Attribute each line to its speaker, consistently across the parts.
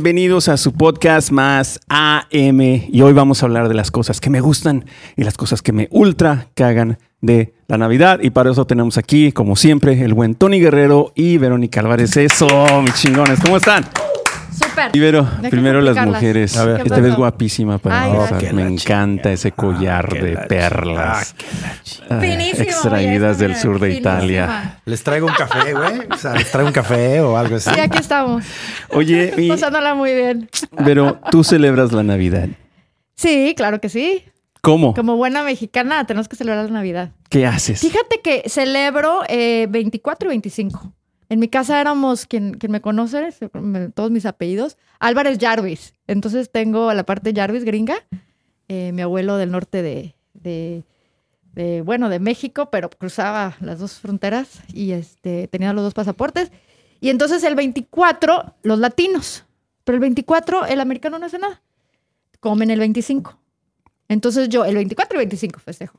Speaker 1: Bienvenidos a su podcast más AM y hoy vamos a hablar de las cosas que me gustan y las cosas que me ultra cagan de la Navidad y para eso tenemos aquí, como siempre, el buen Tony Guerrero y Verónica Álvarez. Eso, mis chingones, ¿cómo están?
Speaker 2: Súper.
Speaker 1: Y Vero,
Speaker 2: Deja
Speaker 1: primero las
Speaker 2: complicarlas.
Speaker 1: mujeres.
Speaker 3: A ver.
Speaker 2: ¿Qué
Speaker 1: Que te
Speaker 2: pasó?
Speaker 1: ves guapísima para
Speaker 2: Ay,
Speaker 1: empezar.
Speaker 2: gracias.
Speaker 1: Me encanta ese
Speaker 3: Ah,
Speaker 1: collar de perlas ah,
Speaker 2: Finísimo, ya
Speaker 1: extraídas
Speaker 2: está,
Speaker 1: del
Speaker 2: mira,
Speaker 1: sur de
Speaker 2: finísima.
Speaker 1: Italia.
Speaker 3: Les traigo un café, güey. O sea, les traigo un café o algo así.
Speaker 2: Sí, aquí estamos.
Speaker 1: Oye, y-
Speaker 2: Pasándola muy bien.
Speaker 1: Vero, tú celebras la Navidad.
Speaker 2: Sí, claro que sí.
Speaker 1: ¿Cómo?
Speaker 2: Como buena mexicana, tenemos que celebrar la Navidad.
Speaker 1: ¿Qué haces?
Speaker 2: Fíjate que celebro eh, 24 y 25. En mi casa éramos, quien, quien me conoce, se- me- todos mis apellidos, Álvarez Jarvis. Entonces tengo la parte Jarvis gringa, eh, mi abuelo del norte de, de- de, bueno, de México, pero cruzaba las dos fronteras y este, tenía los dos pasaportes. Y entonces el 24, los latinos. Pero el 24, el americano no hace nada. Comen el 25. Entonces yo, el 24 y 25 festejo.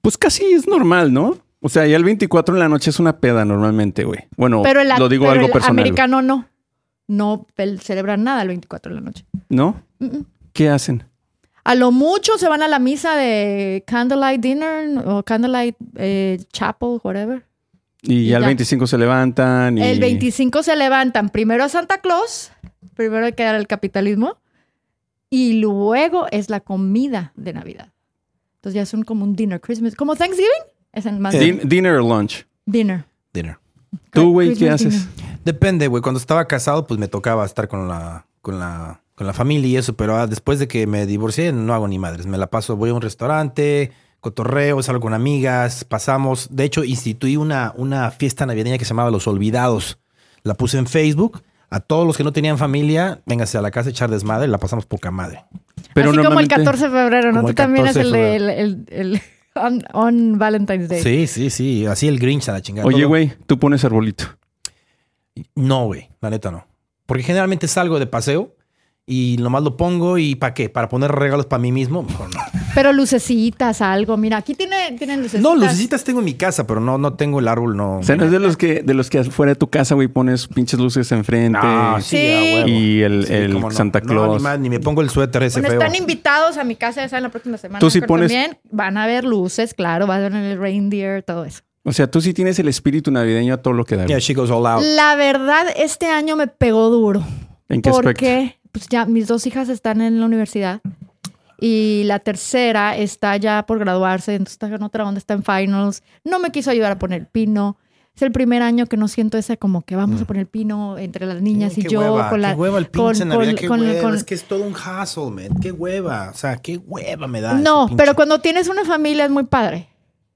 Speaker 1: Pues casi es normal, ¿no? O sea, ya el 24 en la noche es una peda normalmente, güey. Bueno,
Speaker 2: Pero el,
Speaker 1: lo digo
Speaker 2: pero
Speaker 1: algo
Speaker 2: el
Speaker 1: personal, güey.
Speaker 2: americano no. No pel- celebran nada el 24 de la noche.
Speaker 1: ¿no?
Speaker 2: Mm, mm.
Speaker 1: ¿Qué hacen?
Speaker 2: A lo mucho se van a la misa de Candlelight Dinner o Candlelight eh, Chapel, whatever.
Speaker 1: Y,
Speaker 2: Y
Speaker 1: ya el
Speaker 2: ya.
Speaker 1: 25 se levantan y...
Speaker 2: El 25 se levantan primero a Santa Claus, primero hay que dar el capitalismo, y luego es la comida de Navidad. Entonces ya son como un dinner Christmas. Como Thanksgiving es el más
Speaker 1: Din- dinner or lunch.
Speaker 2: dinner.
Speaker 3: Dinner.
Speaker 1: ¿Tú, güey, qué
Speaker 2: Christmas
Speaker 1: haces?
Speaker 2: dinner.
Speaker 3: Depende, güey. Cuando estaba casado, pues me tocaba estar con la, con la, con la familia y eso. Pero ah, después de que me divorcié, no hago ni madres. Me la paso, voy a un restaurante, cotorreo, salgo con amigas, pasamos. De hecho, instituí una, una fiesta navideña que se llamaba Los Olvidados. La puse en Facebook. A todos los que no tenían familia, véngase a la casa a echar desmadre. La pasamos poca madre.
Speaker 1: Pero
Speaker 2: Así como el
Speaker 1: normalmente...
Speaker 2: 14 de febrero, ¿no?
Speaker 3: Como
Speaker 2: Tú
Speaker 3: el
Speaker 2: también es
Speaker 3: 14 de
Speaker 2: el de el, el- el- on, on Valentine's Day.
Speaker 3: Sí, sí, sí. Así el Grinch a la chingada.
Speaker 1: Oye,
Speaker 3: Todo-
Speaker 1: güey, tú pones arbolito.
Speaker 3: No, güey, la neta no. Porque generalmente salgo de paseo y nomás lo pongo y ¿para qué? ¿Para poner regalos para mí mismo? Mejor no.
Speaker 2: Pero lucecitas, algo. Mira, aquí tiene, tienen lucecitas.
Speaker 3: No, lucecitas tengo en mi casa, pero no, no tengo el árbol, no.
Speaker 1: O sea, no es de los que, de los que afuera de tu casa, güey, pones pinches luces enfrente.
Speaker 3: No,
Speaker 2: Sí.
Speaker 3: a huevo.
Speaker 1: Y el- el
Speaker 3: cómo
Speaker 1: Santa
Speaker 3: No,
Speaker 1: Claus.
Speaker 3: ni, más, ni me pongo el suéter ese
Speaker 2: Bueno,
Speaker 3: feo.
Speaker 2: están invitados a mi casa, ya saben, la próxima semana.
Speaker 1: Tú sí
Speaker 2: pero
Speaker 1: pones-
Speaker 2: También van a ver luces, claro, van a ver el reindeer, todo eso.
Speaker 1: O sea, tú sí tienes el espíritu navideño a todo lo que da. güey.
Speaker 3: Yeah, she goes all out.
Speaker 2: La verdad, este año me pegó duro.
Speaker 1: ¿En qué aspecto?
Speaker 2: Porque pues ya mis dos hijas están en la universidad y la tercera está ya por graduarse, entonces está en otra onda, está en finals. No me quiso ayudar a poner pino. Es el primer año que no siento esa como que vamos
Speaker 1: Mm.
Speaker 2: a poner pino entre las niñas
Speaker 3: Sí,
Speaker 2: y
Speaker 3: qué
Speaker 2: yo
Speaker 3: hueva,
Speaker 2: con la
Speaker 3: Qué hueva el
Speaker 2: con-
Speaker 3: pinche Navidad,
Speaker 2: con-
Speaker 3: qué
Speaker 2: con-
Speaker 3: hueva.
Speaker 2: con-
Speaker 3: Es que es todo un hustle, man. Qué hueva. O sea, qué hueva me da.
Speaker 2: No,
Speaker 3: ese pinche-
Speaker 2: pero cuando tienes una familia es muy padre.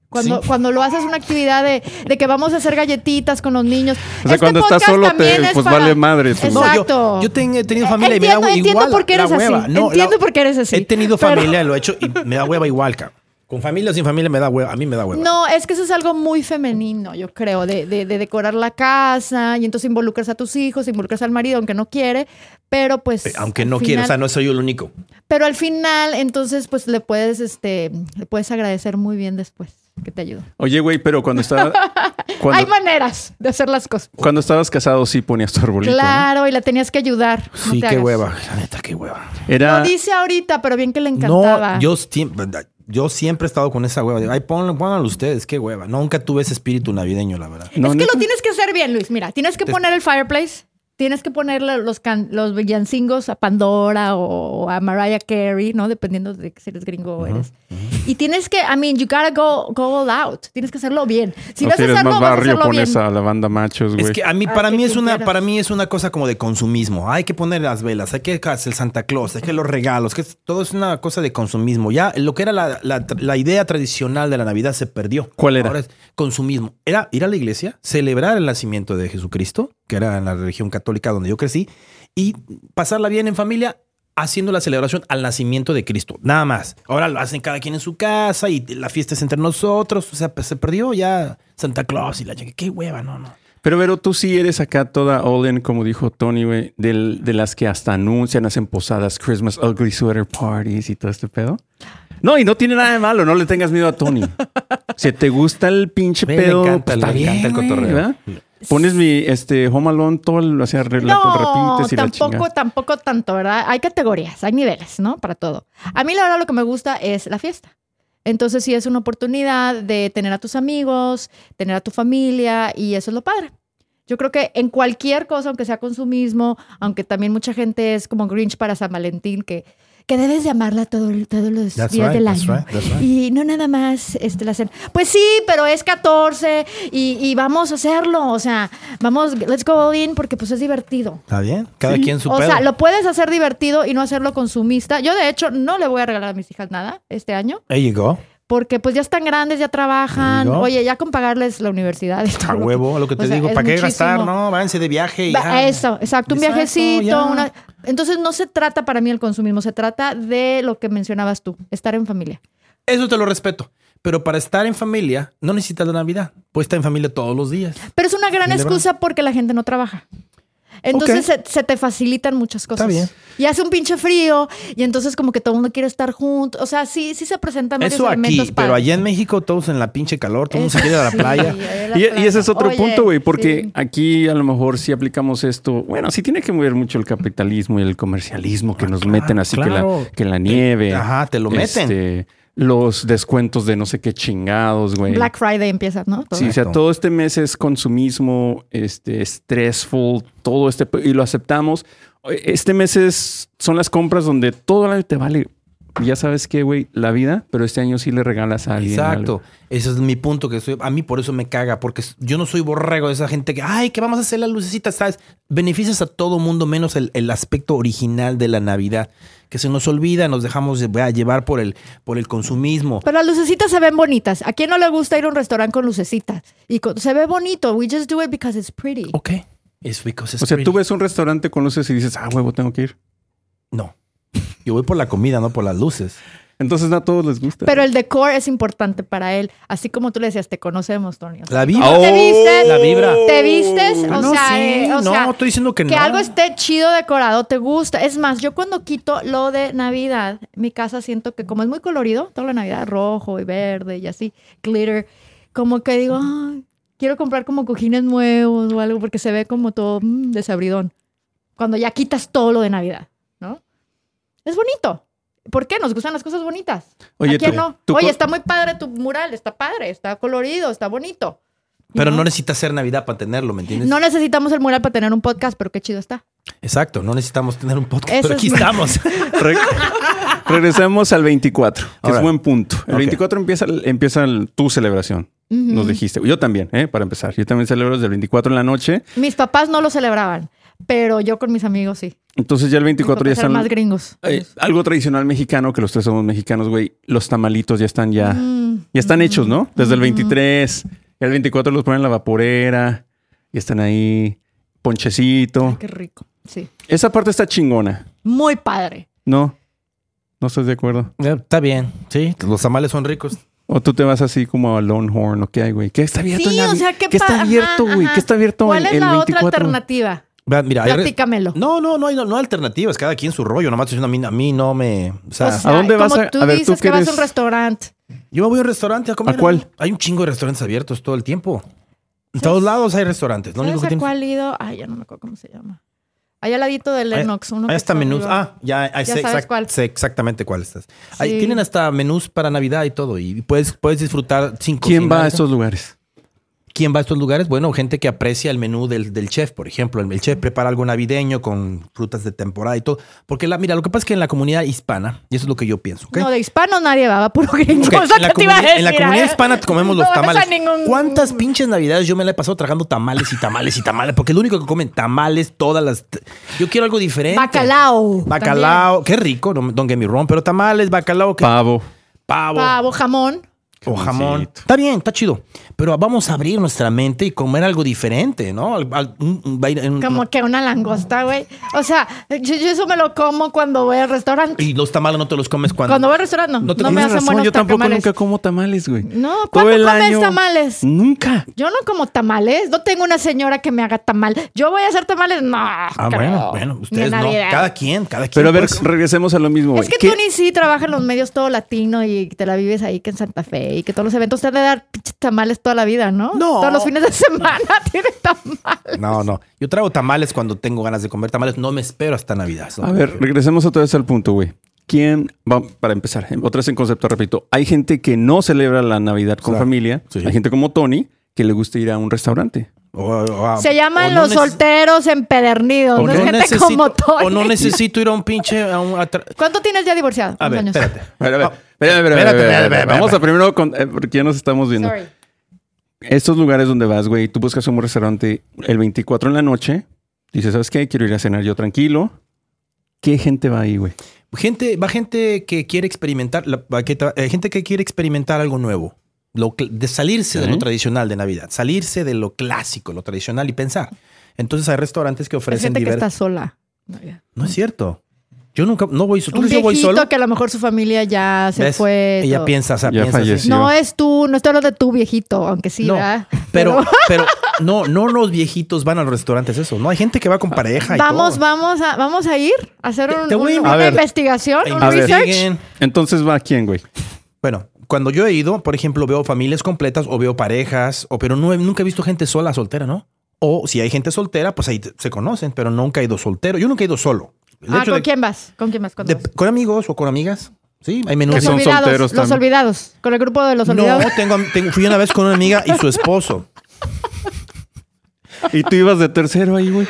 Speaker 2: Cuando,
Speaker 3: Sí.
Speaker 2: cuando lo haces una actividad de, de que vamos a hacer galletitas con los niños. Este
Speaker 1: O sea, cuando estás
Speaker 2: podcast
Speaker 1: solo,
Speaker 2: también
Speaker 1: te-
Speaker 2: es
Speaker 1: pues
Speaker 2: para-
Speaker 1: vale madre. tú.
Speaker 2: Exacto. Eh,
Speaker 3: No, yo, yo ten- he tenido familia y me
Speaker 2: Entiendo-
Speaker 3: da
Speaker 2: entiendo
Speaker 3: igual.
Speaker 2: por qué
Speaker 3: la
Speaker 2: eres así.
Speaker 3: hueva. la-
Speaker 2: Entiendo por qué eres así.
Speaker 3: He tenido
Speaker 2: Pero-
Speaker 3: familia, lo he hecho y me da hueva igual, cabrón. Con familia o sin familia me da hueva. A mí me da hueva.
Speaker 2: No, es que eso es algo muy femenino, yo creo, de, de- de decorar la casa y entonces involucras a tus hijos, involucras al marido, aunque no quiere, pero pues...
Speaker 3: Eh, Aunque
Speaker 2: al
Speaker 3: no quiero, o sea,
Speaker 2: final-
Speaker 3: no soy yo el único.
Speaker 2: Pero al final, entonces, pues le puedes, este, le puedes agradecer muy bien después que te ayudo.
Speaker 1: Oye, güey, pero cuando estaba... cuando-
Speaker 2: Hay maneras de hacer las cosas.
Speaker 1: Cuando estabas casado sí ponías tu arbolito. ¿no?
Speaker 2: Claro, y la tenías que ayudar. no te
Speaker 3: Sí, qué
Speaker 2: hagas.
Speaker 3: hueva. La neta, qué hueva.
Speaker 1: Era
Speaker 2: Lo dice ahorita, pero bien que le encantaba.
Speaker 3: No, yo, siempre- yo siempre he estado con esa hueva. Digo, Ay, pónganlo, pónganlo ustedes, qué hueva. Nunca tuve ese espíritu navideño, la verdad.
Speaker 1: No,
Speaker 2: es que
Speaker 1: neta.
Speaker 2: lo tienes que hacer bien, Luis. Mira, tienes que
Speaker 3: Te-
Speaker 2: poner el fireplace, tienes que poner la- los, can- los villancingos a Pandora o a Mariah Carey, ¿no? Dependiendo de si eres gringo o eres. Y tienes que, I mean, you gotta go, go all out. Tienes que hacerlo bien. Si
Speaker 1: O
Speaker 2: vas a
Speaker 1: eres
Speaker 2: hacerlo,
Speaker 1: más
Speaker 2: vas a
Speaker 1: barrio,
Speaker 2: hacerlo
Speaker 1: pones
Speaker 2: bien.
Speaker 1: a la banda machos, güey.
Speaker 3: Es que a mí,
Speaker 2: Ay,
Speaker 3: para
Speaker 2: qué
Speaker 3: mí es una,
Speaker 2: cultura.
Speaker 3: para mí es una cosa como de consumismo. Hay que poner las velas, hay que hacer el Santa Claus, hay que los regalos, que es- todo es una cosa de consumismo. Ya lo que era la, la- la idea tradicional de la Navidad se perdió.
Speaker 1: ¿Cuál era?
Speaker 3: Ahora es consumismo. Era ir a la iglesia, celebrar el nacimiento de Jesucristo, que era en la religión católica donde yo crecí, y pasarla bien en familia haciendo la celebración al nacimiento de Cristo. Nada más. Ahora lo hacen cada quien en su casa y la fiesta es entre nosotros. O sea, pues, se perdió ya Santa Claus y la chica. Qué hueva, no, no.
Speaker 1: Pero, Vero, tú sí eres acá toda Olin, como dijo Tony, güey, del- de las que hasta anuncian, hacen posadas, Christmas ugly sweater parties y todo este pedo. No, y no tiene nada de malo, no le tengas miedo a Tony. si te gusta el pinche
Speaker 3: Güey, le
Speaker 1: pedo,
Speaker 3: encanta,
Speaker 1: pues,
Speaker 3: le
Speaker 1: está
Speaker 3: encanta
Speaker 1: bien,
Speaker 3: el
Speaker 1: güey,
Speaker 3: cotorreo.
Speaker 1: ¿verdad? Pones mi este, Home Alone, todo lo hacía arreglar
Speaker 2: No,
Speaker 1: repites y la
Speaker 2: tampoco,
Speaker 1: chingada.
Speaker 2: tampoco tanto, ¿verdad? Hay categorías, hay niveles, ¿no? Para todo. A mí la verdad lo que me gusta es la fiesta. Entonces sí es una oportunidad de tener a tus amigos, tener a tu familia y eso es lo padre. Yo creo que en cualquier cosa, aunque sea consumismo, aunque también mucha gente es como Grinch para San Valentín, que, que debes de amarla todo, el- todos los
Speaker 3: That's
Speaker 2: días
Speaker 3: right,
Speaker 2: del
Speaker 3: that's
Speaker 2: año.
Speaker 3: right, that's right.
Speaker 2: Y no nada más este, la cena. Pues sí, pero es 14 y, y vamos a hacerlo. O sea, vamos, let's go all in porque pues es divertido.
Speaker 3: Está bien. Cada quien su
Speaker 2: O sea,
Speaker 3: pedo.
Speaker 2: lo puedes hacer divertido y no hacerlo consumista. Yo, de hecho, no le voy a regalar a mis hijas nada este año
Speaker 3: There you go.
Speaker 2: porque pues ya están grandes, ya trabajan.
Speaker 3: Digo.
Speaker 2: Oye, ya con pagarles la universidad. y todo
Speaker 3: A
Speaker 2: lo que-
Speaker 3: huevo, lo que
Speaker 2: o
Speaker 3: te
Speaker 2: sea,
Speaker 3: digo.
Speaker 2: es
Speaker 3: ¿Para qué
Speaker 2: muchísimo.
Speaker 3: gastar? No, váyanse de viaje y
Speaker 2: Va-
Speaker 3: ya.
Speaker 2: Eso, exacto, un
Speaker 3: Exacto,
Speaker 2: viajecito.
Speaker 3: ya.
Speaker 2: una- Entonces no se trata para mí el consumismo, se trata de lo que mencionabas tú, estar en familia.
Speaker 3: Eso te lo respeto. Pero para estar en familia, no necesitas la Navidad. Puedes estar en familia todos los días.
Speaker 2: Pero es una gran
Speaker 3: Mil de
Speaker 2: excusa porque la gente no trabaja. Entonces se, se te facilitan muchas cosas.
Speaker 3: bien.
Speaker 2: Y hace un pinche frío y entonces como que todo el mundo quiere estar junto. O sea, sí, sí se presentan varios
Speaker 3: Eso aquí,
Speaker 2: elementos
Speaker 3: pero
Speaker 2: padres.
Speaker 3: allá en México todos en la pinche calor, todo el mundo se
Speaker 2: Eso
Speaker 3: quiere ir a la
Speaker 2: sí,
Speaker 3: playa.
Speaker 2: allá en la
Speaker 1: Y, y ese
Speaker 2: playa.
Speaker 1: es otro
Speaker 2: Oye,
Speaker 1: punto, güey, porque
Speaker 2: sí.
Speaker 1: aquí a lo mejor si aplicamos esto, bueno, sí tiene que mover mucho el capitalismo y el comercialismo que nos meten así que,
Speaker 3: Ah, claro.
Speaker 1: la, que la nieve.
Speaker 3: Ajá, te lo meten.
Speaker 1: este, los descuentos de no sé qué chingados, güey.
Speaker 2: Black Friday empieza, ¿no? Todo.
Speaker 1: Sí, o sea,
Speaker 3: Correcto.
Speaker 1: todo este mes es consumismo, este, stressful, todo este, pe- y lo aceptamos. Este mes es, son las compras donde todo el año te vale, ya sabes qué, güey, la vida, pero este año sí le regalas a alguien. algo.
Speaker 3: Exacto. Ese es mi punto que estoy. A mí por eso me caga, porque yo no soy borrego de esa gente que, ay, que vamos a hacer las lucecitas, ¿sabes? Beneficias a todo mundo menos el, el aspecto original de la Navidad, que se nos olvida, nos dejamos lle- llevar por el, por el consumismo.
Speaker 2: Pero las lucecitas se ven bonitas. ¿A quién no le gusta ir a un restaurante con lucecitas? Y con- se ve bonito. We just do it because it's pretty.
Speaker 3: Ok. It's because it's
Speaker 1: O sea,
Speaker 3: pretty.
Speaker 1: tú ves un restaurante con luces y dices, ah, huevo, tengo que ir.
Speaker 3: No. Yo voy por la comida, no por las luces.
Speaker 1: Entonces no a todos les gusta.
Speaker 2: Pero el decor es importante para él. Así como tú le decías, te conocemos, Tony. O sea,
Speaker 3: La vibra.
Speaker 2: ¿Te vistes?
Speaker 3: La vibra.
Speaker 2: ¿Te vistes? O
Speaker 3: Ah, oh. no,
Speaker 2: sea,
Speaker 3: sí.
Speaker 2: eh, o
Speaker 3: no,
Speaker 2: sea,
Speaker 3: estoy diciendo que,
Speaker 2: que
Speaker 3: no.
Speaker 2: algo esté chido decorado, te gusta. Es más, yo cuando quito lo de Navidad, mi casa siento que como es muy colorido, toda la Navidad rojo y verde y así, glitter, como que digo, "Ay, quiero comprar como cojines nuevos o algo porque se ve como todo mm, desabridón. Cuando ya quitas todo lo de Navidad, ¿no? Es bonito. ¿Por qué? Nos gustan las cosas bonitas. ¿A quién no?
Speaker 1: tú
Speaker 2: Oye,
Speaker 1: co-
Speaker 2: está muy padre tu mural, está padre, está colorido, está bonito.
Speaker 3: Pero no
Speaker 2: ¿No?
Speaker 3: necesitas hacer Navidad para tenerlo, ¿me entiendes?
Speaker 2: No necesitamos el mural para tener un podcast, pero qué chido está.
Speaker 3: Exacto, no necesitamos tener un podcast,
Speaker 2: Eso
Speaker 3: pero
Speaker 2: es
Speaker 3: aquí
Speaker 2: mi-
Speaker 3: estamos.
Speaker 1: re- regresemos al 24, que es
Speaker 3: Alright.
Speaker 1: buen punto. El
Speaker 3: Ok.
Speaker 1: 24 empieza, empieza el- tu celebración.
Speaker 2: Ujú.
Speaker 1: Nos dijiste. Yo también, ¿eh? para empezar. Yo también celebro desde el 24 en la noche.
Speaker 2: Mis papás no lo celebraban, pero yo con mis amigos sí.
Speaker 1: Entonces ya el
Speaker 2: Mis
Speaker 1: 24 ya
Speaker 2: papás eran
Speaker 1: están.
Speaker 2: más gringos.
Speaker 1: eh, algo tradicional mexicano, que los tres somos mexicanos, güey. Los tamalitos ya están ya.
Speaker 2: Mm.
Speaker 1: Ya están hechos, ¿no? Desde el
Speaker 2: Mm.
Speaker 1: 23. Y el 24 los ponen en la vaporera. Y están ahí. Ponchecito.
Speaker 2: Ay,
Speaker 3: Ah.
Speaker 2: qué rico. Sí.
Speaker 1: Esa parte está chingona.
Speaker 2: Muy padre.
Speaker 1: No. No estás de acuerdo.
Speaker 3: Eh, Está bien, sí. Los tamales son ricos.
Speaker 1: O tú te vas así como a Longhorn o qué hay, güey. ¿Qué está abierto?
Speaker 2: Sí,
Speaker 1: en la-
Speaker 2: o sea, qué
Speaker 1: ¿Qué está
Speaker 2: pa-
Speaker 1: abierto,
Speaker 2: ajá,
Speaker 1: güey?
Speaker 2: ajá.
Speaker 1: ¿Qué está abierto
Speaker 2: ¿Cuál
Speaker 1: el,
Speaker 2: es
Speaker 1: el
Speaker 2: la
Speaker 1: 24?
Speaker 2: otra alternativa?
Speaker 3: Vean, Mira, hay re-
Speaker 2: Platícamelo.
Speaker 3: no, no, no, hay- no, no hay alternativas. Cada quien su rollo. Nomás estoy diciendo, a mí, a mí no me. O sea,
Speaker 2: O sea,
Speaker 1: ¿a dónde vas
Speaker 2: como
Speaker 1: a-
Speaker 2: tú
Speaker 1: a ver, tú
Speaker 2: dices
Speaker 1: que
Speaker 2: que vas a
Speaker 1: eres-
Speaker 2: un restaurante.
Speaker 3: yo me voy a un restaurante a comer.
Speaker 1: ¿A cuál?
Speaker 3: Hay un chingo de restaurantes abiertos todo el tiempo. En todos lados hay restaurantes. Lo único
Speaker 2: ¿Sabes
Speaker 3: que
Speaker 2: a
Speaker 3: tienes.
Speaker 2: cuál he ido? Ay, ya no me acuerdo cómo se llama. Allá al ladito del
Speaker 3: Ahí-
Speaker 2: Lennox. uno
Speaker 3: Ahí
Speaker 2: que está
Speaker 3: está menús.
Speaker 2: arriba.
Speaker 3: Ah, ya,
Speaker 2: Ya
Speaker 3: ahí sé,
Speaker 2: sabes
Speaker 3: exact-
Speaker 2: cuál.
Speaker 3: sé exactamente cuál estás. Ahí
Speaker 2: Sí.
Speaker 3: tienen hasta menús para Navidad y todo. Y puedes, puedes disfrutar sin
Speaker 1: ¿Quién va
Speaker 3: cocinar.
Speaker 1: a estos lugares?
Speaker 3: ¿Quién va a estos lugares? Bueno, gente que aprecia el menú del, del chef, por ejemplo. El, el chef prepara algo navideño con frutas de temporada y todo. Porque, la, mira, lo que pasa es que en la comunidad hispana, y eso es lo que yo pienso, ¿ok?
Speaker 2: No, de hispano nadie va, va puro gringo.
Speaker 3: Ok,
Speaker 2: O sea,
Speaker 3: en, la
Speaker 2: ¿qué te iba a
Speaker 3: comuni- en la
Speaker 2: decir? ¿eh?
Speaker 3: comunidad hispana comemos los
Speaker 2: No vas a
Speaker 3: tamales.
Speaker 2: ningún-
Speaker 3: ¿Cuántas pinches navidades yo me la he pasado tragando tamales y tamales y tamales? Porque lo único que comen tamales todas las... Yo quiero algo diferente.
Speaker 2: Bacalao.
Speaker 3: Bacalao. Qué rico, no, don't get me wrong, pero tamales, bacalao, que-
Speaker 1: Pavo.
Speaker 3: pavo,
Speaker 2: también. Pavo, jamón.
Speaker 3: o jamón.
Speaker 1: Jamoncito.
Speaker 3: Está bien, está chido. Pero vamos a abrir nuestra mente y comer algo diferente, ¿no? Al- al- un- un- va a ir en-
Speaker 2: Como que una langosta, güey. O sea, yo, yo eso me lo como cuando voy al restaurante.
Speaker 3: Y los tamales no te los comes cuando...
Speaker 2: Cuando voy al restaurante, no,
Speaker 3: No te-
Speaker 2: no me
Speaker 1: Tienes
Speaker 2: hacen
Speaker 1: razón,
Speaker 2: buenos
Speaker 1: yo tampoco
Speaker 2: tamales.
Speaker 1: nunca como tamales, güey.
Speaker 2: No,
Speaker 1: Todo
Speaker 2: ¿cuándo
Speaker 1: el
Speaker 2: comes
Speaker 1: año-
Speaker 2: tamales?
Speaker 1: Nunca.
Speaker 2: Yo no como tamales. No tengo una señora que me haga tamal. Yo voy a hacer tamales. No.
Speaker 3: Ah, bueno, bueno, ustedes no. Cada quien, cada quien.
Speaker 1: Pero a ver,
Speaker 3: pues.
Speaker 1: regresemos a lo mismo, güey.
Speaker 2: Es que
Speaker 1: ¿Qué-
Speaker 2: Tony sí trabaja en los medios todo latino y te la vives ahí que en Santa Fe. güey, que todos los eventos te han de dar pinches tamales toda la vida, ¿no?
Speaker 3: No.
Speaker 2: Todos los fines de semana tiene tamales.
Speaker 3: No, no. Yo traigo tamales cuando tengo ganas de comer tamales. No me espero hasta Navidad.
Speaker 1: A ver, regresemos otra vez al punto, güey. ¿Quién va para empezar? eh, Otra vez en concepto, repito. Hay gente que no celebra la Navidad con
Speaker 3: Claro.
Speaker 1: familia.
Speaker 3: Sí.
Speaker 1: Hay gente como Tony que le gusta ir a un restaurante.
Speaker 3: O- o a-
Speaker 2: Se llaman
Speaker 3: Ah, o no
Speaker 2: los
Speaker 3: neces-
Speaker 2: solteros empedernidos.
Speaker 3: o
Speaker 2: No es gente
Speaker 3: necesito-
Speaker 2: como Tony.
Speaker 3: O no necesito ir a un pinche... A, un- a tra-
Speaker 2: ¿Cuánto tienes ya divorciado?
Speaker 3: A ver,
Speaker 2: ¿Cuántos años?
Speaker 3: espérate.
Speaker 1: A ver, a ver,
Speaker 3: Ah,
Speaker 1: espérame, espérame,
Speaker 3: espérate,
Speaker 1: espérame,
Speaker 3: espérate,
Speaker 1: espérame.
Speaker 3: espérame,
Speaker 1: Vamos a
Speaker 3: espérame.
Speaker 1: primero con eh, porque ya nos estamos viendo.
Speaker 2: Sorry.
Speaker 1: Estos lugares donde vas, güey, tú buscas un restaurante el 24 en la noche, dices, ¿sabes qué? Quiero ir a cenar yo tranquilo. ¿Qué gente va ahí, güey?
Speaker 3: Gente, va gente que quiere experimentar, la- va que tra- eh, gente que quiere experimentar algo nuevo, lo cl- de salirse de
Speaker 1: Ujú.
Speaker 3: lo tradicional de Navidad, salirse de lo clásico, lo tradicional y pensar. Entonces hay restaurantes que
Speaker 2: Es
Speaker 3: ofrecen
Speaker 2: gente que
Speaker 3: diver-
Speaker 2: está sola. No, ya.
Speaker 3: No es cierto. Yo nunca, no voy solo. ¿Tú
Speaker 2: Mm. Un
Speaker 3: crees que yo voy
Speaker 2: viejito
Speaker 3: solo?
Speaker 2: que a lo mejor su familia ya se
Speaker 3: ¿Ves?
Speaker 2: fue.
Speaker 3: Ella
Speaker 2: todo.
Speaker 3: piensa, o sea,
Speaker 1: Ya
Speaker 3: piensa así.
Speaker 1: falleció.
Speaker 2: No es tú, no estoy hablando de tu viejito, aunque sí,
Speaker 3: No,
Speaker 2: ¿verdad?
Speaker 3: Pero, pero no, no los viejitos van a los restaurantes eso. No hay gente que va con pareja y
Speaker 2: Vamos,
Speaker 3: todo.
Speaker 2: vamos a, vamos a ir a hacer un-
Speaker 3: Te voy a
Speaker 2: un-
Speaker 3: invitar.
Speaker 2: una
Speaker 1: A ver.
Speaker 2: investigación, un
Speaker 1: A ver.
Speaker 2: research.
Speaker 3: Investiguen.
Speaker 1: Entonces va quién, güey?
Speaker 3: Bueno, cuando yo he ido, por ejemplo, veo familias completas o veo parejas, o pero no he- nunca he visto gente sola, soltera, ¿no? O si hay gente soltera, pues ahí te- se conocen, pero nunca he ido soltero. Yo nunca he ido solo. El
Speaker 2: Ah,
Speaker 3: hecho
Speaker 2: ¿con
Speaker 3: de-
Speaker 2: quién vas? ¿Con quién vas? ¿Con
Speaker 3: de-
Speaker 2: quién vas?
Speaker 3: con amigos o con amigas. Sí, hay menús.
Speaker 1: Que
Speaker 2: Los
Speaker 1: son
Speaker 2: olvidados,
Speaker 1: solteros
Speaker 2: los
Speaker 1: también.
Speaker 2: olvidados, con el grupo de los
Speaker 3: No,
Speaker 2: olvidados.
Speaker 3: tengo, am- tengo- fui una vez con una amiga y su esposo.
Speaker 1: Y tú ibas de tercero ahí, güey.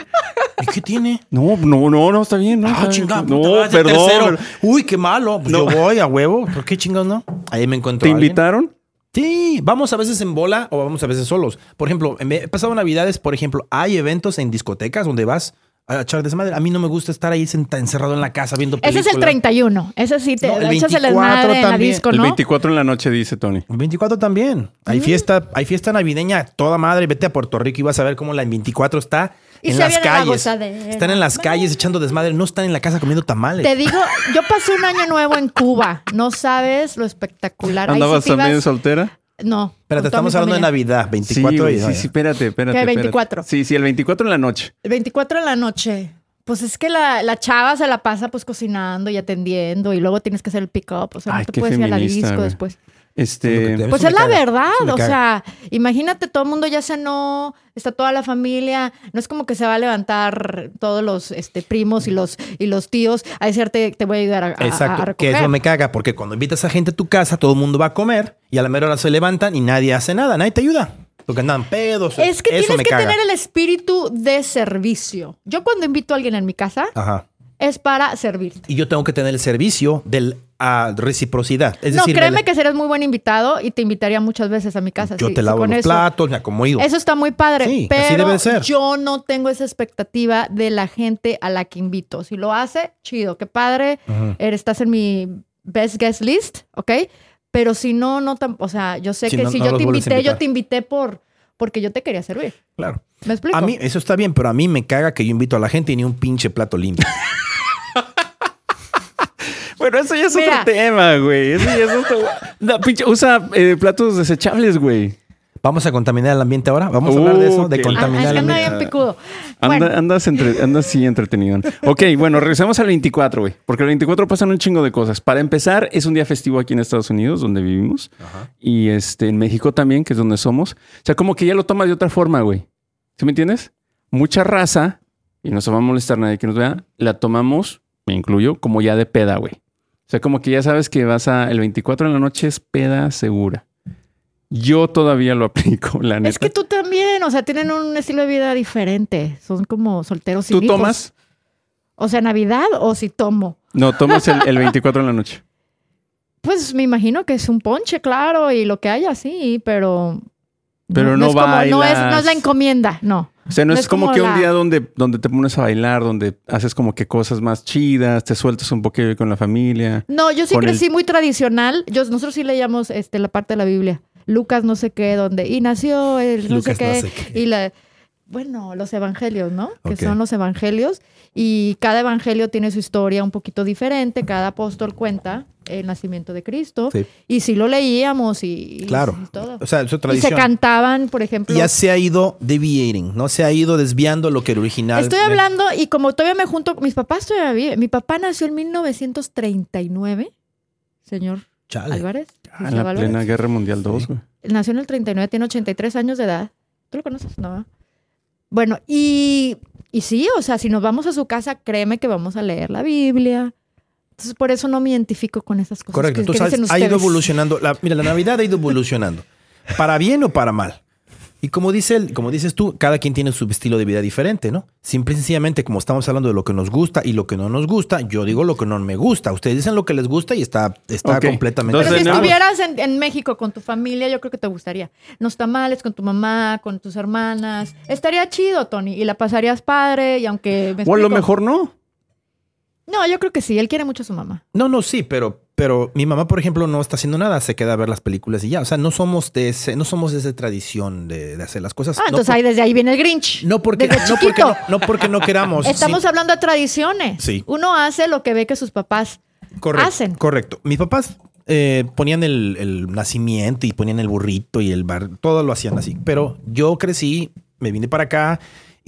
Speaker 3: ¿Y qué tiene?
Speaker 1: No, no, no, no, está bien, no.
Speaker 3: Ah,
Speaker 1: está-
Speaker 3: chingada.
Speaker 1: No,
Speaker 3: puta, vas de
Speaker 1: perdón.
Speaker 3: tercero.
Speaker 1: pero-
Speaker 3: Uy, qué malo. Pues
Speaker 1: No.
Speaker 3: Yo voy a huevo. ¿Por qué chingados no? Ahí me encuentro.
Speaker 1: ¿Te
Speaker 3: a alguien.
Speaker 1: invitaron?
Speaker 3: Sí, vamos a veces en bola o vamos a veces solos. Por ejemplo, en vez- he pasado navidades, por ejemplo, hay eventos en discotecas donde vas a echar desmadre. A mí no me gusta estar ahí senta- encerrado en la casa viendo
Speaker 2: Ese
Speaker 3: películas.
Speaker 2: es el 31. Ese sí te
Speaker 3: No, el
Speaker 2: echas el
Speaker 3: 24
Speaker 2: desmadre en la
Speaker 3: también.
Speaker 2: disco,
Speaker 1: El
Speaker 2: ¿no?
Speaker 1: 24 en la noche, dice Tony.
Speaker 3: El 24 también.
Speaker 2: Mm.
Speaker 3: Hay fiesta, hay fiesta navideña, toda madre. Vete a Puerto Rico y vas a ver cómo la en 24 está
Speaker 2: Y
Speaker 3: en
Speaker 2: se
Speaker 3: las
Speaker 2: viene la
Speaker 3: calles.
Speaker 2: gozadera.
Speaker 3: están en las calles echando desmadre, no están en la casa comiendo tamales.
Speaker 2: Te digo, yo pasé un año nuevo en Cuba. No sabes lo espectacular. Ahí
Speaker 1: ¿Andabas
Speaker 2: sí te
Speaker 1: también
Speaker 2: ibas-
Speaker 1: soltera?
Speaker 2: No.
Speaker 3: Pero te
Speaker 2: con toda mi
Speaker 3: estamos hablando de
Speaker 2: familia.
Speaker 3: Navidad,
Speaker 1: Sí,
Speaker 3: 24
Speaker 1: güey,
Speaker 3: y
Speaker 1: sí, sí, espérate, espérate.
Speaker 2: ¿Qué,
Speaker 1: espérate.
Speaker 2: 24?
Speaker 1: Sí, sí, el 24 en la noche.
Speaker 2: El 24 de la noche. Pues es que la, la chava se la pasa pues cocinando y atendiendo y luego tienes que hacer el pick-up. O sea,
Speaker 1: Ay,
Speaker 2: no te
Speaker 1: qué
Speaker 2: puedes ir a la
Speaker 1: feminista,
Speaker 2: disco
Speaker 1: güey.
Speaker 2: después.
Speaker 1: Este.
Speaker 3: Eso
Speaker 2: Pues
Speaker 3: me
Speaker 2: es la
Speaker 3: caga,
Speaker 2: verdad.
Speaker 3: eso me
Speaker 2: O
Speaker 3: caga.
Speaker 2: sea, imagínate, todo el mundo ya cenó, está toda la familia. No es como que se va a levantar todos los este, primos y los, y los tíos a decirte, te voy a ayudar a, a- a
Speaker 3: Exacto, que
Speaker 2: recoger.
Speaker 3: eso me caga, porque cuando invitas a gente a tu casa, todo el mundo va a comer y a la mera hora se levantan y nadie hace nada, nadie te ayuda. Porque andan pedos.
Speaker 2: Es que
Speaker 3: eso
Speaker 2: tienes
Speaker 3: me
Speaker 2: que
Speaker 3: caga.
Speaker 2: tener el espíritu de servicio. Yo cuando invito a alguien en mi casa
Speaker 3: Ajá.
Speaker 2: es para servirte.
Speaker 3: Y yo tengo que tener el servicio de reciprocidad. Es
Speaker 2: no,
Speaker 3: decir,
Speaker 2: créeme
Speaker 3: me-
Speaker 2: que serás muy buen invitado y te invitaría muchas veces a mi casa.
Speaker 3: yo
Speaker 2: sí,
Speaker 3: te
Speaker 2: sí,
Speaker 3: lavo
Speaker 2: con
Speaker 3: los
Speaker 2: eso.
Speaker 3: platos, me acomodo.
Speaker 2: Eso está muy padre,
Speaker 3: Sí,
Speaker 2: pero
Speaker 3: así debe de ser.
Speaker 2: yo no tengo esa expectativa de la gente a la que invito. Si lo hace, chido, qué padre,
Speaker 3: Ujú.
Speaker 2: eh, estás en mi best guest list, ¿ok? Pero si no, no tan, o sea, yo sé
Speaker 3: Sí,
Speaker 2: que
Speaker 3: no-
Speaker 2: si
Speaker 3: no
Speaker 2: yo
Speaker 3: los
Speaker 2: te
Speaker 3: vuelves a
Speaker 2: invité, yo
Speaker 3: invitar.
Speaker 2: te invité por porque yo te quería servir.
Speaker 3: Claro.
Speaker 2: ¿Me explico?
Speaker 3: A mí, eso está bien, pero a mí me caga que yo invito a la gente y ni un pinche plato limpio.
Speaker 1: Bueno, eso ya es
Speaker 2: Mira.
Speaker 1: otro tema, güey. Eso ya es otro. No, pinche, usa eh, platos desechables, güey.
Speaker 3: Vamos a contaminar el ambiente ahora. Vamos a hablar de eso, de
Speaker 1: Ok.
Speaker 2: Ah, es
Speaker 3: contaminar
Speaker 2: que
Speaker 3: el
Speaker 2: anda
Speaker 3: ambiente.
Speaker 2: bien picudo.
Speaker 1: Anda-
Speaker 2: Bueno,
Speaker 1: Andas, entre, andas sí entretenido. Ok, bueno, regresamos al 24, güey. Porque el 24 pasan un chingo de cosas. Para empezar, es un día festivo aquí en Estados Unidos, donde vivimos. Y este, en México también, que es donde somos. O sea, como que ya lo tomas de otra forma, güey. ¿Sí me entiendes? Mucha raza, y no se va a molestar nadie que nos vea, la tomamos, me incluyo, como ya de peda, güey. O sea, como que ya sabes que vas a... El 24 en la noche es peda segura. Yo todavía lo aplico, la neta.
Speaker 2: es que tú también, o sea, tienen un estilo de vida diferente. Son como solteros sin
Speaker 1: ¿Tú
Speaker 2: hijos.
Speaker 1: tomas?
Speaker 2: O sea, Navidad o si tomo.
Speaker 1: No, tomas el, el 24 en la noche.
Speaker 2: Pues me imagino que es un ponche, claro, y lo que haya, sí, pero.
Speaker 1: Pero no
Speaker 2: es como- no, es,
Speaker 1: bailas.
Speaker 2: no es la encomienda, no.
Speaker 1: O sea, no, es, como, que un
Speaker 2: la-
Speaker 1: día donde, donde te pones a bailar, donde haces como que cosas más chidas, te sueltas un poquito con la familia.
Speaker 2: No, yo sí
Speaker 1: Con el-
Speaker 2: crecí muy tradicional. Yo, nosotros sí leíamos este, la parte de la Biblia. Lucas no sé qué, donde. Y nació el no,
Speaker 3: Lucas
Speaker 2: sé,
Speaker 3: no
Speaker 2: qué,
Speaker 3: sé qué.
Speaker 2: Y la. Bueno, los evangelios, ¿no?
Speaker 3: Ok.
Speaker 2: Que son los evangelios. Y cada evangelio tiene su historia un poquito diferente. Cada apóstol cuenta el nacimiento de Cristo.
Speaker 3: Sí.
Speaker 2: Y sí lo leíamos y, y
Speaker 3: Claro.
Speaker 2: todo.
Speaker 3: O sea, eso
Speaker 2: Y se
Speaker 3: es tradición.
Speaker 2: cantaban, por ejemplo.
Speaker 3: ya se ha ido deviating, ¿no? Se ha ido desviando lo que era original.
Speaker 2: Estoy hablando y como todavía me junto, mis papás todavía viven. Mi papá nació en 1939, señor
Speaker 3: Chale.
Speaker 2: Álvarez.
Speaker 1: Ah,
Speaker 2: José
Speaker 1: en la
Speaker 2: Álvarez.
Speaker 1: plena guerra mundial 2,
Speaker 3: Sí.
Speaker 1: güey.
Speaker 2: Nació en el 39, tiene 83 años de edad. ¿Tú lo conoces? No. Bueno, y, y sí, o sea, si nos vamos a su casa, créeme que vamos a leer la Biblia. Entonces, por eso no me identifico con esas cosas.
Speaker 3: Correcto,
Speaker 2: que-
Speaker 3: tú
Speaker 2: que
Speaker 3: sabes,
Speaker 2: dicen
Speaker 3: ha ido
Speaker 2: ustedes.
Speaker 3: evolucionando. La- mira, la Navidad ha ido evolucionando, para bien o para mal. Y como, dice él- como dices tú, cada quien tiene su estilo de vida diferente, ¿no? Simple y sencillamente, como estamos hablando de lo que nos gusta y lo que no nos gusta, yo digo lo que no me gusta. Ustedes dicen lo que les gusta y está, está
Speaker 1: Ok,
Speaker 3: completamente...
Speaker 2: Pero
Speaker 1: Entonces,
Speaker 2: si
Speaker 1: no-
Speaker 2: estuvieras en, en México con tu familia, yo creo que te gustaría. Los tamales con tu mamá, con tus hermanas. Estaría chido, Tony, y la pasarías padre, y aunque... me
Speaker 1: O a lo
Speaker 2: explico.
Speaker 1: mejor no.
Speaker 2: No, yo creo que sí, él quiere mucho a su mamá.
Speaker 3: No, no, sí, pero, pero mi mamá, por ejemplo, no está haciendo nada, se queda a ver las películas y ya. O sea, no somos de, ese, no somos de esa tradición de, de hacer las cosas.
Speaker 2: Ah,
Speaker 3: no,
Speaker 2: entonces
Speaker 3: por-
Speaker 2: ahí desde ahí viene el Grinch.
Speaker 3: no porque,
Speaker 2: desde
Speaker 3: no, porque no,
Speaker 2: chiquito.
Speaker 3: no porque no queramos.
Speaker 2: Estamos hablando de tradiciones.
Speaker 3: Sí.
Speaker 2: Uno hace lo que ve que sus papás
Speaker 3: Correcto.
Speaker 2: hacen.
Speaker 3: Correcto. Mis papás eh, ponían el, el nacimiento y ponían el burrito y el bar, todo lo hacían así. Pero yo crecí, me vine para acá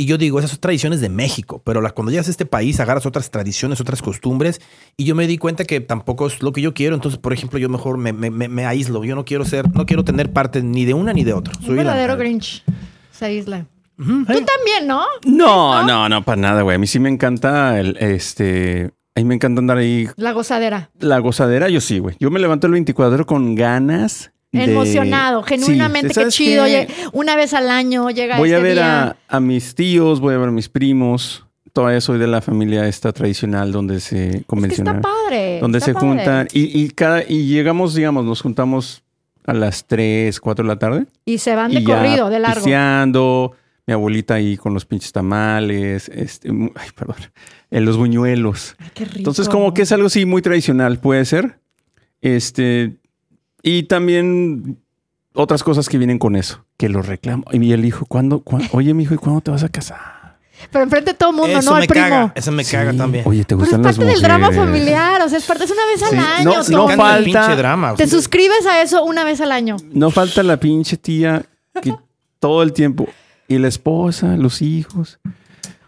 Speaker 3: y yo digo, esas son tradiciones de México, pero las, cuando llegas a este país agarras otras tradiciones, otras costumbres y yo me di cuenta que tampoco es lo que yo quiero. Entonces, por ejemplo, yo mejor me, me- me- me aíslo. Yo no quiero ser, no quiero tener parte ni de una ni de otra.
Speaker 2: Un
Speaker 3: Soy la-
Speaker 2: verdadero Grinch. Esa isla.
Speaker 3: Ujú,
Speaker 2: Tú
Speaker 3: hey.
Speaker 2: también, ¿no?
Speaker 1: No, no, no, para nada, güey. A mí sí me encanta el, este, a mí me encanta andar ahí.
Speaker 2: La gozadera.
Speaker 1: La gozadera, yo sí, güey. Yo me levanto el 24 con ganas. de-
Speaker 2: Emocionado,
Speaker 1: Sí,
Speaker 2: genuinamente, qué
Speaker 1: ¿sabes
Speaker 2: chido.
Speaker 1: qué?
Speaker 2: oye, Una vez al año llega
Speaker 1: Voy
Speaker 2: este
Speaker 1: a ver
Speaker 2: día.
Speaker 1: a, a mis tíos, voy a ver a mis primos. Todavía soy de la familia esta tradicional donde se
Speaker 2: Es que
Speaker 1: convencional.
Speaker 2: está padre.
Speaker 1: donde
Speaker 2: Eh, está
Speaker 1: se
Speaker 2: padre.
Speaker 1: juntan y, y cada y llegamos, digamos, nos juntamos a las 3, 4 de la tarde
Speaker 2: Y se van de
Speaker 1: y ya
Speaker 2: corrido, de largo.
Speaker 1: pisteando, mi abuelita ahí con los pinches tamales, este, mu- ay, perdón, en los buñuelos.
Speaker 2: Ay, Ah, qué rico.
Speaker 1: Entonces, como que es algo así muy tradicional, puede ser. Este, y también otras cosas que vienen con eso, que lo reclamo. Y el hijo, ¿cuándo? cuán- oye, mi hijo, ¿y cuándo te vas a casar?
Speaker 2: Pero enfrente de todo el mundo,
Speaker 3: eso
Speaker 2: ¿no? Al
Speaker 3: me
Speaker 2: primo.
Speaker 3: caga, eso me caga
Speaker 1: Sí.
Speaker 3: también.
Speaker 1: Oye, ¿te
Speaker 2: Pero es
Speaker 1: gustan las
Speaker 2: parte del drama
Speaker 1: mujeres?
Speaker 2: familiar. O sea, es parte, es una vez al
Speaker 1: Sí.
Speaker 2: año.
Speaker 1: No,
Speaker 3: Me
Speaker 1: no
Speaker 2: Tony.
Speaker 3: encanta el
Speaker 1: falta-
Speaker 3: pinche drama.
Speaker 2: Te suscribes a eso una vez al año.
Speaker 1: No falta la pinche tía que todo el tiempo. Y la esposa, los hijos.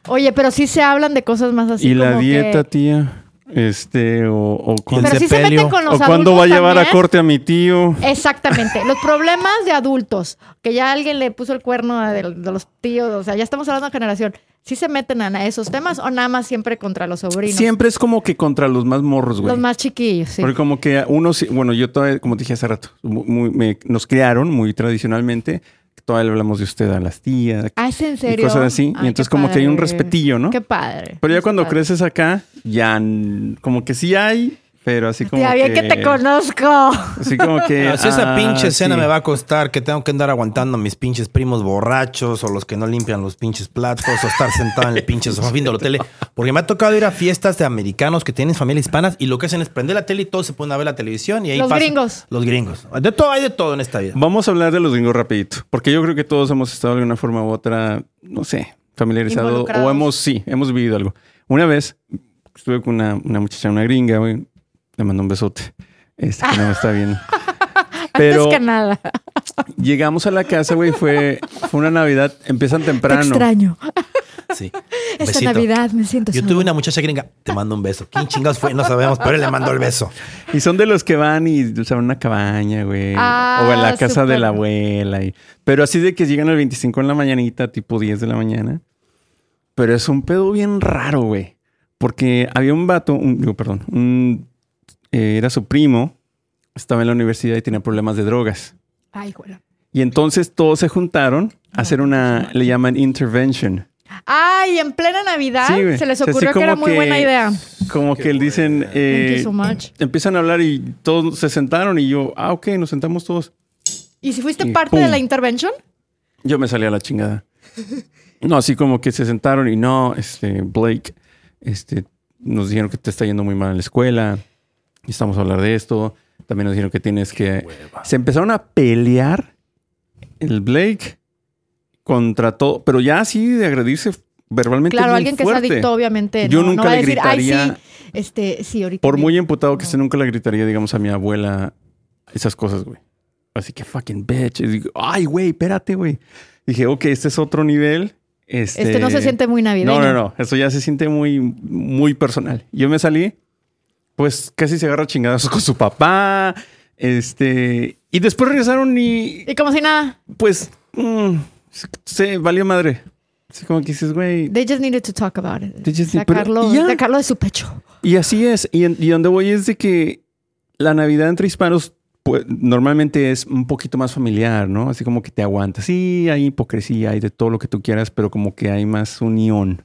Speaker 2: Oye, pero sí se hablan de cosas más así.
Speaker 1: y la
Speaker 2: Pues como que-
Speaker 1: dieta, tía. Este, o, o cuándo-
Speaker 2: Pero sí se
Speaker 3: sepelio.
Speaker 2: meten con los
Speaker 1: o cuándo
Speaker 2: adultos
Speaker 1: va a llevar a
Speaker 2: también.
Speaker 1: corte a mi tío.
Speaker 2: Exactamente. Los problemas de adultos, que ya alguien le puso el cuerno a de, de los tíos, o sea, ya estamos hablando de generación. ¿Sí se meten a esos temas o nada más siempre contra los sobrinos?
Speaker 1: Siempre es como que contra los más morros, güey.
Speaker 2: Los más chiquillos, sí.
Speaker 1: Porque como que uno, sí- bueno, yo todavía, como te dije hace rato, mu- muy- me- nos criaron muy tradicionalmente. Todavía le hablamos de usted a las tías.
Speaker 2: Ah, ¿es en serio?
Speaker 1: Y cosas así.
Speaker 2: Ay,
Speaker 1: y entonces
Speaker 2: qué
Speaker 1: como que hay un
Speaker 2: padre.
Speaker 1: respetillo, ¿no?
Speaker 2: Qué padre.
Speaker 1: Pero ya
Speaker 2: Qué
Speaker 1: cuando
Speaker 2: padre.
Speaker 1: creces acá, ya n- como que sí hay, pero así como
Speaker 2: Tía, bien que te conozco.
Speaker 1: Así como que...
Speaker 3: Ah, si esa
Speaker 1: ah,
Speaker 3: pinche escena
Speaker 1: sí.
Speaker 3: me va a costar que tengo que andar aguantando a mis pinches primos borrachos o los que no limpian los pinches platos o estar sentado en el pinche sofá viendo la tele. Porque me ha tocado ir a fiestas de americanos que tienen familias hispanas y lo que hacen es prender la tele y todos se ponen a ver la televisión y ahí
Speaker 2: Los
Speaker 3: pasan-
Speaker 2: gringos.
Speaker 3: Los gringos. De todo, hay de todo en esta vida.
Speaker 1: Vamos a hablar de los gringos rapidito, porque yo creo que todos hemos estado de una forma u otra, no sé, familiarizado
Speaker 2: Involucrados.
Speaker 1: o hemos, sí, hemos vivido algo. Una vez estuve con una, una muchacha, una gringa, güey, le mandó un besote. Este que no me está bien. Pero
Speaker 2: Antes que nada.
Speaker 1: llegamos a la casa, güey, fue, fue una Navidad, empiezan
Speaker 2: Te
Speaker 1: temprano.
Speaker 2: extraño.
Speaker 3: Sí.
Speaker 2: Esta
Speaker 3: Besito.
Speaker 2: Navidad me siento
Speaker 3: Yo
Speaker 2: solo.
Speaker 3: tuve una muchacha gringa, te mando un beso. ¿Quién chingados fue? No sabemos, pero él le mandó el beso.
Speaker 1: Y son de los que van y usan una cabaña, güey.
Speaker 2: Ah,
Speaker 1: o en la casa de
Speaker 2: súper.
Speaker 1: la abuela. y- Pero así de que llegan al 25 en la mañanita, tipo 10 de la mañana. Pero es un pedo bien raro, güey. Porque había un vato, un, digo, perdón, un- eh, era su primo, estaba en la universidad y tenía problemas de drogas.
Speaker 2: Ay, güey.
Speaker 1: Y entonces todos se juntaron
Speaker 2: Ah,
Speaker 1: a hacer una, le llaman intervention.
Speaker 2: Ay, en plena Navidad
Speaker 1: Sí, güey.
Speaker 2: se les
Speaker 1: O sea,
Speaker 2: ocurrió
Speaker 1: así
Speaker 2: que era
Speaker 1: como
Speaker 2: muy buena
Speaker 1: que-
Speaker 2: idea.
Speaker 1: Como que dicen...
Speaker 2: Thank
Speaker 1: eh,
Speaker 2: you so much.
Speaker 1: Empiezan a hablar y todos se sentaron y yo, ah, ok, nos sentamos todos.
Speaker 2: ¿Y si fuiste
Speaker 1: y
Speaker 2: parte
Speaker 1: pum.
Speaker 2: de la intervención?
Speaker 1: Yo me salí a la chingada. No, así como que se sentaron y no, este, Blake, este, nos dijeron que te está yendo muy mal en la escuela. Y estamos a hablar de esto. También nos dijeron que tienes que. Se empezaron a pelear el Blake contra todo, pero ya así de agredirse verbalmente.
Speaker 2: Claro,
Speaker 1: bien
Speaker 2: alguien que
Speaker 1: fuerte.
Speaker 2: es adicto, obviamente.
Speaker 1: Yo
Speaker 2: no, no
Speaker 1: nunca
Speaker 2: va a
Speaker 1: le
Speaker 2: decir, Ay,
Speaker 1: gritaría-
Speaker 2: sí, este, sí, ahorita.
Speaker 1: Por
Speaker 2: me-
Speaker 1: muy em, emputado que
Speaker 2: No.
Speaker 1: esté, nunca le gritaría, digamos, a mi abuela esas cosas, güey. Así que fucking bitch. Y digo, Ay, güey, espérate, güey. Dije, ok, este es otro nivel. Este,
Speaker 2: Este no se siente muy navideño.
Speaker 1: No, no, no. Eso ya se siente muy, muy personal. Yo me salí, pues casi se agarra a chingadas con su papá. Este, y después regresaron y
Speaker 2: Y como si nada,
Speaker 1: pues mm, se, se valió madre. Así como que dices, güey.
Speaker 2: they just needed to talk about it.
Speaker 1: They just need- pero-
Speaker 2: sacarlo,
Speaker 1: y ya.
Speaker 2: sacarlo de su pecho.
Speaker 1: Y así es. Y, en- y donde voy es de que la Navidad entre hispanos pues, normalmente es un poquito más familiar, ¿no? Así como que te aguantas. Sí, hay hipocresía, hay de todo lo que tú quieras, pero como que hay más unión.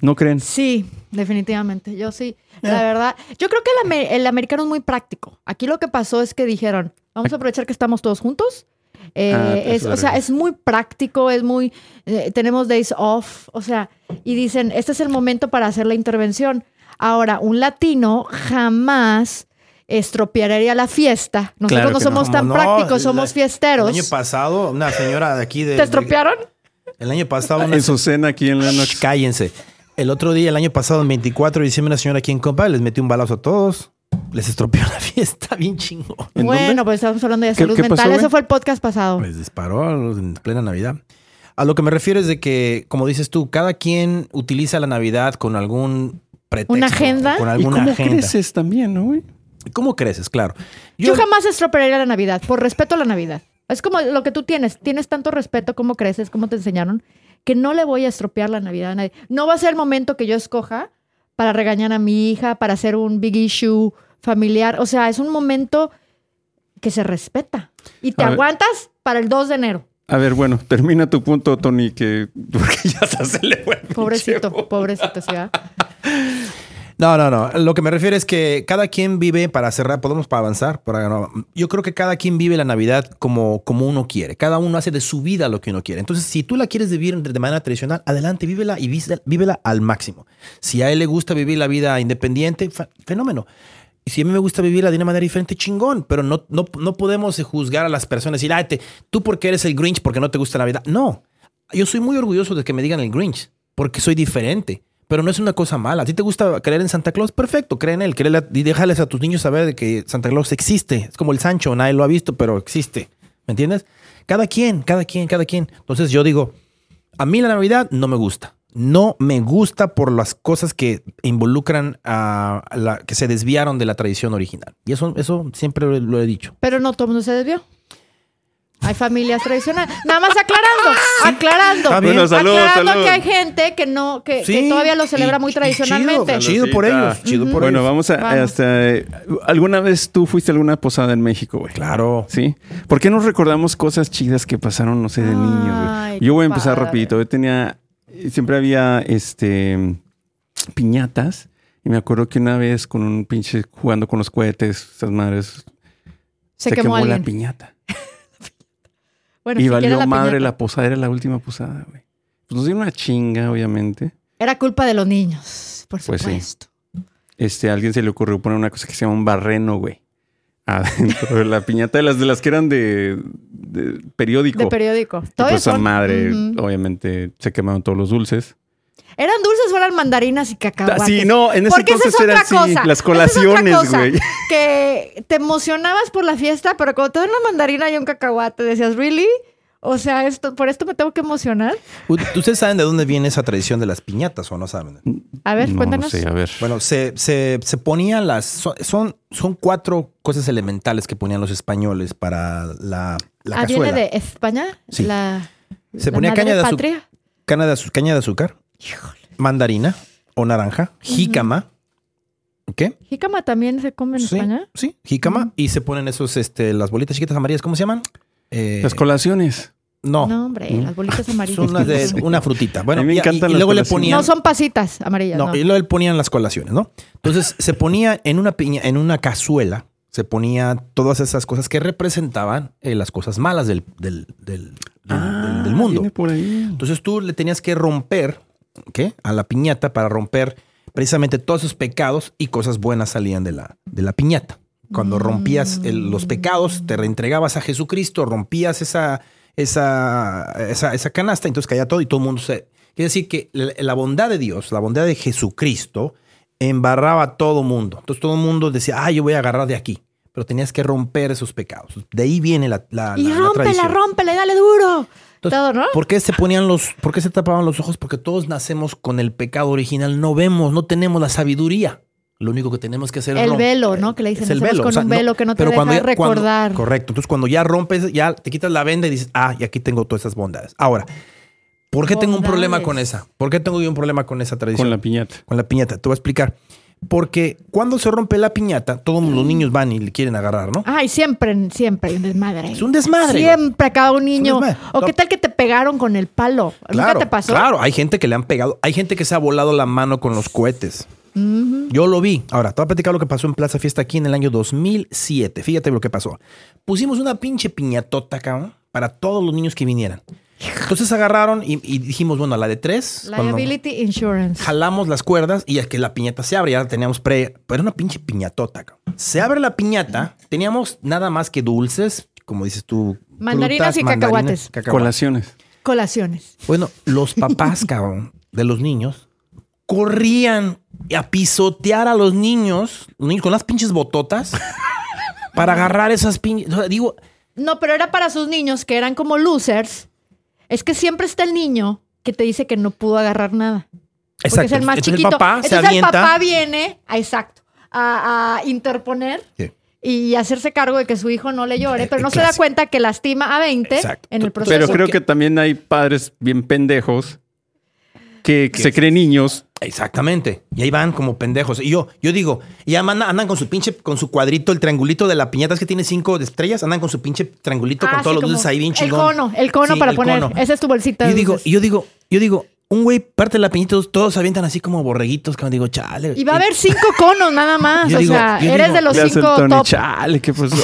Speaker 1: ¿No creen?
Speaker 2: Sí, definitivamente. Yo sí. La
Speaker 1: Ya.
Speaker 2: verdad, yo creo que el, amer- el americano es muy práctico. Aquí lo que pasó es que dijeron, vamos a aprovechar que estamos todos juntos. Eh,
Speaker 1: Ah, eso
Speaker 2: es,
Speaker 1: de
Speaker 2: o sea,
Speaker 1: regreso.
Speaker 2: es muy práctico, es muy... eh, tenemos days off, o sea, y dicen, este es el momento para hacer la intervención. Ahora, un latino jamás estropearía la fiesta. Nosotros
Speaker 1: Claro
Speaker 2: no
Speaker 1: que no.
Speaker 2: somos tan
Speaker 3: Como no,
Speaker 2: prácticos,
Speaker 3: la-
Speaker 2: somos fiesteros.
Speaker 3: El año pasado, una señora de aquí de.
Speaker 2: ¿Te estropearon?
Speaker 3: de- el año pasado, una
Speaker 1: En su cena aquí en la
Speaker 3: Shh,
Speaker 1: noche.
Speaker 3: Cállense. El otro día, el año pasado, el 24 de diciembre, una señora aquí en Compa les metió un balazo a todos. Les estropeó la fiesta, bien chingo.
Speaker 1: ¿En
Speaker 2: Bueno,
Speaker 1: dónde?
Speaker 2: pues estamos hablando de
Speaker 1: ¿Qué-
Speaker 2: salud
Speaker 1: qué pasó,
Speaker 2: mental.
Speaker 1: güey?
Speaker 2: Eso fue el podcast pasado.
Speaker 3: Les disparó en plena Navidad. A lo que me refiero es de que, como dices tú, cada quien utiliza la Navidad con algún pretexto.
Speaker 2: ¿Una agenda?
Speaker 3: Con
Speaker 1: ¿Y
Speaker 3: alguna
Speaker 1: cómo
Speaker 3: agenda.
Speaker 1: creces también, no, güey?
Speaker 3: ¿Cómo creces? Claro.
Speaker 2: Yo, jamás estropearía la Navidad, por respeto a la Navidad. Es como lo que tú tienes. Tienes tanto respeto, cómo creces, cómo te enseñaron, que no le voy a estropear la Navidad a nadie. No va a ser el momento que yo escoja para regañar a mi hija, para hacer un big issue familiar. O sea, es un momento que se respeta. Y te
Speaker 1: A ver.
Speaker 2: aguantas para el 2 de enero.
Speaker 1: A ver, bueno, termina tu punto, Tony, que porque ya hasta se le fue el pinche
Speaker 2: Pobrecito,
Speaker 1: bo-
Speaker 2: pobrecito, ¿sí? ¿verdad?
Speaker 3: No, no, no. Lo que me refiero es que cada quien vive para cerrar, podemos para avanzar. Para, no. Yo creo que cada quien vive la Navidad como, como uno quiere. Cada uno hace de su vida lo que uno quiere. Entonces, si tú la quieres vivir de manera tradicional, adelante, vívela y vis- vívela al máximo. Si a él le gusta vivir la vida independiente, fa- fenómeno. Y si a mí me gusta vivirla de una manera diferente, chingón. Pero no, no, no podemos juzgar a las personas y decir, "Ay, te- tú porque eres el Grinch, porque no te gusta la Navidad. No. Yo soy muy orgulloso de que me digan el Grinch, porque soy diferente. Pero no es una cosa mala. ¿A ti te gusta creer en Santa Claus? Perfecto, cree en él. créele a- y déjales a tus niños saber de que Santa Claus existe. Es como el Sancho, nadie lo ha visto, pero existe. ¿Me entiendes? Cada quien, cada quien, cada quien. Entonces yo digo, a mí la Navidad no me gusta. No me gusta por las cosas que involucran a la que se desviaron de la tradición original. Y eso, eso siempre lo, lo he dicho.
Speaker 2: Pero no todo el mundo se desvió. Hay familias tradicionales. Nada más aclarando, aclarando.
Speaker 3: Está bien.
Speaker 1: Ah, Bueno, salud,
Speaker 2: aclarando
Speaker 1: salud.
Speaker 2: que hay gente que no, que, que
Speaker 3: Sí,
Speaker 2: todavía lo
Speaker 3: y-
Speaker 2: celebra muy
Speaker 3: y chido,
Speaker 2: tradicionalmente.
Speaker 3: Chido, por
Speaker 1: Saludcita.
Speaker 3: ellos. Chido por
Speaker 1: Bueno,
Speaker 3: ellos.
Speaker 1: vamos a
Speaker 2: Pues, Vamos.
Speaker 1: hasta eh, alguna vez tú fuiste a alguna posada en México, güey.
Speaker 3: Claro.
Speaker 1: Sí. ¿Por qué no recordamos cosas chidas que pasaron, no sé, de niños? güey?
Speaker 2: Ay,
Speaker 1: Yo voy a empezar
Speaker 2: padre.
Speaker 1: rapidito. Yo tenía, siempre había, este, piñatas. Y me acuerdo que una vez con un pinche jugando con los cohetes, esas madres,
Speaker 2: se, quemó,
Speaker 1: la
Speaker 2: alguien.
Speaker 1: piñata.
Speaker 2: Bueno,
Speaker 1: y
Speaker 2: siquiera
Speaker 1: valió
Speaker 2: la
Speaker 1: madre
Speaker 2: piñata.
Speaker 1: la posada, era la última posada, güey. Pues nos dieron una chinga, obviamente.
Speaker 2: Era culpa de los niños, por
Speaker 1: Pues sí.
Speaker 2: supuesto.
Speaker 1: este, a alguien se le ocurrió poner una cosa que se llama un barreno, güey. Adentro de la piñata, de las de las que eran de, de periódico.
Speaker 2: De periódico.
Speaker 1: Y
Speaker 2: Todavía
Speaker 1: pues a
Speaker 2: son.
Speaker 1: madre,
Speaker 2: Ujú.
Speaker 1: obviamente, se quemaron todos los dulces.
Speaker 2: ¿Eran dulces o eran mandarinas y cacahuates?
Speaker 1: Ah, Sí, no, en ese
Speaker 2: Porque esa
Speaker 1: entonces
Speaker 2: es
Speaker 1: eran
Speaker 2: otra
Speaker 1: así, las
Speaker 2: cosa. Esa es otra
Speaker 1: colaciones,
Speaker 2: cosa,
Speaker 1: güey.
Speaker 2: Que te emocionabas por la fiesta, pero cuando te dan una mandarina y un cacahuate, decías, ¿really? O sea, esto, por esto me tengo que emocionar.
Speaker 3: U- Ustedes saben de dónde viene esa tradición de las piñatas o no saben.
Speaker 2: A ver,
Speaker 1: No,
Speaker 2: cuéntanos.
Speaker 1: No sé, a ver.
Speaker 3: Bueno, se, se, se ponían las. Son, son- son cuatro cosas elementales que ponían los españoles para la, la
Speaker 2: ah,
Speaker 3: cazuela.
Speaker 2: viene de España.
Speaker 3: Sí.
Speaker 2: La,
Speaker 3: Se
Speaker 2: la
Speaker 3: ponía
Speaker 2: madre
Speaker 3: caña de, azu-
Speaker 2: patria.
Speaker 3: cana de azu- caña de azúcar,
Speaker 2: Híjole.
Speaker 3: mandarina o naranja, jícama. ¿Qué?
Speaker 2: Jícama también se come en
Speaker 3: Sí,
Speaker 2: España.
Speaker 3: sí, jícama.
Speaker 2: Ujú.
Speaker 3: Y se ponen esos, este, las bolitas chiquitas amarillas, ¿cómo se llaman? Eh,
Speaker 1: Las colaciones.
Speaker 3: no, Mm.
Speaker 2: No, hombre, las bolitas amarillas.
Speaker 3: son unas de una frutita. Bueno,
Speaker 1: A mí me
Speaker 3: y- y-
Speaker 1: encantan
Speaker 3: y,
Speaker 1: las
Speaker 3: luego le
Speaker 1: colaciones.
Speaker 3: ponían.
Speaker 2: No son pasitas amarillas. No,
Speaker 3: No, y luego le ponían las colaciones, ¿no? Entonces se ponía en una piña, en una cazuela, se ponía todas esas cosas que representaban eh, las cosas malas del, del, del- del- del- del mundo.
Speaker 1: Ah, Viene por ahí.
Speaker 3: Entonces tú le tenías que romper, ¿qué? A la piñata para romper precisamente todos esos pecados y cosas buenas salían de la, de la piñata. Cuando rompías el- los pecados, te reentregabas a Jesucristo, rompías esa, esa, esa, esa canasta, entonces caía todo y todo el mundo se... Quiere decir que la, la bondad de Dios, la bondad de Jesucristo, embarraba a todo mundo. Entonces todo el mundo decía, ah, yo voy a agarrar de aquí. Pero tenías que romper esos pecados. De ahí viene la, la,
Speaker 2: y
Speaker 3: la- la
Speaker 2: rómpela,
Speaker 3: tradición.
Speaker 2: rómpela y dale duro.
Speaker 3: Entonces,
Speaker 2: Todo, ¿no?
Speaker 3: ¿Por qué se ponían los, por qué se tapaban los ojos? Porque todos nacemos con el pecado original, no vemos, no tenemos la sabiduría. Lo único que tenemos que hacer es
Speaker 2: El
Speaker 3: rom-
Speaker 2: velo, ¿no? Que le dicen,
Speaker 3: es el
Speaker 2: "Hacemos
Speaker 3: velo.
Speaker 2: con
Speaker 3: o sea,
Speaker 2: un velo que no te
Speaker 3: pero cuando
Speaker 2: deja
Speaker 3: ya- cuando-
Speaker 2: recordar".
Speaker 3: correcto. Entonces, cuando ya rompes, ya te quitas la venda y dices, ah, y aquí tengo todas esas bondades. Ahora, ¿por qué tengo un problema
Speaker 2: Bondades.
Speaker 3: con esa? ¿Por qué tengo yo un problema con esa tradición?
Speaker 1: Con la piñata.
Speaker 3: con la piñata. Te voy a explicar. Porque cuando se rompe la piñata, todos los niños van y le quieren agarrar, ¿no?
Speaker 2: Ay, siempre, siempre hay un desmadre.
Speaker 3: Es un desmadre.
Speaker 2: Siempre acaba un niño.
Speaker 3: desmadre.
Speaker 2: o qué
Speaker 3: No.
Speaker 2: tal que te pegaron con el palo. ¿Nunca
Speaker 3: Claro,
Speaker 2: te pasó?
Speaker 3: Claro, hay gente que le han pegado, hay gente que se ha volado la mano con los cohetes. Yo lo vi. Ahora, te voy a platicar lo que pasó en Plaza Fiesta aquí en el año 2007. Fíjate lo que pasó. Pusimos una pinche piñatota, cabrón, para todos los niños que vinieran. Entonces agarraron y, y dijimos, bueno, a la de tres. cuando-
Speaker 2: Liability insurance.
Speaker 3: jalamos las cuerdas y a que la piñata se abre. Ya la teníamos pre. Pero era una pinche piñatota. cabrón. Se abre la piñata. Teníamos nada más que dulces, como dices tú.
Speaker 2: Mandarinas y cacahuates.
Speaker 3: cacahuates.
Speaker 1: Colaciones.
Speaker 2: Colaciones.
Speaker 3: Bueno, los papás, cabrón, de los niños, corrían a pisotear a los niños, los niños con las pinches bototas, para agarrar esas pinches. o sea, digo,
Speaker 2: No, pero era para sus niños que eran como losers. Es que siempre está el niño que te dice que no pudo agarrar nada. Porque es el más
Speaker 3: Entonces,
Speaker 2: chiquito.
Speaker 3: El papá
Speaker 2: Entonces
Speaker 3: se avienta.
Speaker 2: el papá viene, a, exacto, a, a interponer
Speaker 3: Sí.
Speaker 2: y hacerse cargo de que su hijo no le llore,
Speaker 3: Eh,
Speaker 2: pero no
Speaker 3: eh,
Speaker 2: se da
Speaker 3: clásico.
Speaker 2: cuenta que lastima a 20
Speaker 3: Exacto.
Speaker 2: en el
Speaker 3: Pero
Speaker 2: proceso.
Speaker 1: Pero creo
Speaker 3: que-
Speaker 1: que también hay padres bien pendejos que se creen niños.
Speaker 3: Exactamente. Y ahí van como pendejos. Y yo, yo digo, y ya andan, andan con su pinche, con su cuadrito, el triangulito de la piñata es que tiene cinco de estrellas, andan con su pinche triangulito
Speaker 2: Ah,
Speaker 3: con todos
Speaker 2: sí,
Speaker 3: los dulces
Speaker 2: como
Speaker 3: ahí bien
Speaker 2: El
Speaker 3: chingón.
Speaker 2: cono, el cono
Speaker 3: Sí,
Speaker 2: para
Speaker 3: el
Speaker 2: poner.
Speaker 3: cono.
Speaker 2: Esa es tu bolsita.
Speaker 3: Y yo
Speaker 2: de
Speaker 3: digo,
Speaker 2: dulces.
Speaker 3: y yo digo, yo digo, un güey parte la piñita, todos- todos se avientan así como borreguitos, que me digo, chale.
Speaker 2: Y va a haber cinco conos nada más.
Speaker 3: Yo
Speaker 2: o
Speaker 3: digo-
Speaker 2: sea,
Speaker 3: yo
Speaker 2: eres
Speaker 3: digo,
Speaker 2: de los
Speaker 1: Le hace el
Speaker 2: cinco
Speaker 1: Tony,
Speaker 2: top.
Speaker 1: chale, ¿qué pasó?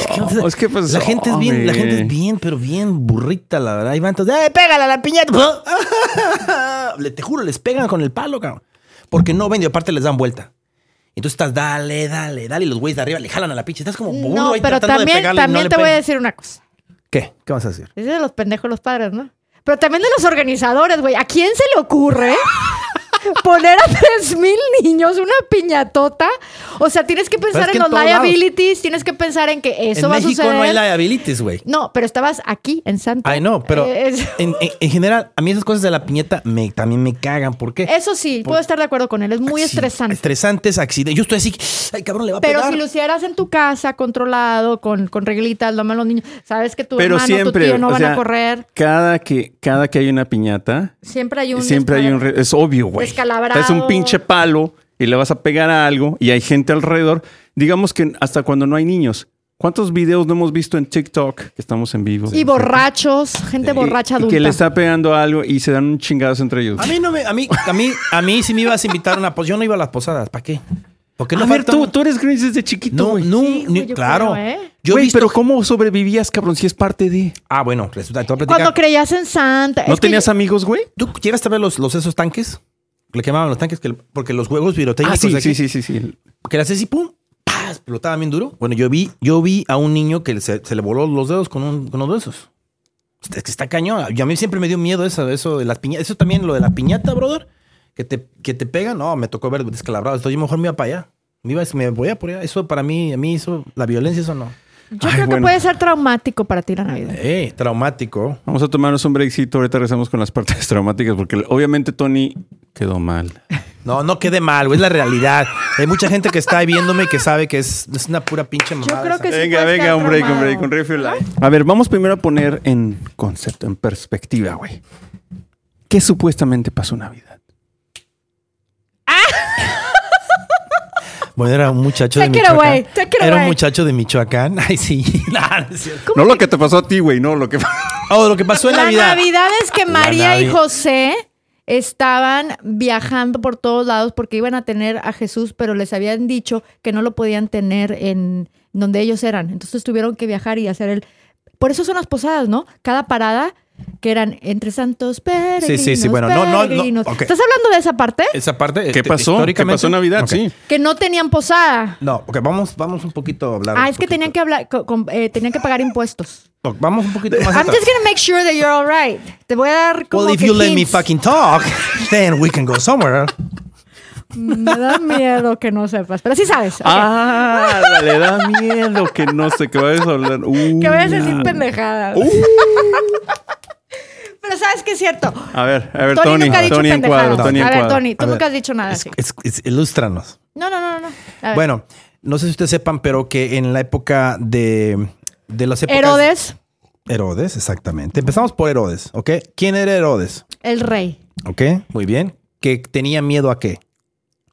Speaker 1: Es que pasó,
Speaker 3: La gente es bien, la gente es
Speaker 1: güey.
Speaker 3: bien, pero bien burrita, la verdad. Y van todos, ¡eh, pégala a la piñata! Le- te juro, les pegan con el palo, cabrón. Porque no ven y aparte les dan vuelta. Entonces estás, dale, dale, dale, y los güeyes de arriba le jalan a la pinche. Estás como burro
Speaker 2: No,
Speaker 3: ahí
Speaker 2: pero
Speaker 3: tratando de
Speaker 2: también,
Speaker 3: pegarle y no
Speaker 2: también
Speaker 3: le
Speaker 2: te voy a
Speaker 3: pegan.
Speaker 2: decir una cosa.
Speaker 3: ¿Qué? ¿Qué vas a hacer?
Speaker 2: Es de los pendejos los padres, ¿no? Pero también de los organizadores, güey. ¿A quién se le ocurre poner a tres mil niños una piñatota? O sea, tienes que pensar
Speaker 3: es que
Speaker 2: en los
Speaker 3: en todos lados.
Speaker 2: liabilities, tienes que pensar en que eso
Speaker 3: en
Speaker 2: va
Speaker 3: México
Speaker 2: a suceder.
Speaker 3: no hay liabilities, güey.
Speaker 2: No, pero estabas aquí en Santa.
Speaker 3: Ay, no, pero
Speaker 2: Eh, es-
Speaker 3: en, en- en general, a mí esas cosas de la piñeta me, también me cagan. ¿Por qué?
Speaker 2: Eso sí, puedo estar de acuerdo con él. Es muy
Speaker 3: Sí,
Speaker 2: estresante.
Speaker 3: Estresantes, accidentes. Yo estoy así, ay, cabrón, le va a
Speaker 2: Pero
Speaker 3: pegar.
Speaker 2: si lo hicieras en tu casa, controlado, con, con reglitas, lo aman los niños, sabes que tu
Speaker 1: Pero
Speaker 2: hermano,
Speaker 1: siempre,
Speaker 2: tu tío no
Speaker 1: o
Speaker 2: van
Speaker 1: sea,
Speaker 2: a correr.
Speaker 1: Cada que, cada que hay una piñata,
Speaker 2: Siempre hay un.
Speaker 1: siempre hay un...
Speaker 2: desmadre.
Speaker 1: re- Es obvio, güey.
Speaker 2: Descalabrado.
Speaker 1: Es un pinche palo y le vas a pegar a algo y hay gente alrededor. Digamos que hasta cuando no hay niños. ¿Cuántos videos no hemos visto en TikTok que estamos en vivo?
Speaker 2: Y borrachos, gente borracha
Speaker 1: Y
Speaker 2: adulta.
Speaker 1: Que le está pegando algo y se dan un chingazo entre ellos.
Speaker 3: A mí no me, a mí, a mí, a mí si me ibas a invitar a una posada, yo no iba a las posadas, ¿para qué? Porque no
Speaker 1: a ver,
Speaker 3: falta
Speaker 1: tú,
Speaker 3: uno.
Speaker 1: tú eres Grinch desde chiquito,
Speaker 3: no,
Speaker 1: güey.
Speaker 3: no,
Speaker 2: Sí, güey,
Speaker 3: ni-
Speaker 2: yo
Speaker 3: claro.
Speaker 2: creo, ¿eh?
Speaker 3: Yo he
Speaker 1: Güey,
Speaker 3: visto-
Speaker 1: pero ¿cómo sobrevivías, cabrón? Si es parte de...
Speaker 3: Ah, bueno, resulta, te voy a platicar.
Speaker 2: Cuando creías en Santa.
Speaker 1: ¿No
Speaker 2: es que
Speaker 1: tenías
Speaker 2: yo-
Speaker 1: amigos, güey?
Speaker 3: ¿Tú llegaste a ver los, los esos tanques? Le quemaban los tanques que- porque los juegos
Speaker 1: Ah,
Speaker 3: pirotécnicos
Speaker 1: sí,
Speaker 3: de aquí,
Speaker 1: sí, sí, sí, sí.
Speaker 3: que le haces y pum, ¡pah! explotaba bien duro. Bueno, yo vi, yo vi a un niño que se, se le voló los dedos con, un, con uno de esos. Es que está cañón. Yo- a mí siempre me dio miedo eso, eso de las piñatas. Eso también, lo de la piñata, brother, que te, que te pega. No, me tocó ver descalabrado. Entonces, yo mejor me iba para allá. Me, iba, me voy a por allá. Eso para mí, a mí, eso, la violencia, eso no.
Speaker 2: Yo
Speaker 1: Ay,
Speaker 2: creo que
Speaker 1: bueno.
Speaker 2: puede ser traumático para ti la Navidad.
Speaker 3: Eh, traumático.
Speaker 1: Vamos a tomarnos un breakcito. Ahorita regresamos con las partes traumáticas porque obviamente Tony quedó mal.
Speaker 3: No, no quede mal, güey. Es la realidad. Hay mucha gente que está ahí viéndome y que sabe que es, es una pura pinche mamada.
Speaker 2: creo
Speaker 3: esa.
Speaker 2: que Pues sí puede estar traumado.
Speaker 1: refill A ver, vamos primero a poner en concepto, en perspectiva, güey. ¿Qué supuestamente pasó en Navidad?
Speaker 3: Bueno, era un muchacho de
Speaker 2: Take it away,
Speaker 3: Michoacán.
Speaker 2: take it
Speaker 3: Era
Speaker 2: away.
Speaker 3: un muchacho de Michoacán. Ay, sí. Nah, no es cierto.
Speaker 1: No lo que te pasó a ti, güey, no lo que...
Speaker 3: Oh, lo que pasó en
Speaker 2: La
Speaker 3: Navidad.
Speaker 2: Navidad es que
Speaker 3: La
Speaker 2: María y
Speaker 3: Navi-
Speaker 2: José estaban viajando por todos lados porque iban a tener a Jesús, pero les habían dicho que no lo podían tener en donde ellos eran. Entonces tuvieron que viajar y hacer el... Por eso son las posadas, ¿no? Cada parada que eran entre santos peregrinos.
Speaker 3: Sí, sí, sí, bueno, no, no, no,
Speaker 2: peregrinos.
Speaker 3: ok.
Speaker 2: ¿Estás hablando de esa parte?
Speaker 3: Esa parte.
Speaker 1: ¿Qué
Speaker 3: este,
Speaker 1: pasó? ¿Qué
Speaker 3: históricamente-
Speaker 1: pasó en Navidad?
Speaker 3: Ok.
Speaker 1: Sí.
Speaker 2: Que no tenían posada.
Speaker 3: No, ok, vamos, vamos un poquito a hablar.
Speaker 2: Ah,
Speaker 3: un
Speaker 2: es que
Speaker 3: poquito.
Speaker 2: tenían que hablar, co- con- eh, tenían que pagar impuestos.
Speaker 3: Ok, Vamos un poquito más
Speaker 2: I'm
Speaker 3: atrás.
Speaker 2: just gonna make sure that you're all right. Te voy a dar como
Speaker 3: Well, if
Speaker 2: que
Speaker 3: you let me
Speaker 2: hints.
Speaker 3: fucking talk, then we can go somewhere.
Speaker 2: Me da miedo que no sepas, pero sí sabes. ok.
Speaker 1: Ah, le da miedo que no sé qué vayas a hablar. Uh.
Speaker 2: Que vayas a decir pendejadas.
Speaker 1: Uh.
Speaker 2: Pero pero ¿sabes qué es cierto?
Speaker 1: A ver, a ver,
Speaker 2: Tony,
Speaker 1: Tony.
Speaker 2: nunca ha dicho
Speaker 1: Tony en cuadro,
Speaker 2: pendejadas.
Speaker 1: Tony en
Speaker 2: a ver,
Speaker 1: cuadro.
Speaker 2: Tony, tú
Speaker 3: A ver.
Speaker 2: nunca has dicho nada
Speaker 3: Es-
Speaker 2: así.
Speaker 3: es- es- ilústranos.
Speaker 2: No, no, no, no. no. Ah, A ver.
Speaker 3: Bueno, no sé si ustedes sepan, pero que en la época de, de las épocas...
Speaker 2: Herodes,
Speaker 3: Herodes, exactamente. Empezamos por Herodes, ¿ok? ¿Quién era Herodes?
Speaker 2: el rey,
Speaker 3: ¿Ok? Muy bien. ¿Que tenía miedo a qué?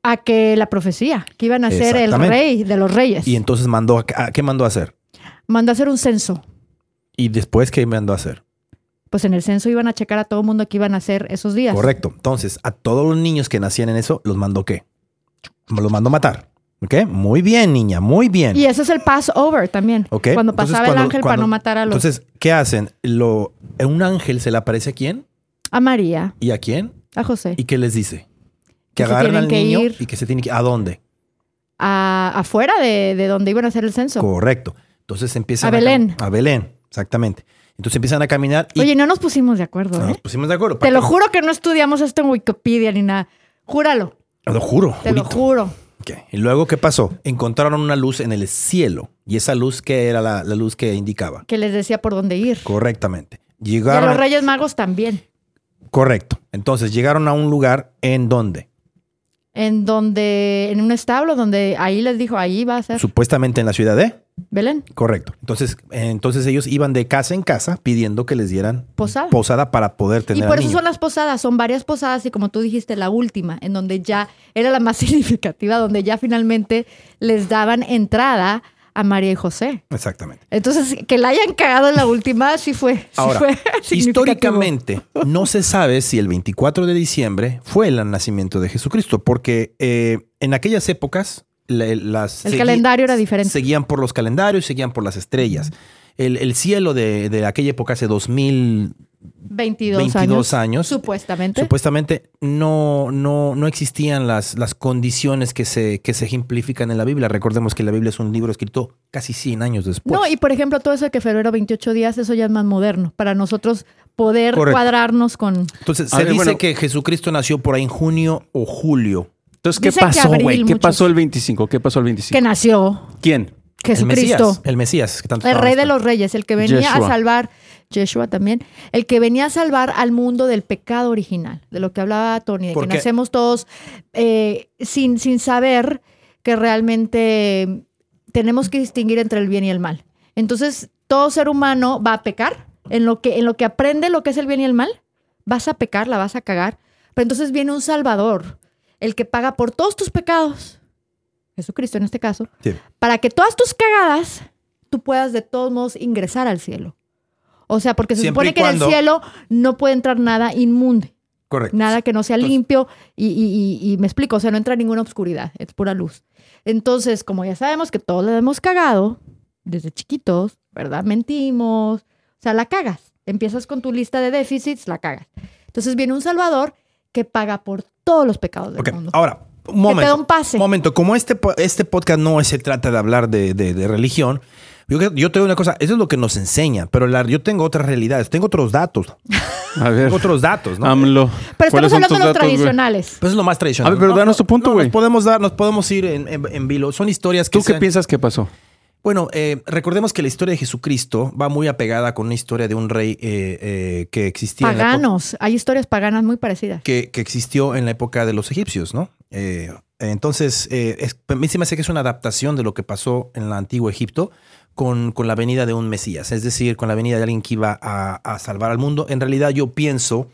Speaker 2: a que la profecía, que iban a ser el
Speaker 3: Exactamente.
Speaker 2: rey de los reyes.
Speaker 3: Y entonces mandó a... ¿a ¿Qué mandó a hacer?
Speaker 2: Mandó a hacer un censo.
Speaker 3: Y después, ¿qué mandó a hacer?
Speaker 2: Pues en el censo iban a checar a todo el mundo que iban a hacer esos días.
Speaker 3: Correcto. Entonces, a todos los niños que nacían en eso, los mandó qué? Los mandó matar. ¿Ok? Muy bien, niña, muy bien.
Speaker 2: Y ese es el Passover también.
Speaker 3: ¿Ok?
Speaker 2: Cuando
Speaker 3: Entonces,
Speaker 2: pasaba el
Speaker 3: cuando-
Speaker 2: ángel para
Speaker 3: cuando-
Speaker 2: no matar a los
Speaker 3: Entonces, ¿qué hacen? Lo, ¿Un ángel se le aparece a quién?
Speaker 2: a María,
Speaker 3: ¿Y a quién?
Speaker 2: a José,
Speaker 3: ¿Y qué les dice?
Speaker 2: Que
Speaker 3: Que,
Speaker 2: se
Speaker 3: agarran
Speaker 2: tienen
Speaker 3: al
Speaker 2: que
Speaker 3: niño
Speaker 2: ir.
Speaker 3: y que se tiene que... ¿A dónde?
Speaker 2: a, afuera de, de donde iban a hacer el censo.
Speaker 3: Correcto. Entonces empiezan
Speaker 2: A
Speaker 3: cam-
Speaker 2: Belén.
Speaker 3: A Belén, exactamente. Entonces empiezan a caminar y
Speaker 2: Oye, no nos pusimos de acuerdo, ¿eh?
Speaker 3: nos pusimos de acuerdo.
Speaker 2: Te
Speaker 3: ¿Para
Speaker 2: lo
Speaker 3: qué?
Speaker 2: juro que no estudiamos esto en Wikipedia ni nada. Júralo,
Speaker 3: Te lo juro.
Speaker 2: te lo
Speaker 3: jurito.
Speaker 2: juro.
Speaker 3: Ok. Y luego, ¿qué pasó? Encontraron una luz en el cielo. Y esa luz, ¿qué era la, la luz que indicaba?
Speaker 2: Que les decía por dónde ir.
Speaker 3: Correctamente.
Speaker 2: Y a
Speaker 3: Llegaron.
Speaker 2: los Reyes Magos también.
Speaker 3: Correcto. Entonces, llegaron a un lugar en donde,
Speaker 2: En donde, en un establo donde ahí les dijo, ahí va a ser
Speaker 3: supuestamente en la ciudad de.
Speaker 2: Belén,
Speaker 3: Correcto. Entonces, entonces ellos iban de casa en casa pidiendo que les dieran
Speaker 2: posada.
Speaker 3: posada para poder tener.
Speaker 2: Y por
Speaker 3: al
Speaker 2: eso
Speaker 3: niño.
Speaker 2: son las posadas, son varias posadas y como tú dijiste, la última, en donde ya era la más significativa, donde ya finalmente les daban entrada a María y José.
Speaker 3: Exactamente.
Speaker 2: Entonces, que la hayan cagado en la última sí fue. sí
Speaker 3: Ahora,
Speaker 2: fue significativo.
Speaker 3: Históricamente, no se sabe si el 24 de diciembre fue el nacimiento de Jesucristo, porque eh, en aquellas épocas la- las
Speaker 2: El calendario era diferente.
Speaker 3: Seguían por los calendarios, seguían por las estrellas. El, el cielo de, de aquella época, hace 2000,
Speaker 2: 22,
Speaker 3: 22
Speaker 2: años,
Speaker 3: años,
Speaker 2: Supuestamente.
Speaker 3: supuestamente no, no, no existían las, las condiciones que se, que se ejemplifican en la Biblia. Recordemos que la Biblia es un libro escrito casi 100 años después.
Speaker 2: no, y por ejemplo, todo eso de que febrero 28 días, eso ya es más moderno, para nosotros poder
Speaker 3: Correcto.
Speaker 2: cuadrarnos con...
Speaker 3: Entonces,
Speaker 1: A
Speaker 3: se
Speaker 1: ver,
Speaker 3: dice
Speaker 1: bueno.
Speaker 3: que Jesucristo nació por ahí en junio o julio.
Speaker 1: Entonces, ¿qué
Speaker 2: Dicen que
Speaker 1: pasó,
Speaker 2: abril
Speaker 1: güey? ¿Qué
Speaker 2: muchos.
Speaker 1: pasó el 25? ¿Qué pasó el 25?
Speaker 2: Que nació
Speaker 1: ¿Quién?
Speaker 2: Jesucristo.
Speaker 3: El Mesías. El, Mesías, que tanto
Speaker 2: El rey
Speaker 3: estábamos
Speaker 2: de los reyes, el que venía
Speaker 1: Yeshua.
Speaker 2: a salvar, Yeshua también, el que venía a salvar al mundo del pecado original, de lo que hablaba Tony, de que
Speaker 3: Porque-
Speaker 2: nacemos todos eh, sin, sin saber que realmente tenemos que distinguir entre el bien y el mal. Entonces, todo ser humano va a pecar, en lo que, en lo que aprende lo que es el bien y el mal, vas a pecar, la vas a cagar, pero entonces viene un salvador, el que paga por todos tus pecados, Jesucristo en este caso,
Speaker 3: Sí.
Speaker 2: para que todas tus cagadas tú puedas de todos modos ingresar al cielo. O sea, porque se
Speaker 3: Siempre y
Speaker 2: supone que en
Speaker 3: cuando-
Speaker 2: el cielo no puede entrar nada inmundo,
Speaker 3: Correcto.
Speaker 2: nada que no sea
Speaker 3: Entonces-
Speaker 2: limpio y, y- y- y me explico, o sea, no entra ninguna obscuridad, es pura luz. Entonces, como ya sabemos que todos la hemos cagado desde chiquitos, ¿verdad? Mentimos, o sea, la cagas. Empiezas con tu lista de déficits, la cagas. Entonces viene un Salvador que paga por todos los pecados del
Speaker 3: Ok,
Speaker 2: mundo.
Speaker 3: Ahora,
Speaker 2: que te da
Speaker 3: un momento.
Speaker 2: un pase.
Speaker 3: Un momento. Como este, po- este podcast no se trata de hablar de, de- de religión, yo, creo- yo te digo una cosa. Eso es lo que nos enseña, pero la- yo tengo otras realidades. Tengo otros datos.
Speaker 1: A ver,
Speaker 3: Tengo otros datos, ¿no?
Speaker 1: AMLO.
Speaker 2: Pero
Speaker 1: ¿Cuáles
Speaker 2: estamos
Speaker 1: son tus
Speaker 2: hablando de los
Speaker 1: datos, güey?
Speaker 2: tradicionales.
Speaker 3: Pues es lo más
Speaker 1: A
Speaker 3: tradicional.
Speaker 1: ver, pero
Speaker 3: No,
Speaker 1: danos
Speaker 3: no,
Speaker 1: tu punto,
Speaker 3: no,
Speaker 1: güey.
Speaker 3: nos podemos dar, nos podemos ir en, en- en vilo. Son historias que
Speaker 1: ¿Tú qué
Speaker 3: sean-
Speaker 1: piensas que pasó?
Speaker 3: Bueno, eh, recordemos que la historia de Jesucristo va muy apegada con una historia de un rey eh, eh, que existía en la época-
Speaker 2: Paganos. Hay historias paganas muy parecidas.
Speaker 3: que, que existió en la época de los egipcios, ¿no? Eh, entonces, eh, es- a mí se me hace que es una adaptación de lo que pasó en el antiguo Egipto con, con la venida de un Mesías, es decir, con la venida de alguien que iba a, a salvar al mundo. En realidad yo pienso,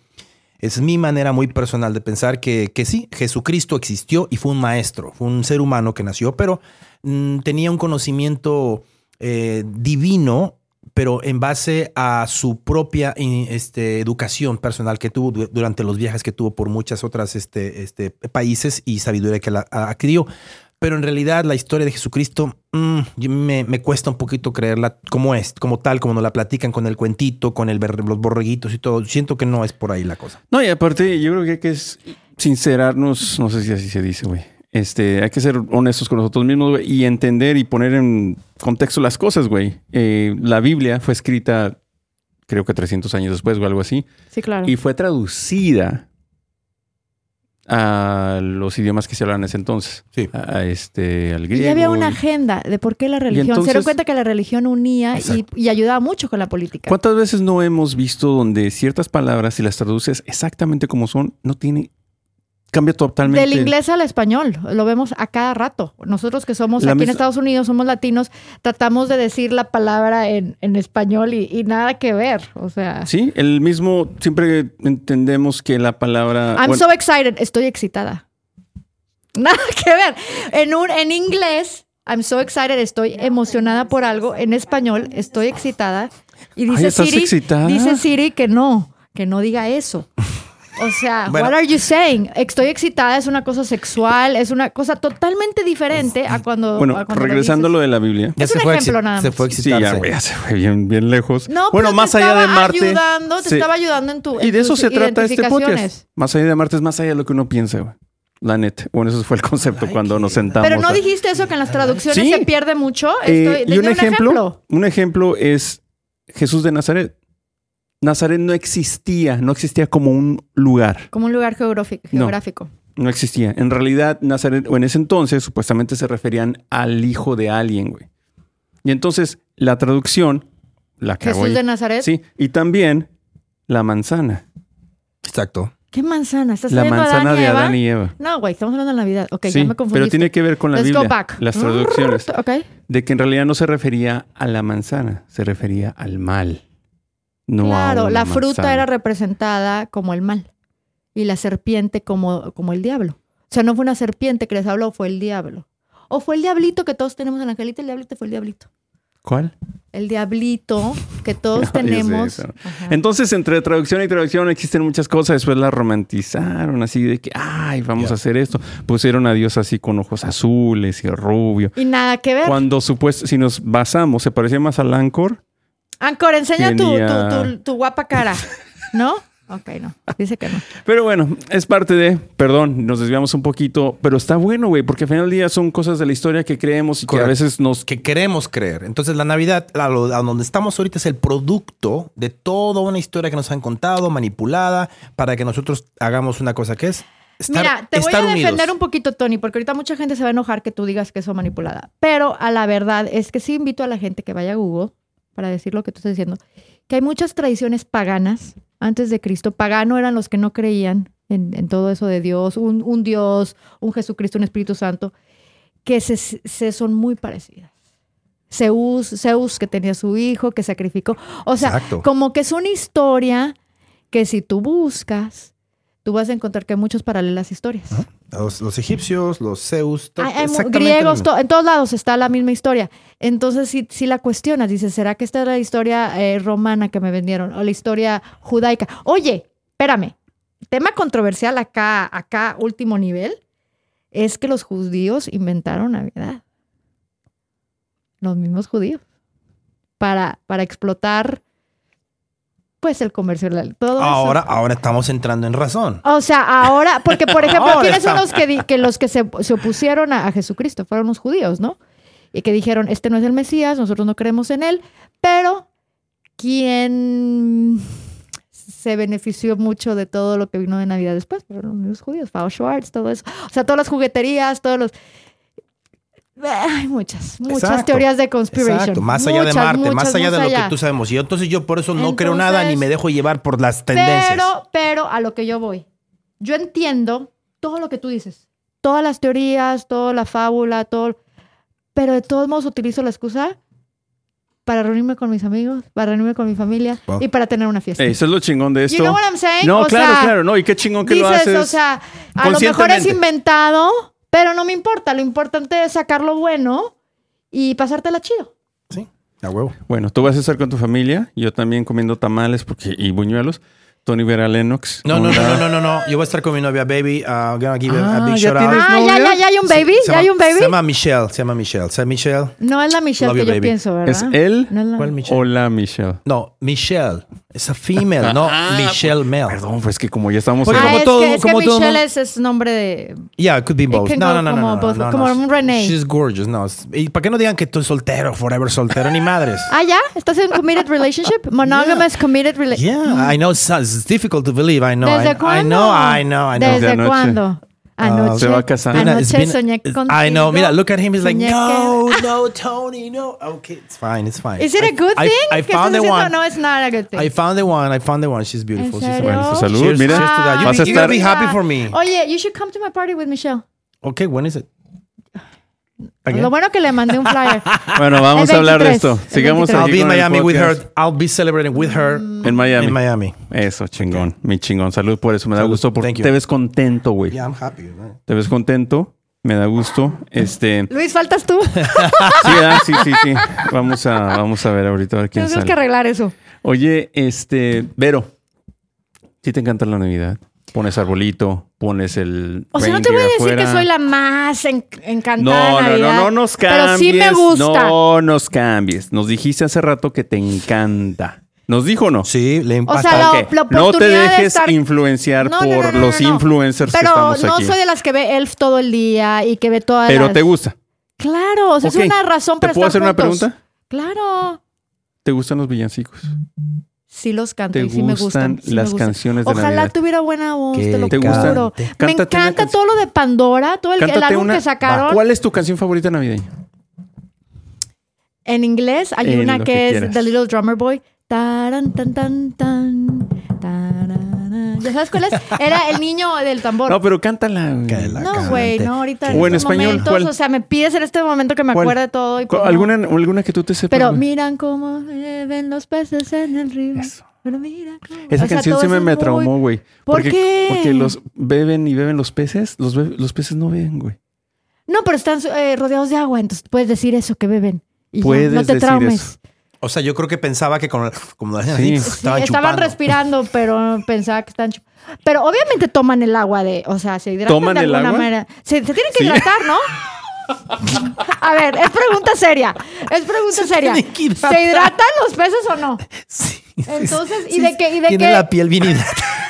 Speaker 3: es mi manera muy personal de pensar que, que sí, Jesucristo existió y fue un maestro, fue un ser humano que nació, pero mm, tenía un conocimiento eh, divino, pero en base a su propia in- este, educación personal que tuvo du- durante los viajes que tuvo por muchas otras este, este, países y sabiduría que la a- adquirió. Pero en realidad la historia de Jesucristo mm, yo- me, me cuesta un poquito creerla como es, como tal, como nos la platican con el cuentito, con el ber- los borreguitos y todo. Siento que no es por ahí la cosa.
Speaker 1: No, y aparte, yo creo que hay que s- sincerarnos, no sé si así se dice, güey. Este, hay que ser honestos con nosotros mismos, güey, y entender y poner en contexto las cosas, güey. Eh, la Biblia fue escrita, creo que 300 años después o algo así,
Speaker 2: Sí, claro.
Speaker 1: y fue traducida a los idiomas que se hablaban en ese entonces.
Speaker 3: Sí.
Speaker 1: A, a este, al
Speaker 2: Y
Speaker 1: griego.
Speaker 2: ya había una
Speaker 1: y-
Speaker 2: agenda de por qué la religión. Se
Speaker 1: entonces-
Speaker 2: dieron cuenta que la religión unía y,
Speaker 3: Exacto.
Speaker 2: y ayudaba mucho con la política.
Speaker 1: ¿Cuántas veces no hemos visto donde ciertas palabras, si las traduces exactamente como son, no tiene. cambia totalmente.
Speaker 2: Del inglés al español, lo vemos a cada rato. Nosotros que somos
Speaker 1: La
Speaker 2: aquí en
Speaker 1: mes-
Speaker 2: Estados Unidos, somos latinos, tratamos de decir la palabra en, en español y, y nada que ver. O sea,
Speaker 1: Sí, el mismo. Siempre entendemos que la palabra.
Speaker 2: I'm
Speaker 1: Ah, bueno,
Speaker 2: so excited, estoy excitada. Nada que ver. En, un, en inglés, I'm so excited, estoy emocionada por algo. En español, estoy excitada. Y
Speaker 1: Ay,
Speaker 2: dice
Speaker 1: ¿estás
Speaker 2: Siri,
Speaker 1: excitada?
Speaker 2: dice Siri que no, que no diga eso. O sea,
Speaker 3: Bueno.
Speaker 2: what are you saying? Estoy excitada es una cosa sexual, es una cosa totalmente diferente a cuando.
Speaker 1: bueno,
Speaker 2: a cuando lo
Speaker 1: regresando a
Speaker 2: dices.
Speaker 1: lo de la Biblia.
Speaker 3: Ya
Speaker 2: Es un
Speaker 3: fue a
Speaker 2: ejemplo
Speaker 3: exci-
Speaker 2: nada
Speaker 3: Se
Speaker 2: más.
Speaker 3: fue a
Speaker 1: Sí, ya,
Speaker 3: excitarse.
Speaker 1: güey, ya se fue bien, bien lejos.
Speaker 2: No,
Speaker 1: bueno,
Speaker 2: pero te
Speaker 1: más allá
Speaker 2: estaba
Speaker 1: de Marte.
Speaker 2: ayudando, te
Speaker 1: sí.
Speaker 2: estaba ayudando en tu.
Speaker 1: Y
Speaker 2: en
Speaker 1: de eso
Speaker 2: tus
Speaker 1: se trata este
Speaker 2: identificaciones.
Speaker 1: podcast. Más allá de Marte es más allá de lo que uno piensa, güey. La neta. Bueno, eso fue el concepto cuando nos sentamos.
Speaker 2: Pero no
Speaker 1: a-
Speaker 2: dijiste eso que en las traducciones
Speaker 1: Sí.
Speaker 2: se pierde mucho.
Speaker 1: Eh,
Speaker 2: Estoy,
Speaker 1: y
Speaker 2: denme
Speaker 1: un ejemplo, un ejemplo es Jesús de Nazaret. Nazaret no existía, no existía como un lugar,
Speaker 2: Como un lugar geográfico.
Speaker 1: No.
Speaker 2: geográfico.
Speaker 1: no existía. En realidad, Nazaret, o en ese entonces, supuestamente se referían al hijo de alguien, güey. Y entonces, la traducción, la que
Speaker 2: Jesús de Nazaret.
Speaker 1: Sí, y también la manzana.
Speaker 3: Exacto.
Speaker 2: ¿Qué manzana? ¿Estás
Speaker 1: La
Speaker 2: viendo
Speaker 1: manzana
Speaker 2: Adán y
Speaker 1: de
Speaker 2: Eva?
Speaker 1: Adán y Eva.
Speaker 2: No, güey, estamos hablando de Navidad. Ok,
Speaker 1: sí,
Speaker 2: ya me confundí.
Speaker 1: pero tiene que ver con la
Speaker 2: Let's
Speaker 1: Biblia,
Speaker 2: go back. Mm.
Speaker 1: las traducciones,
Speaker 2: Ok.
Speaker 1: de que en realidad no se refería a la manzana, se refería al mal. No a
Speaker 2: claro,
Speaker 1: una
Speaker 2: la fruta
Speaker 1: manzana.
Speaker 2: era representada como el mal y la serpiente como, como el diablo. O sea, no fue una serpiente que les habló, fue el diablo. O fue el diablito que todos tenemos en la angelita, el diablito fue el diablito.
Speaker 1: ¿Cuál?
Speaker 2: El diablito que todos
Speaker 1: Ay, es
Speaker 2: tenemos.
Speaker 1: eso.
Speaker 2: Ajá.
Speaker 1: Entonces, entre traducción y traducción existen muchas cosas. Después la romantizaron así de que, ay, vamos
Speaker 3: Ya.
Speaker 1: a hacer esto. Pusieron a Dios así con ojos azules y rubio.
Speaker 2: Y nada que ver.
Speaker 1: Cuando supuesto, si nos basamos, se parecía más al Ancor.
Speaker 2: Ancor, enseña tu,
Speaker 1: Tenía-
Speaker 2: tu, tu- tu guapa cara. ¿No? Ok, no. Dice que no.
Speaker 1: Pero bueno, es parte de, perdón, nos desviamos un poquito, pero está bueno, güey, porque al final del día son cosas de la historia que creemos y
Speaker 3: Correcto.
Speaker 1: que a veces nos.
Speaker 3: que queremos creer. Entonces la Navidad, la- lo- a donde estamos ahorita, es el producto de toda una historia que nos han contado, manipulada, para que nosotros hagamos una cosa que es estar,
Speaker 2: Mira, te voy
Speaker 3: estar
Speaker 2: a defender
Speaker 3: unidos.
Speaker 2: un poquito, Tony, porque ahorita mucha gente se va a enojar que tú digas que eso manipulada. Pero a la verdad es que sí invito a la gente que vaya a Google para decir lo que tú estás diciendo, que hay muchas tradiciones paganas antes de Cristo. Pagano eran los que no creían en, en todo eso de Dios, un, un Dios, un Jesucristo, un Espíritu Santo, que se, se son muy parecidas. Zeus, Zeus que tenía su hijo, que sacrificó. O sea,
Speaker 3: Exacto.
Speaker 2: como que es una historia que si tú buscas, tú vas a encontrar que hay muchas paralelas historias.
Speaker 3: Los, los egipcios, los Zeus, to-
Speaker 2: Hay- hay mu-
Speaker 3: exactamente lo
Speaker 2: griegos,
Speaker 3: mismo.
Speaker 2: to- en todos lados está la misma historia. Entonces, si, si la cuestionas, dices, ¿será que esta es la historia eh, romana que me vendieron? O la historia judaica. Oye, espérame. Tema controversial acá, acá, último nivel, es que los judíos inventaron Navidad. Los mismos judíos. Para, para explotar, pues, el comercio, la- todo eso.
Speaker 3: Ahora, ahora estamos entrando en razón.
Speaker 2: O sea, ahora, porque por ejemplo,
Speaker 3: Ahora.
Speaker 2: ¿quiénes son los que, di- que los que se, se opusieron a, a Jesucristo? Fueron los judíos, ¿no? Y que dijeron, este no es el Mesías, nosotros no creemos en él, pero quien se benefició mucho de todo lo que vino de Navidad después, fueron los mismos judíos, Fao Schwartz, todo eso. O sea, todas las jugueterías, todos los... Hay muchas, muchas
Speaker 3: Exacto.
Speaker 2: teorías de conspiración.
Speaker 3: Exacto, más allá de
Speaker 2: Muchas,
Speaker 3: Marte, más
Speaker 2: muchas,
Speaker 3: allá de
Speaker 2: más
Speaker 3: lo
Speaker 2: allá.
Speaker 3: que tú sabemos. Y yo, entonces yo por eso no creo nada ni
Speaker 2: Entonces-
Speaker 3: me dejo llevar por las tendencias.
Speaker 2: Pero, pero a lo que yo voy. Yo entiendo todo lo que tú dices. Todas las teorías, toda la fábula, todo. Pero de todos modos utilizo la excusa para reunirme con mis amigos, para reunirme con mi familia
Speaker 3: Wow.
Speaker 2: y para tener una fiesta.
Speaker 1: Ey, eso es lo chingón de esto.
Speaker 2: you know what I'm saying?
Speaker 1: No,
Speaker 2: O
Speaker 1: claro,
Speaker 2: sea,
Speaker 1: claro, no. Y qué chingón que
Speaker 2: dices,
Speaker 1: lo haces.
Speaker 2: o sea, a lo mejor es
Speaker 1: conscientemente.
Speaker 2: inventado, pero no me importa. Lo importante es sacar lo bueno y pasártela chido.
Speaker 3: Sí, a huevo.
Speaker 1: Bueno, tú vas a estar con tu familia, yo también comiendo tamales porque, y buñuelos. Tony Vera Lennox.
Speaker 3: No, no,
Speaker 1: Una-
Speaker 3: no, no, no, no. Yo voy a estar con mi novia, baby. Uh, I'm gonna give a- a
Speaker 1: Ah,
Speaker 3: big
Speaker 1: ya
Speaker 3: shout out.
Speaker 1: tienes
Speaker 2: Ah, ya,
Speaker 1: novio?
Speaker 2: ya, ya hay un baby,
Speaker 3: Se
Speaker 2: ya hay
Speaker 3: llama-
Speaker 2: un
Speaker 3: Se
Speaker 2: baby.
Speaker 3: llama Michelle, se llama Michelle. ¿Se llama Michelle?
Speaker 2: No es la Michelle
Speaker 3: Love
Speaker 2: que
Speaker 3: you,
Speaker 2: yo
Speaker 3: baby.
Speaker 2: pienso, ¿verdad?
Speaker 1: ¿Es él?
Speaker 2: No es la-
Speaker 3: ¿Cuál Michelle?
Speaker 1: Hola, Michelle.
Speaker 3: No, Michelle. Esa female, no
Speaker 1: Ah,
Speaker 3: Michelle Mel.
Speaker 1: Perdón, pues que como ya estamos.
Speaker 3: Porque
Speaker 2: ah,
Speaker 3: como
Speaker 2: es
Speaker 3: todo-
Speaker 2: que, es que
Speaker 3: como todo
Speaker 2: Michelle
Speaker 3: mundo-
Speaker 2: es, es nombre de...
Speaker 3: Yeah, it could be both.
Speaker 2: can
Speaker 3: No,
Speaker 2: go
Speaker 3: no, no, no,
Speaker 2: como
Speaker 3: no,
Speaker 2: both,
Speaker 3: no, no,
Speaker 2: como
Speaker 3: no.
Speaker 2: un Renee.
Speaker 3: She's gorgeous, no. es- Y para que no digan que estoy soltero, forever soltero, ni madres.
Speaker 2: Ah, ¿ya? ¿Estás en committed relationship? Monogamous committed relationship.
Speaker 3: Yeah, I know it sounds- it's difficult to believe. I know. I-
Speaker 2: ¿Desde
Speaker 3: I,
Speaker 2: cuándo?
Speaker 3: know, I know, I know.
Speaker 1: Desde
Speaker 2: ¿Desde
Speaker 1: anoche.
Speaker 2: cuándo? Anoche.
Speaker 1: se va a casar.
Speaker 3: Been a- it's
Speaker 2: Anoche
Speaker 3: been a-
Speaker 2: soñé
Speaker 3: it's-
Speaker 2: contigo.
Speaker 3: I know. Mira, look at him. He's like,
Speaker 2: Soñé
Speaker 3: no, no, Tony, no. Okay, it's fine, it's fine.
Speaker 2: que- Is it a good
Speaker 3: I,
Speaker 2: thing?
Speaker 3: I, I
Speaker 2: ¿Qué estás
Speaker 3: found the
Speaker 2: diciendo?
Speaker 3: one.
Speaker 2: No, it's not a good thing.
Speaker 3: I found the one. I found the one. She's beautiful. She's
Speaker 2: serio?
Speaker 1: Bueno, pues,
Speaker 3: wonderful.
Speaker 1: salud,
Speaker 3: Cheers,
Speaker 1: mira.
Speaker 3: cheers to that. You
Speaker 1: Vas a
Speaker 3: be- you gotta
Speaker 1: estar-
Speaker 3: be happy for me.
Speaker 2: Ah. Oye, you should come to my party with Michelle.
Speaker 3: Okay, when is it?
Speaker 2: Lo bueno que le mandé un flyer.
Speaker 1: Bueno, vamos a hablar de
Speaker 2: 23,
Speaker 1: esto.
Speaker 2: el
Speaker 1: Sigamos
Speaker 2: 23.
Speaker 1: aquí
Speaker 3: I'll be in
Speaker 1: con el
Speaker 3: Miami with
Speaker 1: podcast.
Speaker 3: her. I'll be celebrating with her
Speaker 1: En Miami.
Speaker 3: in Miami.
Speaker 1: Eso, chingón. Mi chingón. Salud por eso. Me da
Speaker 3: Salud.
Speaker 1: gusto porque
Speaker 3: Thank you.
Speaker 1: te ves contento, güey.
Speaker 3: Yeah, I'm happy. man.
Speaker 1: Te ves contento. Me da gusto. Este.
Speaker 2: Luis, faltas tú.
Speaker 1: Sí, ah, sí, sí, sí. Vamos a, vamos a ver ahorita a ver quién
Speaker 2: Tienes
Speaker 1: sale.
Speaker 2: que arreglar eso.
Speaker 1: Oye, este, Vero, si te encanta la Navidad, pones arbolito, pones el.
Speaker 2: O sea, no te voy a
Speaker 1: reindeer
Speaker 2: decir
Speaker 1: afuera.
Speaker 2: que soy la más en- encantada
Speaker 1: No, no,
Speaker 2: de
Speaker 1: no,
Speaker 2: Navidad,
Speaker 1: no nos cambies.
Speaker 2: Pero sí me gusta.
Speaker 1: No nos cambies. Nos dijiste hace rato que te encanta. ¿Nos dijo o no?
Speaker 3: Sí, le
Speaker 2: O
Speaker 3: impacta.
Speaker 2: sea, la,
Speaker 1: Ok,
Speaker 2: la
Speaker 1: no te
Speaker 2: oportunidad de
Speaker 1: dejes
Speaker 2: estar-
Speaker 1: influenciar
Speaker 2: No, no, no,
Speaker 1: por
Speaker 2: no, no,
Speaker 1: los
Speaker 2: no.
Speaker 1: influencers
Speaker 2: Pero
Speaker 1: Pues que estamos
Speaker 2: no
Speaker 1: aquí.
Speaker 2: soy de las que ve Elf todo el día y que ve todas
Speaker 1: Pero
Speaker 2: las-
Speaker 1: te gusta.
Speaker 2: Claro, o sea,
Speaker 1: Ok,
Speaker 2: es una razón
Speaker 1: ¿Te
Speaker 2: para
Speaker 1: puedo hacer
Speaker 2: estar
Speaker 1: una
Speaker 2: juntos.
Speaker 1: pregunta?
Speaker 2: Claro.
Speaker 1: ¿Te gustan los villancicos?
Speaker 2: Sí los canto
Speaker 1: ¿Te
Speaker 2: y sí me gustan.
Speaker 1: gustan
Speaker 2: sí me
Speaker 1: las
Speaker 2: gustan.
Speaker 1: canciones de
Speaker 2: Ojalá
Speaker 1: Navidad?
Speaker 2: tuviera buena voz,
Speaker 3: Que
Speaker 2: te lo
Speaker 1: te gustan.
Speaker 2: juro. Me
Speaker 1: Cántate una
Speaker 2: encanta
Speaker 1: canción.
Speaker 2: todo lo de Pandora, todo el, el
Speaker 1: Cántate
Speaker 2: álbum
Speaker 1: una-
Speaker 2: que sacaron.
Speaker 1: ¿Cuál es tu canción favorita navideña?
Speaker 2: En inglés hay
Speaker 1: En
Speaker 2: una
Speaker 1: lo
Speaker 2: que,
Speaker 1: que
Speaker 2: es
Speaker 1: quieras.
Speaker 2: The Little Drummer Boy. Taran, tan, tan, tan, tararán. ¿Ya sabes cuál es? Era el niño del tambor.
Speaker 1: No, pero cántala. güey.
Speaker 3: Cántala. la
Speaker 2: No, güey,
Speaker 3: cante.
Speaker 2: no, ahorita.
Speaker 1: O en
Speaker 2: estos
Speaker 1: español,
Speaker 2: momentos,
Speaker 1: ¿cuál?
Speaker 2: O sea, me pides en este momento que me
Speaker 1: ¿Cuál?
Speaker 2: acuerde todo. Y
Speaker 1: ¿Cu-
Speaker 2: pues, no.
Speaker 1: ¿Alguna, alguna que tú te sepas.
Speaker 2: Pero
Speaker 1: güey?
Speaker 2: miran cómo eh, ven los peces en el río. Pero mira cómo-
Speaker 1: Esa
Speaker 2: O sea,
Speaker 1: canción
Speaker 2: todo
Speaker 1: siempre
Speaker 2: eso
Speaker 1: me
Speaker 2: es muy-
Speaker 1: traumó, güey.
Speaker 2: ¿Por
Speaker 1: porque,
Speaker 2: qué?
Speaker 1: Porque los beben y beben los peces. Los, be- los peces no beben, güey.
Speaker 2: No, pero están eh, rodeados de agua, entonces puedes decir eso que beben. Y ya,
Speaker 1: Puedes
Speaker 2: no te
Speaker 1: decir
Speaker 2: traumes.
Speaker 1: eso.
Speaker 3: O sea, yo creo que pensaba que con, como lo hacían
Speaker 1: Sí.
Speaker 3: así,
Speaker 1: Sí,
Speaker 2: Sí,
Speaker 3: estaban
Speaker 2: estaban
Speaker 3: chupando.
Speaker 2: respirando, pero pensaba que están chup- Pero obviamente toman el agua de, o sea, se hidratan
Speaker 1: ¿Toman
Speaker 2: de
Speaker 1: el
Speaker 2: alguna
Speaker 1: agua?
Speaker 2: manera. Se, se tienen que
Speaker 1: Sí.
Speaker 2: hidratar, ¿no? A ver, es pregunta seria. Es pregunta seria.
Speaker 3: tienen que hidratar.
Speaker 2: ¿Se hidratan los peces o no?
Speaker 3: Sí.
Speaker 2: Entonces, ¿y de qué- y de
Speaker 3: Tiene
Speaker 2: qué?
Speaker 3: la piel bien hidratada.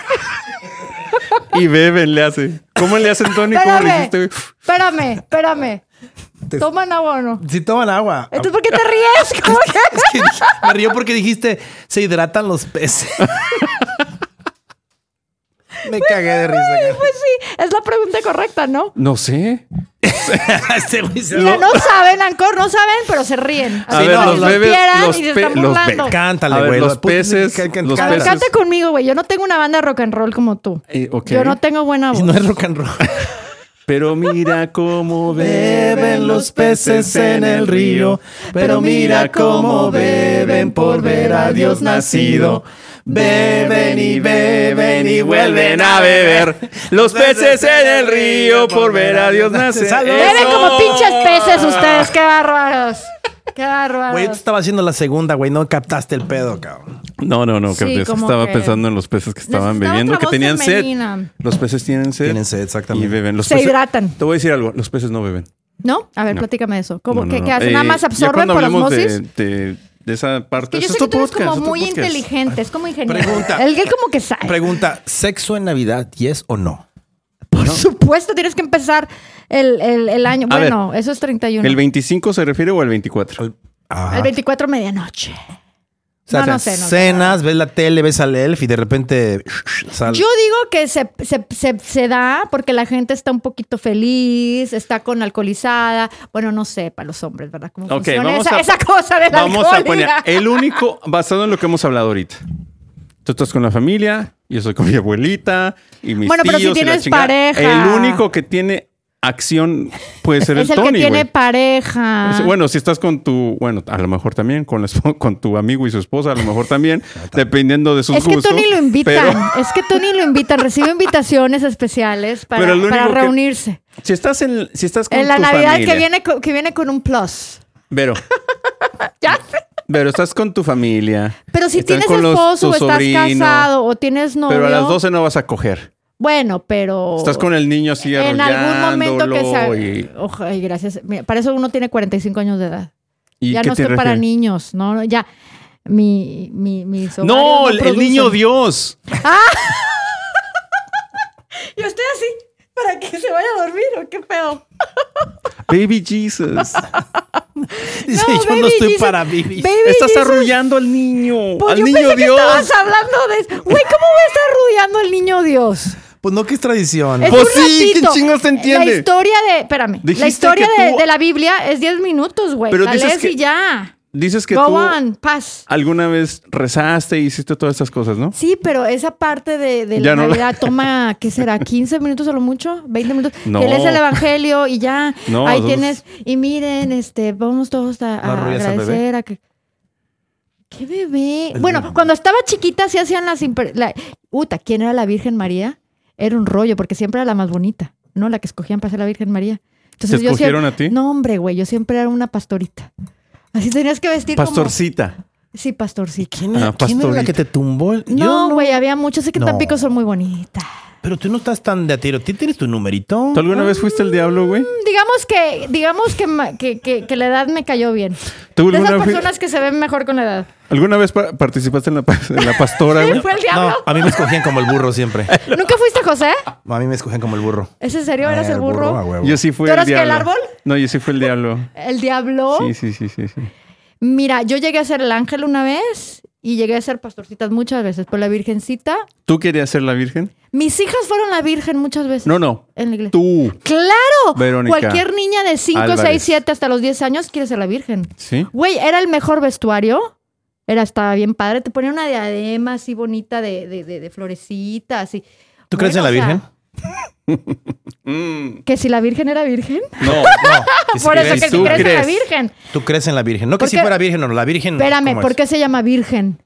Speaker 1: Y beben, le hace. ¿Cómo le hacen, Tony? ¿Cómo le
Speaker 2: Espérame,
Speaker 1: hiciste, güey?
Speaker 2: espérame, espérame. ¿Toman agua o no?
Speaker 3: Si toman agua.
Speaker 2: Entonces, ¿por qué te ríes? ¿Cómo que?
Speaker 3: Es que dije- me río porque dijiste, se hidratan los peces. me cagué de risa.
Speaker 2: Pues sí, es la pregunta correcta, ¿no?
Speaker 1: No sé.
Speaker 3: Este güey se-
Speaker 2: Mira, no saben, Ancor, no saben, pero se ríen.
Speaker 1: A
Speaker 3: Sí,
Speaker 1: ver,
Speaker 3: no,
Speaker 1: los
Speaker 3: los
Speaker 1: bebes.
Speaker 2: supieran
Speaker 1: Los,
Speaker 2: y se
Speaker 1: pe- los
Speaker 2: están
Speaker 1: be-
Speaker 2: burlando.
Speaker 1: A
Speaker 3: Cántale,
Speaker 1: ver,
Speaker 3: güey.
Speaker 1: los peces,
Speaker 3: Can- can-
Speaker 1: los
Speaker 2: A
Speaker 3: can-
Speaker 2: ver,
Speaker 1: peces.
Speaker 2: canta conmigo, güey. Yo no tengo una banda rock and roll como tú.
Speaker 1: Eh, ok.
Speaker 2: Yo no tengo buena voz.
Speaker 3: Y no es rock and roll.
Speaker 1: Pero mira cómo
Speaker 3: Beben los peces en el río, pero mira cómo beben por ver a Dios nacido. Beben y beben y vuelven a beber.
Speaker 1: Los peces en el río por ver a Dios nacer.
Speaker 3: Salud.
Speaker 2: Beben
Speaker 1: ¡Eso!
Speaker 2: como pinches peces ustedes. Qué bárbaros. Qué
Speaker 3: Güey, yo te
Speaker 2: bárbaros.
Speaker 3: estaba haciendo la segunda, güey. No captaste el pedo, cabrón.
Speaker 1: No, no, no,
Speaker 2: Sí,
Speaker 1: Carles,
Speaker 2: como
Speaker 1: estaba
Speaker 2: que
Speaker 1: pensando en los peces que estaban
Speaker 2: necesitaba
Speaker 1: bebiendo,
Speaker 2: otra
Speaker 1: que
Speaker 2: voz
Speaker 1: tenían sed.
Speaker 2: femenina.
Speaker 1: Los peces tienen sed.
Speaker 3: Tienen sed, exactamente.
Speaker 1: Y beben. Los
Speaker 2: Se
Speaker 1: peces-
Speaker 2: hidratan.
Speaker 1: Te voy a decir algo, los peces no beben.
Speaker 2: ¿No? A
Speaker 1: pues,
Speaker 2: ver,
Speaker 1: No.
Speaker 2: platícame de eso. ¿Cómo
Speaker 1: No, no,
Speaker 2: que,
Speaker 1: no.
Speaker 2: que hacen? Nada
Speaker 1: Eh,
Speaker 2: más
Speaker 1: ya
Speaker 2: absorben
Speaker 1: cuando
Speaker 2: por
Speaker 1: hablemos de-
Speaker 2: osmosis.
Speaker 1: De, de esa parte.
Speaker 2: Que yo
Speaker 1: Ese
Speaker 2: sé
Speaker 1: es
Speaker 2: que
Speaker 1: tu
Speaker 2: tú eres
Speaker 1: podcast,
Speaker 2: como
Speaker 1: es tu
Speaker 2: muy
Speaker 1: podcast.
Speaker 2: inteligente, es como ingeniero.
Speaker 3: Pregunta.
Speaker 2: El que como que sabe.
Speaker 3: Pregunta, ¿sexo en Navidad, yes o no?
Speaker 2: por supuesto, tienes que empezar el, el- el año.
Speaker 1: A
Speaker 2: bueno, eso es 31.
Speaker 1: ¿El Ah. 25 se refiere o el 24?
Speaker 2: Pues,
Speaker 3: Ajá.
Speaker 2: Al 24 medianoche.
Speaker 3: O sea,
Speaker 2: no, no sé, no sé.
Speaker 3: cenas, ves la tele, ves al elf y de repente sal-
Speaker 2: Yo digo que se, se- se- se da porque la gente está un poquito feliz, está con alcoholizada. Bueno, no sé, para los hombres, ¿verdad? ¿Cómo
Speaker 1: Ok,
Speaker 2: funciona
Speaker 1: vamos
Speaker 2: esa,
Speaker 1: a-
Speaker 2: esa cosa de la
Speaker 1: Vamos a poner eh, el único basado en lo que hemos hablado ahorita. Tú estás con la familia, yo estoy con mi abuelita y mis
Speaker 2: Bueno, pero si
Speaker 1: tíos y la
Speaker 2: tienes
Speaker 1: chingada.
Speaker 2: pareja.
Speaker 1: El único que tiene acción puede ser el,
Speaker 2: es el
Speaker 1: Tony,
Speaker 2: que tiene
Speaker 1: güey.
Speaker 2: pareja.
Speaker 1: Es- Bueno, si estás con tu, bueno, a lo mejor también con, la esp- con tu amigo y su esposa, a lo mejor también, dependiendo de sus
Speaker 2: es que
Speaker 1: gustos.
Speaker 2: Tony lo invitan.
Speaker 1: Pero
Speaker 2: Es que Tony lo invitan. Recibe invitaciones especiales para,
Speaker 1: Pero el único
Speaker 2: para
Speaker 1: que-
Speaker 2: reunirse.
Speaker 1: si estás en, si estás con
Speaker 2: En la
Speaker 1: tu
Speaker 2: Navidad
Speaker 1: familia,
Speaker 2: que viene, con, que viene con un plus.
Speaker 1: Vero,
Speaker 2: Ya.
Speaker 1: Pero estás con tu familia.
Speaker 2: Pero si
Speaker 1: estás
Speaker 2: tienes
Speaker 1: con los-
Speaker 2: esposo
Speaker 1: tu
Speaker 2: o estás
Speaker 1: sobrino,
Speaker 2: casado o tienes novio.
Speaker 1: Pero a las 12 no vas a coger.
Speaker 2: Bueno, pero.
Speaker 1: Estás con el niño así
Speaker 2: en algún momento que
Speaker 1: arrullándolo
Speaker 2: se... Ojo, ay, gracias. Mira, para eso uno tiene 45 años de edad.
Speaker 1: y, ¿y
Speaker 2: Ya
Speaker 1: qué
Speaker 2: no
Speaker 1: te
Speaker 2: estoy para
Speaker 1: refieres?
Speaker 2: niños, ¿no? no, Ya, mi, mi, mis ovarios
Speaker 1: No, el, el
Speaker 2: producen.
Speaker 1: niño Dios.
Speaker 2: Yo estoy así para que se vaya a dormir o qué pedo.
Speaker 1: Baby Jesus.
Speaker 3: Dice,
Speaker 2: No,
Speaker 3: yo
Speaker 2: baby
Speaker 3: no estoy
Speaker 2: Jesus,
Speaker 3: para vivir.
Speaker 2: baby
Speaker 1: Estás
Speaker 2: Jesus.
Speaker 1: arrullando al niño.
Speaker 2: Pues
Speaker 1: al
Speaker 2: yo
Speaker 1: niño
Speaker 2: pensé que
Speaker 1: Dios.
Speaker 2: estabas hablando de... Güey, ¿cómo voy a estar rodeando al niño Dios?
Speaker 3: Pues no, que es tradición.
Speaker 2: Es
Speaker 1: Pues
Speaker 2: un
Speaker 1: sí, ¿quién
Speaker 2: ratito.
Speaker 1: chingas entiende?
Speaker 2: La historia de... Espérame.
Speaker 1: Dijiste
Speaker 2: la historia
Speaker 1: que
Speaker 2: de,
Speaker 1: tú-
Speaker 2: de la Biblia es 10 minutos, güey.
Speaker 1: Pero
Speaker 2: La
Speaker 1: dices
Speaker 2: lees
Speaker 1: que-
Speaker 2: y ya.
Speaker 1: Dices que
Speaker 2: Go
Speaker 1: tú
Speaker 2: on, paz.
Speaker 1: alguna vez rezaste y hiciste todas estas cosas, ¿no?
Speaker 2: Sí, pero esa parte de, de
Speaker 1: Ya
Speaker 2: la
Speaker 1: no la-
Speaker 2: Navidad toma, ¿qué será? ¿15 minutos a lo mucho? ¿20 minutos?
Speaker 1: No.
Speaker 2: Que lees el Evangelio y ya.
Speaker 1: No,
Speaker 2: ahí
Speaker 1: somos-
Speaker 2: tienes. Y miren, este, vamos todos a,
Speaker 3: No
Speaker 2: a
Speaker 3: arrulles al bebé.
Speaker 2: agradecer a que. ¿Qué bebé?
Speaker 3: El
Speaker 2: Bueno,
Speaker 3: bebé.
Speaker 2: cuando estaba chiquita sí hacían las. imper- La... Uta, ¿quién era la Virgen María? Era un rollo, porque siempre era la más bonita, ¿no? La que escogían para ser la Virgen María. Entonces
Speaker 1: ¿Te
Speaker 2: yo siempre-
Speaker 1: escogieron a ti?
Speaker 2: No, hombre, güey, yo siempre era una pastorita. Así tenías que vestir
Speaker 1: Pastorcita.
Speaker 2: como. Sí, pastorcita.
Speaker 3: ¿Quién,
Speaker 1: Ah,
Speaker 3: quién era
Speaker 1: pastorita.
Speaker 3: la que te tumbó? el- Yo
Speaker 2: No, güey, había muchos. Sé que
Speaker 3: No.
Speaker 2: Tampico son muy bonitas.
Speaker 3: Pero tú no estás tan de a tiro. ¿Ti- ¿Tienes tu numerito?
Speaker 1: ¿Tú alguna vez fuiste el diablo, güey?
Speaker 2: Digamos que, digamos que, ma- que, que- que la edad me cayó bien.
Speaker 1: ¿Tú alguna,
Speaker 2: De esas
Speaker 1: vez-
Speaker 2: personas que se ven mejor con la edad.
Speaker 1: alguna vez pa- participaste en la, pa- en la pastora, güey?
Speaker 2: ¿Fue el
Speaker 3: No,
Speaker 2: diablo?
Speaker 3: a mí me escogían como el burro siempre.
Speaker 2: ¿Nunca fuiste José?
Speaker 3: A mí me escogían como el burro.
Speaker 2: ¿Es en serio? ¿Eras
Speaker 3: Eh,
Speaker 2: el burro?
Speaker 3: a huevo.
Speaker 1: Yo sí fui el
Speaker 2: ¿Tú eras que el
Speaker 1: diablo.
Speaker 2: árbol?
Speaker 1: No, yo sí fui el diablo.
Speaker 2: ¿El diablo?
Speaker 1: Sí, sí, sí, sí, sí.
Speaker 2: Mira, yo llegué a ser el ángel una vez y llegué a ser pastorcitas muchas veces, pero la virgencita.
Speaker 1: ¿Tú querías ser la virgen?
Speaker 2: Mis hijas fueron la virgen muchas veces.
Speaker 1: No, no.
Speaker 2: En la iglesia.
Speaker 1: Tú.
Speaker 2: ¡Claro!
Speaker 1: Verónica
Speaker 2: Cualquier niña de 5,
Speaker 1: Álvarez.
Speaker 2: 6, 7 hasta los 10 años quiere ser la virgen.
Speaker 1: ¿Sí?
Speaker 2: Güey, era el mejor vestuario. Era, estaba bien padre. Te ponía una diadema así bonita de, de, de, de florecita, así.
Speaker 3: ¿Tú crees en la
Speaker 2: o sea,
Speaker 3: Virgen?
Speaker 1: Mm,
Speaker 2: que si la Virgen era virgen.
Speaker 1: no.
Speaker 3: No. que si
Speaker 2: Por eso
Speaker 3: crees-
Speaker 2: que si
Speaker 1: tú
Speaker 2: crees en la
Speaker 1: crees. Mm,
Speaker 2: virgen.
Speaker 3: Tú crees en la Virgen. No que
Speaker 2: ¿Por
Speaker 3: si
Speaker 2: qué?
Speaker 3: fuera Virgen o no. La Virgen.
Speaker 2: Espérame,
Speaker 3: ¿cómo es?
Speaker 2: ¿por qué se llama virgen?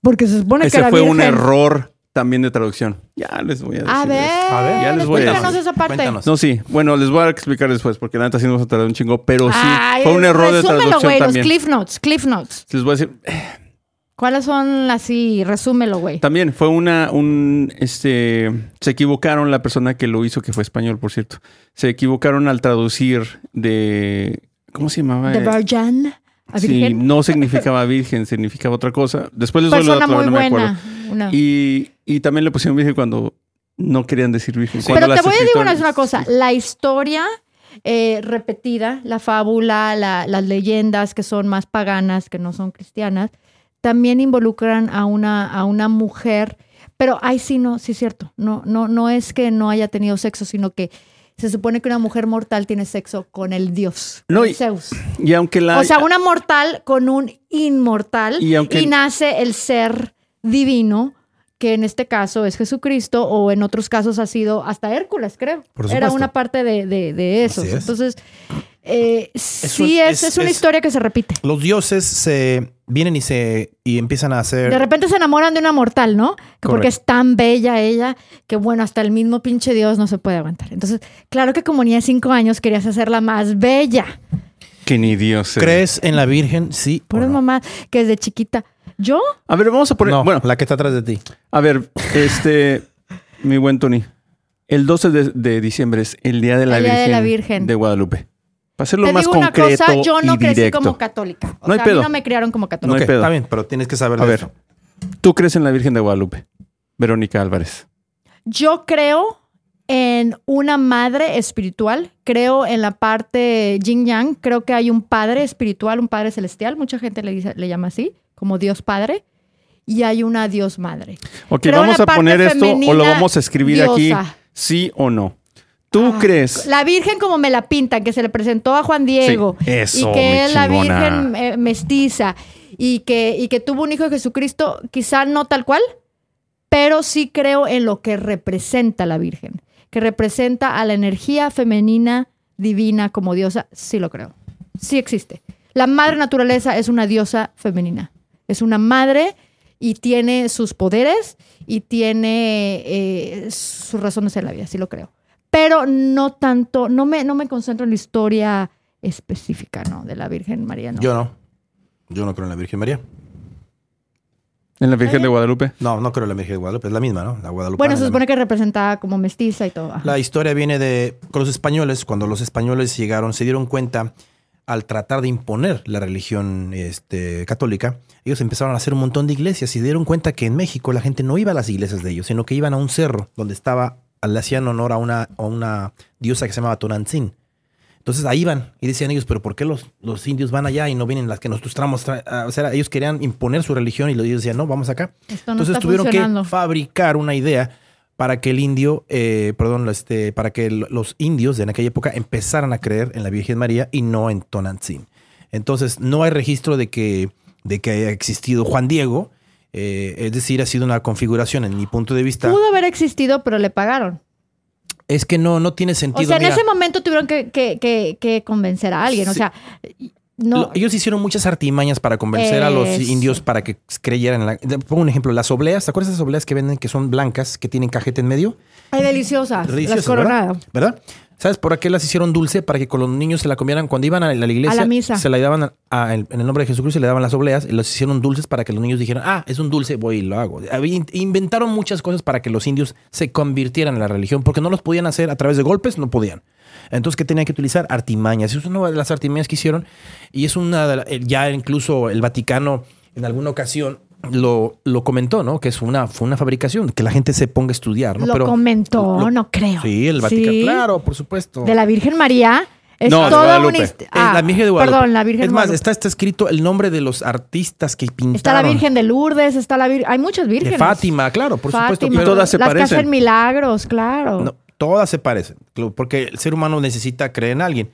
Speaker 2: Porque se supone que
Speaker 1: Ese
Speaker 2: era
Speaker 1: fue
Speaker 2: virgen.
Speaker 1: un error también de traducción. Ya les voy a decir.
Speaker 2: A ver,
Speaker 3: A ver,
Speaker 1: ya les voy a
Speaker 2: explícanos
Speaker 1: decir.
Speaker 2: esa parte.
Speaker 3: Cuéntanos.
Speaker 1: No, sí. Bueno, les voy a explicar después, porque la neta sí nos ha tardado un chingo, pero Pues sí.
Speaker 2: Ay,
Speaker 1: fue un error de
Speaker 2: resúmelo,
Speaker 1: traducción
Speaker 2: güey,
Speaker 1: también.
Speaker 2: Los cliff notes, cliff notes.
Speaker 1: Les voy a decir.
Speaker 2: ¿Cuáles son así? Resúmelo, güey.
Speaker 1: También fue una, un, este, se equivocaron la persona que lo hizo, que fue español, por cierto. Se equivocaron al traducir de, ¿cómo se llamaba?
Speaker 2: The
Speaker 1: Eh,
Speaker 2: Virgin. A
Speaker 1: sí,
Speaker 2: virgen.
Speaker 1: no significaba virgen, significaba otra cosa. Después les doy la
Speaker 2: Persona
Speaker 1: otra,
Speaker 2: muy
Speaker 1: no me acuerdo.
Speaker 2: buena. Ah. Una-
Speaker 1: Y, y también le pusieron virgen cuando no querían decir virgen. Cuando
Speaker 2: Pero te
Speaker 1: las
Speaker 2: voy a decir una,
Speaker 1: escritoras-
Speaker 2: una cosa, la historia eh, repetida, la fábula, la- las leyendas que son más paganas, que no son cristianas, también involucran a una, a una mujer, pero ahí sí no, sí es cierto, no, no, no es que no haya tenido sexo, sino que se supone que una mujer mortal tiene sexo con el dios,
Speaker 1: No,
Speaker 2: con
Speaker 1: y-
Speaker 2: Zeus.
Speaker 1: Y aunque la...
Speaker 2: O
Speaker 3: ah.
Speaker 2: sea, una mortal con un inmortal
Speaker 1: Y
Speaker 2: y,
Speaker 1: aunque-
Speaker 2: nace el ser divino, que en este caso es Jesucristo, o en otros casos ha sido hasta Hércules, creo.
Speaker 3: Por supuesto.
Speaker 2: Era una parte de, de, de eso.
Speaker 3: Así es.
Speaker 2: Entonces, eh, sí
Speaker 3: un-
Speaker 2: es,
Speaker 3: es-
Speaker 2: es una
Speaker 3: es-
Speaker 2: historia que se repite.
Speaker 3: Los dioses se vienen y se y empiezan a hacer.
Speaker 2: De repente se enamoran de una mortal, ¿no? Que
Speaker 3: Er- Correcto.
Speaker 2: porque es tan bella ella que, bueno, hasta el mismo pinche Dios no se puede aguantar. Entonces, claro que como niña de cinco años querías hacerla más bella.
Speaker 1: Que ni Dios. eh.
Speaker 3: ¿Crees en la Virgen? Sí. o
Speaker 2: Por
Speaker 3: no?
Speaker 2: mamá que desde chiquita. Yo
Speaker 1: A ver, vamos a poner...
Speaker 3: No,
Speaker 1: bueno,
Speaker 3: la que está atrás de ti.
Speaker 1: A ver, este, mi buen Tony, el 12 de, de diciembre es el Día de la,
Speaker 2: El Día
Speaker 1: Virgen,
Speaker 2: de la Virgen.
Speaker 1: de Guadalupe. Para hacerlo
Speaker 2: Te
Speaker 1: más
Speaker 2: digo una
Speaker 1: concreto
Speaker 2: cosa, yo no
Speaker 1: y
Speaker 2: crecí
Speaker 1: directo.
Speaker 2: como católica. O
Speaker 1: No hay
Speaker 2: sea,
Speaker 1: pedo.
Speaker 2: a mí no me criaron como
Speaker 1: No
Speaker 2: católica.
Speaker 1: hay
Speaker 3: Ok,
Speaker 1: pedo.
Speaker 3: Está bien, pero tienes que saber
Speaker 1: A
Speaker 3: de
Speaker 1: ver.
Speaker 3: eso.
Speaker 1: ¿Tú crees en la Virgen de Guadalupe? Verónica Álvarez.
Speaker 2: Yo creo en una madre espiritual, creo en la parte yin yang, creo que hay un padre espiritual, un padre celestial, mucha gente le, dice- le llama así, como Dios padre, y hay una Dios madre.
Speaker 1: Ok,
Speaker 2: Creo en
Speaker 1: vamos
Speaker 2: la
Speaker 1: a poner
Speaker 2: parte
Speaker 1: esto o lo
Speaker 2: femenina
Speaker 1: vamos a escribir aquí,
Speaker 2: diosa.
Speaker 1: sí o no. ¿Tú
Speaker 2: Ah,
Speaker 1: crees?
Speaker 2: La Virgen como me la pintan, que se le presentó a Juan Diego.
Speaker 1: Sí, eso,
Speaker 2: y que
Speaker 1: mi
Speaker 2: es la
Speaker 1: chingona.
Speaker 2: Virgen eh, mestiza. Y que, y que tuvo un hijo de Jesucristo, quizá no tal cual, pero sí creo en lo que representa la Virgen. Que representa a la energía femenina divina como diosa. Sí lo creo. Sí existe. La madre naturaleza es una diosa femenina. Es una madre y tiene sus poderes y tiene eh, sus razones en la vida, sí lo creo. Pero no tanto, no me, no me concentro en la historia específica, ¿no? De la Virgen María, ¿no?
Speaker 3: Yo no. Yo no creo en la Virgen María.
Speaker 1: ¿En la
Speaker 2: ¿Eh?
Speaker 1: Virgen de Guadalupe?
Speaker 3: No, no creo en la Virgen de Guadalupe. Es la misma, ¿no? La Guadalupe.
Speaker 2: bueno, se supone que representaba como mestiza y todo. ajá.
Speaker 3: La historia viene de con los españoles, cuando los españoles llegaron, se dieron cuenta al tratar de imponer la religión este, católica, ellos empezaron a hacer un montón de iglesias y dieron cuenta que en México la gente no iba a las iglesias de ellos, sino que iban a un cerro donde estaba, le hacían honor a una, a una diosa que se llamaba Tonantzin. Entonces ahí van y decían ellos, pero ¿por qué los, los indios van allá y no vienen las que nosotros tramos? tra- ah, O sea, ellos querían imponer su religión y los ellos decían, no, vamos acá.
Speaker 2: Esto no
Speaker 3: Entonces
Speaker 2: está
Speaker 3: tuvieron
Speaker 2: funcionando.
Speaker 3: que fabricar una idea para que el indio, eh, perdón, este, para que lo- los indios de en aquella época empezaran a creer en la Virgen María y no en Tonantzin. Entonces no hay registro de que, de que haya existido Juan Diego, eh, es decir, ha sido una configuración en mi punto de vista.
Speaker 2: Pudo haber existido, pero le pagaron.
Speaker 3: Es que no, no tiene sentido.
Speaker 2: O sea,
Speaker 3: Mira,
Speaker 2: en ese momento tuvieron que, que- que- que convencer a alguien. O
Speaker 3: Sí.
Speaker 2: sea, no.
Speaker 3: Lo- ellos hicieron muchas artimañas para convencer a los
Speaker 2: Eso.
Speaker 3: indios para que creyeran en la... te Pongo un ejemplo, las obleas, ¿te acuerdas de esas obleas que venden que son blancas, que tienen cajete en medio?
Speaker 2: Ay, deliciosas.
Speaker 3: Deliciosas,
Speaker 2: las coronadas.
Speaker 3: ¿Verdad? ¿Sabes por qué las hicieron dulce? Para que con los niños se la comieran cuando iban a la iglesia.
Speaker 2: A la misa.
Speaker 3: Se la daban a- a- en el nombre de Jesucristo, le daban las obleas y las hicieron dulces para que los niños dijeran, ah, es un dulce, voy y lo hago. Había- inventaron muchas cosas para que los indios se convirtieran en la religión, porque no los podían hacer a través de golpes, no podían. Entonces, ¿qué tenían que utilizar? Artimañas. Es una de las artimañas que hicieron y es una de la- el- ya incluso el Vaticano en alguna ocasión lo, lo comentó, ¿no? Que es una, fue una fabricación, que la gente se ponga a estudiar, ¿no?
Speaker 2: Lo
Speaker 3: Pero-
Speaker 2: comentó,
Speaker 3: lo-
Speaker 2: no creo.
Speaker 3: Sí, el Vaticano,
Speaker 2: Sí.
Speaker 3: claro, por supuesto.
Speaker 2: De la Virgen María. Es
Speaker 1: No, de
Speaker 2: toda una
Speaker 1: Guadalupe.
Speaker 2: hist-
Speaker 3: Es
Speaker 2: ah,
Speaker 3: la Virgen de Guadalupe.
Speaker 2: Perdón, la Virgen
Speaker 3: Es
Speaker 2: de
Speaker 3: más,
Speaker 2: Guadalupe.
Speaker 3: está, está escrito el nombre de los artistas que pintaron.
Speaker 2: Está la Virgen de Lourdes, está la Virgen. Hay muchas vírgenes.
Speaker 3: de Fátima, claro, por supuesto.
Speaker 2: Fátima,
Speaker 3: Pero
Speaker 1: todas se
Speaker 2: las que
Speaker 1: parecen.
Speaker 2: hacen milagros, claro.
Speaker 3: no, todas se parecen, cl- porque el ser humano necesita creer en alguien.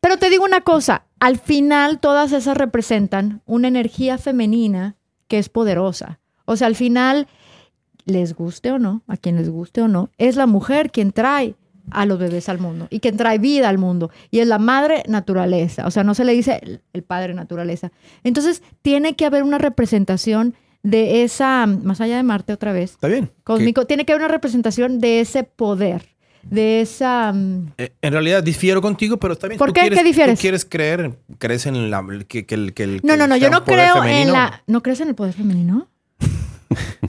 Speaker 2: Pero te digo una cosa, al final todas esas representan una energía femenina que es poderosa. O sea, al final, les guste o no, a quien les guste o no, es la mujer quien trae a los bebés al mundo y quien trae vida al mundo. Y es la madre naturaleza. O sea, no se le dice el- el padre naturaleza. Entonces, tiene que haber una representación de esa, más allá de Marte otra vez,
Speaker 3: Está bien.
Speaker 2: cósmico, tiene que haber una representación de ese poder, de esa... mm,
Speaker 3: Que, eh, en realidad difiero contigo, pero está bien.
Speaker 2: ¿Por
Speaker 3: Tú
Speaker 2: qué?
Speaker 3: Quieres,
Speaker 2: ¿Qué difieres?
Speaker 3: Tú quieres creer, crees en la, que, que el que el-
Speaker 2: No,
Speaker 3: que
Speaker 2: no, no,
Speaker 3: sea
Speaker 2: yo
Speaker 3: un
Speaker 2: no
Speaker 3: poder
Speaker 2: creo en
Speaker 3: femenino.
Speaker 2: la... ¿No crees en el poder femenino?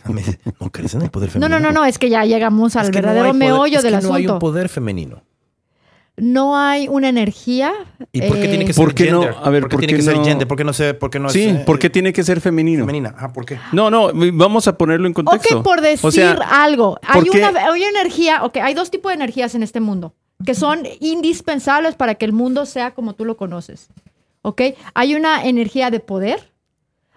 Speaker 3: Me dice, no crees en el poder
Speaker 2: No,
Speaker 3: femenino.
Speaker 2: no, no, no, es que ya llegamos al
Speaker 3: Es que no
Speaker 2: verdadero
Speaker 3: hay poder-
Speaker 2: meollo
Speaker 3: es
Speaker 2: del
Speaker 3: que No hay
Speaker 2: asunto.
Speaker 3: un poder femenino.
Speaker 2: no hay una energía.
Speaker 3: ¿Y por qué
Speaker 2: eh,
Speaker 3: tiene que ser
Speaker 1: ¿Por qué no?
Speaker 3: gender?
Speaker 1: A ver,
Speaker 3: ¿por qué
Speaker 1: ¿por
Speaker 3: tiene
Speaker 1: qué
Speaker 3: que ser
Speaker 1: no?
Speaker 3: gender? ¿Por qué no se, por qué no
Speaker 1: Sí,
Speaker 3: es, eh,
Speaker 1: ¿por qué tiene que ser femenino?
Speaker 3: femenina? Ah, ¿por qué?
Speaker 1: No, no, vamos a ponerlo en
Speaker 2: Ok,
Speaker 1: contexto.
Speaker 2: por decir
Speaker 1: O sea,
Speaker 2: algo. Hay
Speaker 1: ¿por qué?
Speaker 2: una, hay una energía, ok, hay dos tipos de energías en este mundo que son indispensables para que el mundo sea como tú lo conoces. ¿Ok? Hay una energía de poder,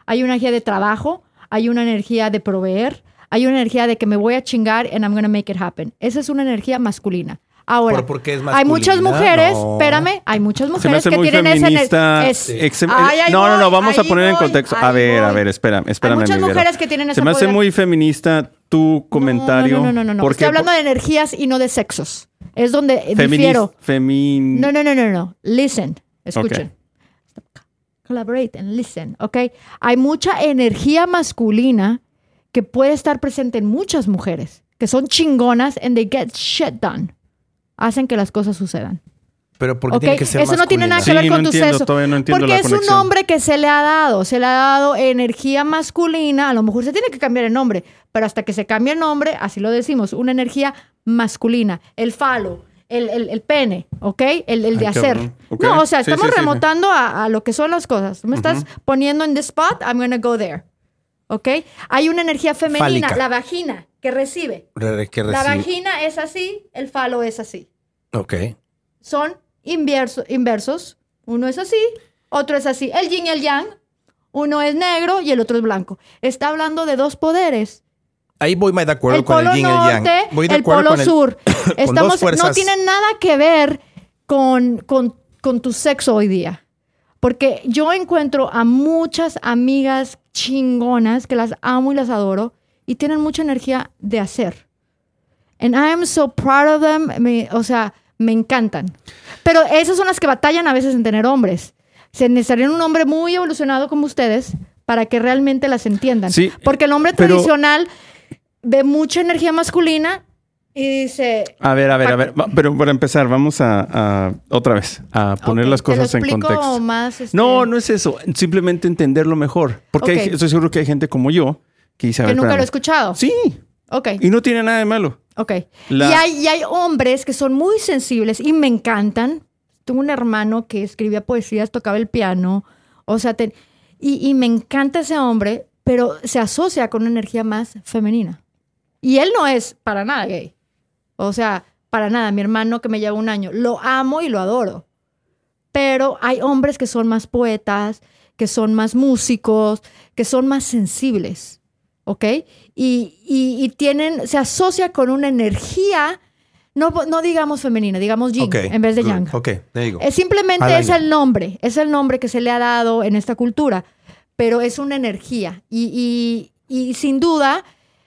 Speaker 2: hay una energía de trabajo, hay una energía de proveer, hay una energía de que me voy a chingar and I'm gonna make it happen. Esa es una energía masculina. Ahora,
Speaker 3: ¿Por- por qué es
Speaker 2: hay muchas
Speaker 3: masculina?
Speaker 2: mujeres,
Speaker 3: No.
Speaker 2: espérame, hay muchas
Speaker 1: se me
Speaker 2: mujeres
Speaker 1: hace
Speaker 2: que
Speaker 1: muy
Speaker 2: tienen esa
Speaker 1: feminista.
Speaker 2: ener-
Speaker 1: Sí.
Speaker 2: es-
Speaker 1: Ex-
Speaker 2: Ay, ahí
Speaker 1: no, no, no,
Speaker 2: voy,
Speaker 1: vamos a
Speaker 2: ahí
Speaker 1: poner en
Speaker 2: voy,
Speaker 1: contexto. A
Speaker 2: ahí
Speaker 1: ver, a
Speaker 2: voy.
Speaker 1: ver, espérame, espérame.
Speaker 2: Hay muchas
Speaker 1: mi Vero.
Speaker 2: mujeres que tienen ese
Speaker 1: Se me hace
Speaker 2: poder.
Speaker 1: muy feminista tu comentario.
Speaker 2: No, no, no, no, no.
Speaker 1: Porque
Speaker 2: Estoy hablando de energías y no de sexos. Es donde eh,
Speaker 1: feminista-
Speaker 2: difiero.
Speaker 1: femin-
Speaker 2: No, no, no, no, no. Listen. Escuchen.
Speaker 1: Mm. Ok.
Speaker 2: Collaborate and listen, ¿ok? Hay mucha energía masculina que puede estar presente en muchas mujeres que son chingonas and they get shit done. Hacen que las cosas sucedan.
Speaker 3: Pero ¿por qué
Speaker 2: ¿ok?
Speaker 3: tiene que ser
Speaker 2: Eso no tiene nada que
Speaker 3: masculina?
Speaker 1: Sí,
Speaker 2: ver con
Speaker 1: no
Speaker 2: tu
Speaker 1: entiendo,
Speaker 2: sexo.
Speaker 1: todavía no entiendo
Speaker 2: porque
Speaker 1: la
Speaker 2: es
Speaker 1: conexión.
Speaker 2: un nombre que se le ha dado, se le ha dado energía masculina. A lo mejor se tiene que cambiar el nombre, pero hasta que se cambie el nombre, así lo decimos, una energía masculina. El falo, el, el- el pene, ¿ok? El, el de
Speaker 1: Ay,
Speaker 2: hacer.
Speaker 1: cabrón. Ok.
Speaker 2: No, o sea,
Speaker 1: Sí,
Speaker 2: estamos
Speaker 1: sí, sí.
Speaker 2: remontando a, a lo que son las cosas. Tú Me estás poniendo en the spot, I'm gonna go there. ¿Ok? Hay una energía femenina,
Speaker 3: Fálica.
Speaker 2: la vagina, que recibe.
Speaker 3: Re- que
Speaker 2: La
Speaker 3: recibe-
Speaker 2: vagina es así, el falo es así
Speaker 3: Ok.
Speaker 2: son inverso- inversos. Uno es así, otro es así. El yin y el yang. Uno es negro y el otro es blanco. Está hablando de dos poderes.
Speaker 3: Ahí voy más de acuerdo
Speaker 2: El
Speaker 3: con
Speaker 2: polo
Speaker 3: el yin y el yang.
Speaker 2: norte,
Speaker 3: Voy de
Speaker 2: el
Speaker 3: acuerdo
Speaker 2: polo
Speaker 3: con el-
Speaker 2: sur. Estamos,
Speaker 3: dos fuerzas.
Speaker 2: no tienen nada que ver con, con- con tu sexo hoy día. Porque yo encuentro a muchas amigas chingonas que las amo y las adoro y tienen mucha energía de hacer. And I am so proud of them. Me- o sea, me encantan. Pero esas son las que batallan a veces en tener hombres. Se necesitaría un hombre muy evolucionado como ustedes para que realmente las entiendan.
Speaker 1: Sí,
Speaker 2: Porque el hombre
Speaker 1: pero-
Speaker 2: tradicional ve mucha energía masculina y dice...
Speaker 1: A ver, a ver, a
Speaker 2: Pa-
Speaker 1: ver. va- Pero para empezar, vamos a, a- otra vez a poner
Speaker 2: Ah, "Ok,
Speaker 1: las
Speaker 2: te lo
Speaker 1: cosas en
Speaker 2: explico
Speaker 1: contexto.
Speaker 2: Más, este,
Speaker 1: No, no es eso. Simplemente entenderlo mejor. Porque hay-
Speaker 2: Ok.
Speaker 1: estoy seguro que hay gente como yo que dice, a
Speaker 2: Que
Speaker 1: ver,
Speaker 2: nunca lo
Speaker 1: espérame.
Speaker 2: he escuchado.
Speaker 1: Sí,
Speaker 2: Ok,
Speaker 1: y no tiene nada de malo.
Speaker 2: ok.
Speaker 1: La-
Speaker 2: Y, hay, y hay hombres que son muy sensibles y me encantan. Tuve un hermano que escribía poesías, tocaba el piano, o sea, te- y, y me encanta ese hombre, pero se asocia con una energía más femenina. Y él no es para nada gay. O sea, para nada, mi hermano que me lleva un año, lo amo y lo adoro. Pero hay hombres que son más poetas, que son más músicos, que son más sensibles, ¿ok? Y, y- y tienen, se asocia con una energía, no, no digamos femenina, digamos yin
Speaker 3: Ok,
Speaker 2: en vez de
Speaker 3: good.
Speaker 2: yang.
Speaker 3: Ok, te digo.
Speaker 2: Eh,
Speaker 3: Al
Speaker 2: simplemente es
Speaker 3: año.
Speaker 2: el nombre, es el nombre que se le ha dado en esta cultura, pero es una energía. Y, y- y sin duda,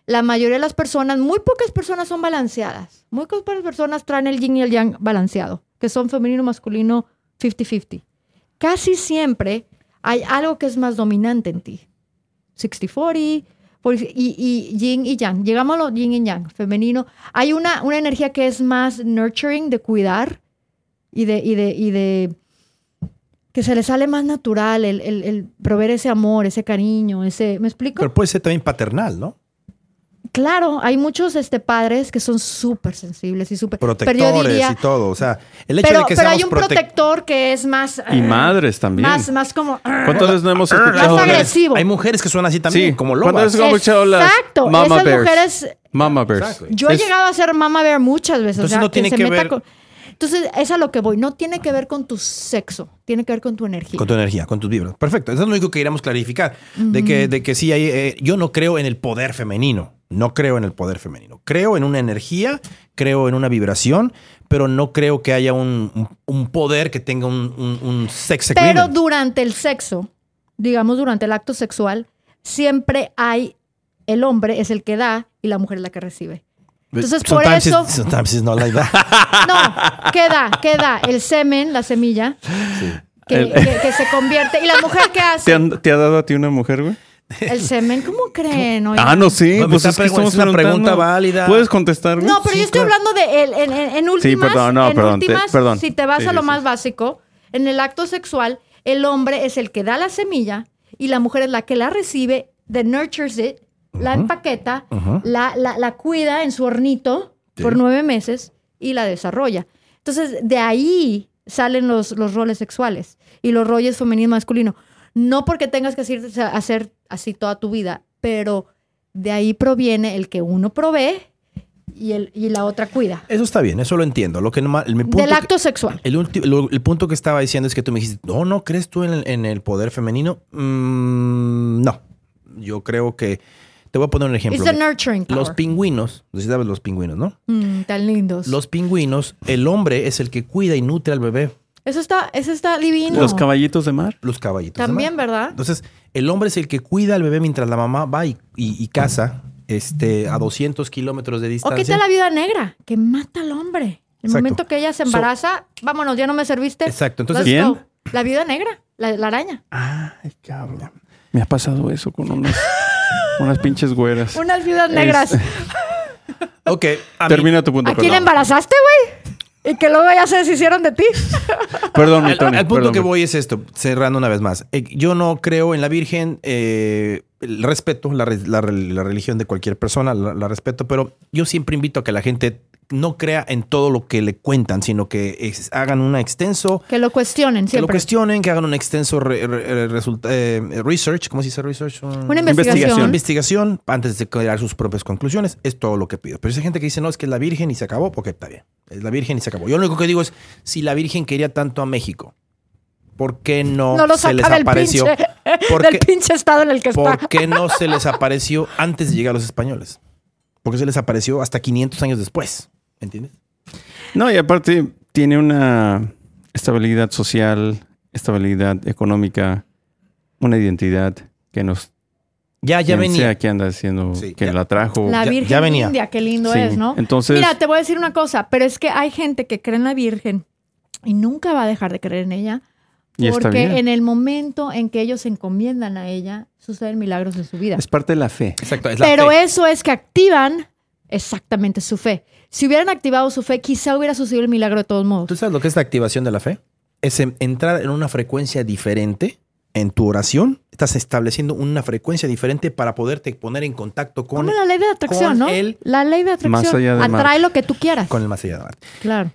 Speaker 2: la mayoría de las personas, muy pocas personas son balanceadas. Muy pocas personas traen el yin y el yang balanceado, que son femenino, masculino, 50-50. Casi siempre hay algo que es más dominante en ti. 60-40, por- y, y yin y yang. Llegamos a los yin y yang, femenino. Hay una, una energía que es más nurturing, de cuidar y de, y de, y de que se le sale más natural el, el, el proveer ese amor, ese cariño, ese... ¿Me explico?
Speaker 3: Pero puede ser también paternal, ¿no?
Speaker 2: claro, hay muchos este, padres que son súper sensibles y súper... pero yo
Speaker 3: Protectores
Speaker 2: diría-
Speaker 3: y todo. O sea, el hecho
Speaker 2: Pero,
Speaker 3: de que
Speaker 2: pero
Speaker 3: seamos
Speaker 2: hay un
Speaker 3: prote-
Speaker 2: protector que es más...
Speaker 1: Y
Speaker 2: ah,
Speaker 1: madres también.
Speaker 2: Más, más como... ah,
Speaker 1: ¿Cuántas veces no hemos
Speaker 3: Hay
Speaker 1: escuchado?
Speaker 2: Más
Speaker 3: mujeres-
Speaker 2: agresivo.
Speaker 3: Hay mujeres que son así también,
Speaker 1: Sí,
Speaker 3: como
Speaker 1: ¿cuántas
Speaker 3: lobas.
Speaker 1: veces hemos escuchado las
Speaker 2: Exacto,
Speaker 1: mama
Speaker 2: esas
Speaker 1: bears?
Speaker 2: mujeres-
Speaker 1: Mama bears.
Speaker 3: Exacto.
Speaker 2: Yo he
Speaker 1: Es-
Speaker 2: llegado a ser mamá bear muchas veces.
Speaker 3: Entonces
Speaker 2: o sea,
Speaker 3: no tiene que ver-
Speaker 2: Entonces, es a lo que voy. No tiene que ver con tu sexo, tiene que ver con tu energía.
Speaker 3: Con tu energía, con tus vibras. Perfecto. Eso es lo único que queríamos clarificar. De que, de que sí hay. eh, yo no creo en el poder femenino. No creo en el poder femenino. Creo en una energía, creo en una vibración, pero no creo que haya un, un- un poder que tenga un, un, un sex
Speaker 2: Pero
Speaker 3: agreement.
Speaker 2: durante el sexo, digamos durante el acto sexual, siempre hay el hombre es el que da y la mujer es la que recibe. Entonces, por
Speaker 3: Sometimes it's-
Speaker 2: eso,
Speaker 3: sometimes it's not like that.
Speaker 2: no, queda, queda el semen, la semilla, que,
Speaker 1: El-
Speaker 2: que- que se convierte. ¿Y la mujer qué
Speaker 1: ¿Te,
Speaker 2: hace?
Speaker 1: han- te ha dado a ti una mujer, güey?
Speaker 2: El semen, ¿cómo creen? oigan?
Speaker 1: Ah, no, sí.
Speaker 3: Bueno,
Speaker 1: pues
Speaker 3: está
Speaker 1: es que
Speaker 3: pregun-
Speaker 1: estamos
Speaker 3: es una pregunta
Speaker 1: preguntando.
Speaker 3: válida.
Speaker 1: ¿Puedes contestar, güey?
Speaker 2: No, pero
Speaker 3: Sí,
Speaker 2: yo estoy
Speaker 3: claro.
Speaker 2: hablando de el- en, en- en últimas,
Speaker 1: perdón, no,
Speaker 2: en
Speaker 1: perdón, te-
Speaker 2: últimas,
Speaker 1: perdón.
Speaker 2: si te vas
Speaker 1: Sí,
Speaker 2: a lo
Speaker 1: sí,
Speaker 2: más
Speaker 1: sí.
Speaker 2: básico, en el acto sexual, el hombre es el que da la semilla y la mujer es la que la recibe, the nurtures it, la empaqueta, la, la- la cuida en su hornito
Speaker 3: Sí.
Speaker 2: por nueve meses y la desarrolla. Entonces, de ahí salen los, los roles sexuales y los roles femenino y masculino. No porque tengas que así- hacer así toda tu vida, pero de ahí proviene el que uno provee y, el, y la otra cuida.
Speaker 3: Eso está bien, eso lo entiendo. Lo que nomás- mi punto
Speaker 2: Del
Speaker 3: que-
Speaker 2: acto sexual.
Speaker 3: El, ulti- lo- el punto que estaba diciendo es que tú me dijiste, no, no, ¿crees tú en el, en el poder femenino? Mm, no. Yo creo que. Te voy a poner un
Speaker 2: Es
Speaker 3: ejemplo.
Speaker 2: the nurturing power.
Speaker 3: Los pingüinos, no sé si sabes los pingüinos, ¿no?
Speaker 2: Mm, tan lindos.
Speaker 3: Los pingüinos, el hombre es el que cuida y nutre al bebé,
Speaker 2: Eso está, eso está divino.
Speaker 1: Los caballitos de mar.
Speaker 3: los caballitos. de
Speaker 2: También,
Speaker 3: mar.
Speaker 2: ¿verdad?
Speaker 3: Entonces, el hombre es el que cuida al bebé mientras la mamá va y, y- y caza este, a 200 kilómetros de
Speaker 2: ¿O qué
Speaker 3: distancia.
Speaker 2: tal la viuda negra? Que mata al hombre. El
Speaker 3: Exacto.
Speaker 2: momento que ella se embaraza, vámonos, ya no me serviste.
Speaker 3: Exacto, entonces-
Speaker 2: Let's go.
Speaker 1: ¿Quién?
Speaker 2: La viuda negra, la, la araña.
Speaker 1: Ay, cabrón. Me ha pasado eso con unas, unas pinches güeras.
Speaker 2: Unas viudas negras.
Speaker 3: Ok, a mí-
Speaker 1: Termina tu punto,
Speaker 2: ¿A quién
Speaker 1: perdón.
Speaker 2: embarazaste, güey? Y que luego ya se deshicieron de ti.
Speaker 1: Perdón, mi
Speaker 3: Al,
Speaker 1: Tony.
Speaker 3: al punto
Speaker 1: perdón,
Speaker 3: que
Speaker 1: mi-
Speaker 3: voy es esto, cerrando una vez más. Eh, yo no creo en la Virgen, eh, el respeto la, re- la re- la religión de cualquier persona, la, la respeto, pero yo siempre invito a que la gente no crea en todo lo que le cuentan, sino que es- hagan un extenso,
Speaker 2: Que lo cuestionen
Speaker 3: que lo
Speaker 2: siempre.
Speaker 3: cuestionen, que hagan un extenso re- re- re- resulta- eh, research, ¿cómo se dice research? Un-
Speaker 2: Una
Speaker 1: Investigación.
Speaker 2: investigación.
Speaker 3: investigación antes de crear sus propias conclusiones. Es todo lo que pido. Pero si hay gente que dice, no, es que es la Virgen y se acabó, porque está bien. Es la Virgen y se acabó. Yo lo único que digo es, si la Virgen quería tanto a México, ¿por qué no,
Speaker 2: No lo
Speaker 3: se les
Speaker 2: saca del
Speaker 3: apareció?
Speaker 2: pinche,
Speaker 3: ¿Por
Speaker 2: del
Speaker 3: qué,
Speaker 2: pinche estado en el que está.
Speaker 3: por qué no se les apareció antes de llegar los españoles? Porque se les apareció hasta 500 años después. ¿Me entiendes?
Speaker 1: No, y aparte tiene una estabilidad social, estabilidad económica, una identidad que nos
Speaker 3: Ya, ya
Speaker 1: quien
Speaker 3: venía.
Speaker 1: sea que anda haciendo,
Speaker 3: Sí,
Speaker 1: que
Speaker 3: ya.
Speaker 1: la trajo.
Speaker 2: La
Speaker 3: Ya-
Speaker 2: Virgen
Speaker 3: ya venía.
Speaker 2: India, qué lindo
Speaker 1: Sí.
Speaker 2: es, ¿no?
Speaker 1: Entonces-
Speaker 2: Mira, te voy a decir una cosa, pero es que hay gente que cree en la Virgen y nunca va a dejar de creer en ella.
Speaker 1: Y está bien.
Speaker 2: Porque en el momento en que ellos se encomiendan a ella, suceden milagros en su vida.
Speaker 1: Es parte de la fe.
Speaker 3: Exacto. es la
Speaker 2: Pero
Speaker 3: fe.
Speaker 2: eso es que activan exactamente su fe. Si hubieran activado su fe, quizá hubiera sucedido el milagro de todos modos.
Speaker 3: ¿Tú sabes lo que es la activación de la fe? Es en- entrar en una frecuencia diferente en tu oración. Estás estableciendo una frecuencia diferente para poderte poner en contacto con,
Speaker 2: Como la ley de atracción,
Speaker 3: con
Speaker 2: ¿no?
Speaker 3: el-
Speaker 2: La ley de atracción.
Speaker 1: allá de Mar.
Speaker 2: Atrae lo que tú quieras.
Speaker 3: con el más allá de la muerte.
Speaker 2: Claro.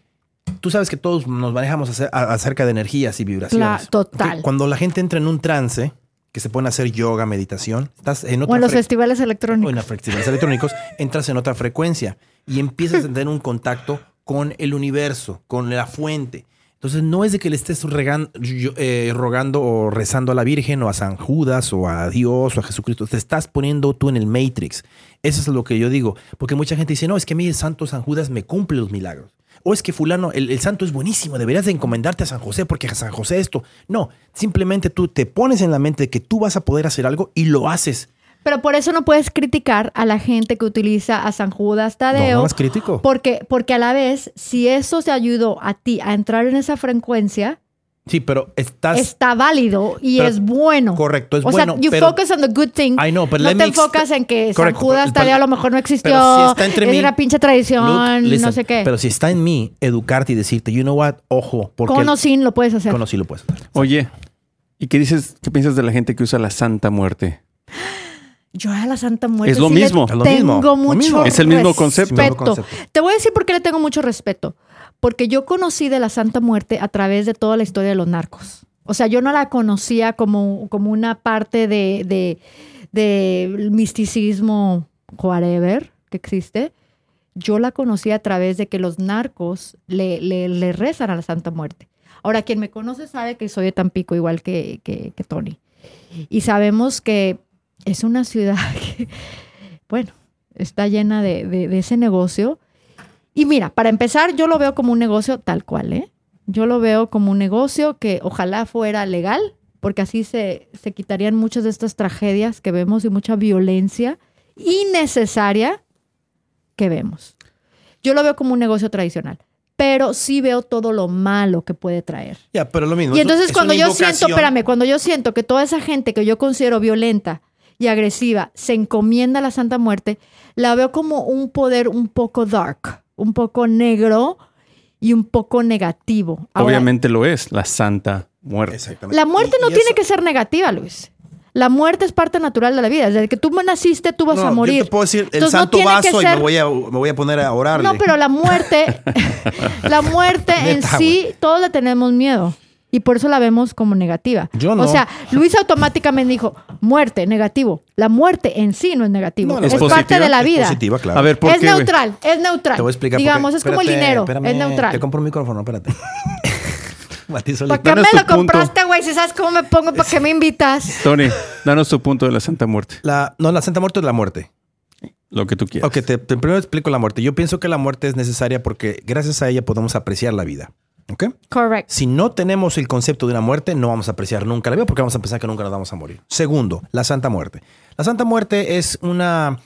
Speaker 3: tú sabes que todos nos manejamos ace- a- acerca de energías y vibraciones.
Speaker 2: Cla- total.
Speaker 3: Ok, Cuando la gente entra en un trance, que se pone a hacer yoga, meditación, estás en
Speaker 2: O
Speaker 3: otra
Speaker 2: en los
Speaker 3: fre-
Speaker 2: festivales
Speaker 3: o en
Speaker 2: electrónicos.
Speaker 3: las festivales electrónicos, entras en otra frecuencia y empiezas a tener un contacto con el universo, con la fuente. Entonces no es de que le estés regan- yo- eh, rogando o rezando a la Virgen o a San Judas o a Dios o a Jesucristo. Te estás poniendo tú en el Matrix. Eso es lo que yo digo. Porque mucha gente dice, no, es que a mí el santo San Judas me cumple los milagros. O es que fulano, el, el santo es buenísimo, deberías de encomendarte a San José porque San José esto. No, simplemente tú te pones en la mente de que tú vas a poder hacer algo y lo haces.
Speaker 2: Pero por eso no puedes criticar a la gente que utiliza a San Judas Tadeo.
Speaker 3: es crítico.
Speaker 2: porque, porque a la vez, si eso te ayudó a ti a entrar en esa frecuencia,
Speaker 3: Sí, pero estás
Speaker 2: está válido y
Speaker 3: Pero-
Speaker 2: es bueno.
Speaker 3: correcto, es
Speaker 2: o
Speaker 3: Pues bueno,
Speaker 2: sea, you
Speaker 3: pero
Speaker 2: focus on the good thing.
Speaker 3: I know, but
Speaker 2: no te
Speaker 3: let me exp-
Speaker 2: enfocas en que
Speaker 3: Correcto,
Speaker 2: San Judas
Speaker 3: pero-
Speaker 2: Tadeo a lo mejor no existió.
Speaker 3: está entre
Speaker 2: es
Speaker 3: mí-
Speaker 2: una pinche tradición,
Speaker 3: Luke, listen,
Speaker 2: no sé qué.
Speaker 3: Pero si está en mí educarte y decirte, you know what, ojo, porque
Speaker 2: Con o sin lo puedes hacer.
Speaker 3: Con o sí lo puedes hacer.
Speaker 1: Oye, ¿y qué dices, qué piensas de la gente que usa la Santa Muerte?
Speaker 2: Yo a la Santa Muerte
Speaker 1: Es lo
Speaker 2: sí le
Speaker 1: mismo.
Speaker 3: Es lo
Speaker 2: tengo
Speaker 3: mismo.
Speaker 2: mucho
Speaker 3: Lo mismo.
Speaker 1: Es el mismo concepto.
Speaker 2: respeto.
Speaker 3: Mismo concepto.
Speaker 2: Te voy a decir por qué le tengo mucho respeto. Porque yo conocí de la Santa Muerte a través de toda la historia de los narcos. O sea, yo no la conocía como, como una parte de, de, del misticismo whatever que existe. Yo la conocí a través de que los narcos le, le, le rezan a la Santa Muerte. Ahora, quien me conoce sabe que soy de Tampico, igual que, que, que Tony. Y sabemos que es una ciudad que, bueno, está llena de, de- de ese negocio. Y mira, para empezar, yo lo veo como un negocio tal cual, ¿eh? Yo lo veo como un negocio que ojalá fuera legal, porque así se, se quitarían muchas de estas tragedias que vemos y mucha violencia innecesaria que vemos. Yo lo veo como un negocio tradicional, pero sí veo todo lo malo que puede traer.
Speaker 3: Ya, pero lo mismo.
Speaker 2: Y
Speaker 3: es un-
Speaker 2: entonces
Speaker 3: es
Speaker 2: cuando
Speaker 3: una
Speaker 2: yo siento,
Speaker 3: invocación.
Speaker 2: espérame, cuando yo siento que toda esa gente que yo considero violenta y agresiva se encomienda a la Santa Muerte, la veo como un poder un poco dark, un poco negro y un poco negativo. Ahora,
Speaker 1: Obviamente lo es, la Santa Muerte.
Speaker 3: Exactamente.
Speaker 2: La muerte
Speaker 3: Y-
Speaker 2: no
Speaker 3: y
Speaker 2: tiene
Speaker 3: eso-
Speaker 2: que ser negativa, Luis. La muerte es parte natural de la vida. Desde que tú naciste, tú vas
Speaker 3: No,
Speaker 2: a morir.
Speaker 3: Yo te puedo decir el
Speaker 2: Entonces, no
Speaker 3: santo
Speaker 2: tiene que
Speaker 3: vaso y
Speaker 2: ser-
Speaker 3: me voy, a, me voy a poner a orarle.
Speaker 2: No, pero la muerte, la muerte en
Speaker 3: Neta,
Speaker 2: sí, todos le tenemos miedo. Y por eso la vemos como negativa.
Speaker 3: Yo
Speaker 2: O
Speaker 3: no.
Speaker 2: sea, Luis automáticamente dijo, muerte, negativo. La muerte en sí no es negativo.
Speaker 3: No, la
Speaker 2: es
Speaker 1: muerte-
Speaker 2: parte de la
Speaker 3: Es
Speaker 2: vida.
Speaker 3: positiva, claro.
Speaker 1: A ver, ¿por
Speaker 2: Es
Speaker 1: qué? güey?
Speaker 2: neutral, es neutral.
Speaker 3: Te voy a explicar. por qué.
Speaker 2: Digamos, es como el
Speaker 3: Espérate,
Speaker 2: dinero,
Speaker 3: espérame,
Speaker 2: es neutral.
Speaker 3: Te compro un micrófono, espérate. Matizo el-
Speaker 2: ¿Para qué me
Speaker 1: Danos tu
Speaker 2: lo
Speaker 1: punto.
Speaker 2: compraste, güey? Si sabes cómo me pongo, ¿para qué me invitas?
Speaker 1: Tony, danos tu punto de la Santa Muerte,
Speaker 3: La, no, la Santa Muerte es la muerte.
Speaker 1: lo que tú quieras.
Speaker 3: Ok, te, te- primero explico la muerte. Yo pienso que la muerte es necesaria porque gracias a ella podemos apreciar la vida. ¿Ok?
Speaker 2: Correct.
Speaker 3: Si no tenemos el concepto de una muerte, no vamos a apreciar nunca la vida porque vamos a pensar que nunca nos vamos a morir. Segundo, la Santa Muerte. La Santa Muerte es una,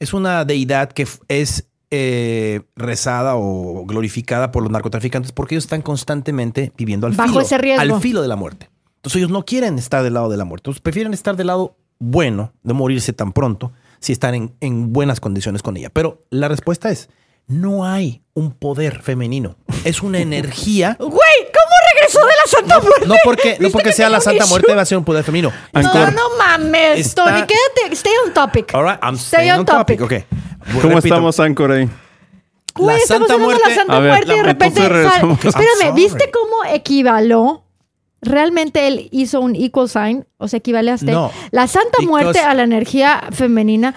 Speaker 3: es una deidad que f- es eh, rezada o glorificada por los narcotraficantes porque ellos están constantemente viviendo al
Speaker 2: Bajo
Speaker 3: filo,
Speaker 2: ese riesgo.
Speaker 3: al filo de la muerte. Entonces ellos no quieren estar del lado de la muerte. Entonces prefieren estar del lado bueno, de morirse tan pronto, si están en, en buenas condiciones con ella. Pero la respuesta es, no hay un poder femenino. Es una energía
Speaker 2: Güey, ¿cómo regresó de la Santa Muerte?
Speaker 3: no porque, no
Speaker 2: ¿Viste
Speaker 3: porque
Speaker 2: que
Speaker 3: sea
Speaker 2: tengo
Speaker 3: la
Speaker 2: un
Speaker 3: Santa
Speaker 2: issue?
Speaker 3: Muerte va a ser un poder femenino.
Speaker 2: No,
Speaker 1: Ancor.
Speaker 2: no mames,
Speaker 3: Está-
Speaker 2: Tony. Quédate, stay on topic.
Speaker 3: All right, I'm
Speaker 2: Stay
Speaker 3: staying
Speaker 2: on
Speaker 3: on topic.
Speaker 2: topic.
Speaker 3: Ok.
Speaker 1: ¿Cómo
Speaker 3: Repito.
Speaker 1: estamos, Anchor, ahí?
Speaker 2: Güey, estamos hablando de la Santa
Speaker 1: A ver,
Speaker 2: Muerte y
Speaker 1: la-
Speaker 2: de repente.
Speaker 1: entonces regresamos.
Speaker 2: sale- Espérame,
Speaker 3: I'm
Speaker 2: ¿viste
Speaker 3: sorry.
Speaker 2: cómo equivaló? Realmente él hizo un equal sign, o sea, equivale a este.
Speaker 3: No.
Speaker 2: la Santa
Speaker 3: Because-
Speaker 2: Muerte a la energía femenina.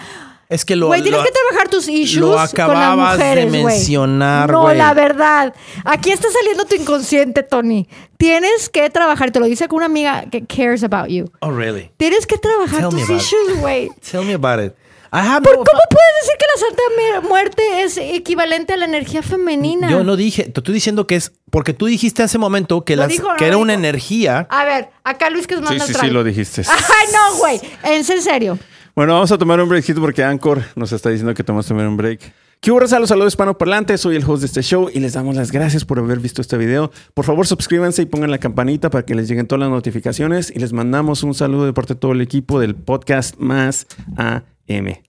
Speaker 3: Es que lo,
Speaker 2: Güey, tienes
Speaker 3: lo-
Speaker 2: que trabajar tus issues
Speaker 3: lo
Speaker 2: con las
Speaker 3: acababas
Speaker 2: mujeres,
Speaker 3: de
Speaker 2: güey.
Speaker 3: mencionar,
Speaker 2: No,
Speaker 3: güey.
Speaker 2: la verdad. Aquí está saliendo tu inconsciente, Tony. Tienes que trabajar, te lo dice con una amiga que cares about you.
Speaker 3: Oh, really?
Speaker 2: Tienes que trabajar
Speaker 3: Tell me
Speaker 2: tus
Speaker 3: about it.
Speaker 2: issues, güey.
Speaker 3: Tell me about it. I have no-
Speaker 2: ¿Cómo puedes decir que la Santa Mer- Muerte es equivalente a la energía femenina?
Speaker 3: Yo no dije, te estoy diciendo que es porque tú dijiste hace momento que,
Speaker 2: ¿Lo
Speaker 3: las,
Speaker 2: dijo o no
Speaker 3: que era
Speaker 2: lo
Speaker 3: una
Speaker 2: dijo?
Speaker 3: energía.
Speaker 2: A ver, acá Luis que es más
Speaker 1: Sí, sí,
Speaker 2: neutral.
Speaker 1: sí, lo dijiste.
Speaker 2: Ay, no, güey. Es en serio.
Speaker 1: Bueno, vamos a tomar un breakcito porque Anchor nos está diciendo que tomamos tomar un break. ¿Qué hubo, raza? Los saludos hispanoparlantes. Soy el host de este show y les damos las gracias por haber visto este video. Por favor, suscríbanse y pongan la campanita para que les lleguen todas las notificaciones y les mandamos un saludo de parte de todo el equipo del podcast Más AM.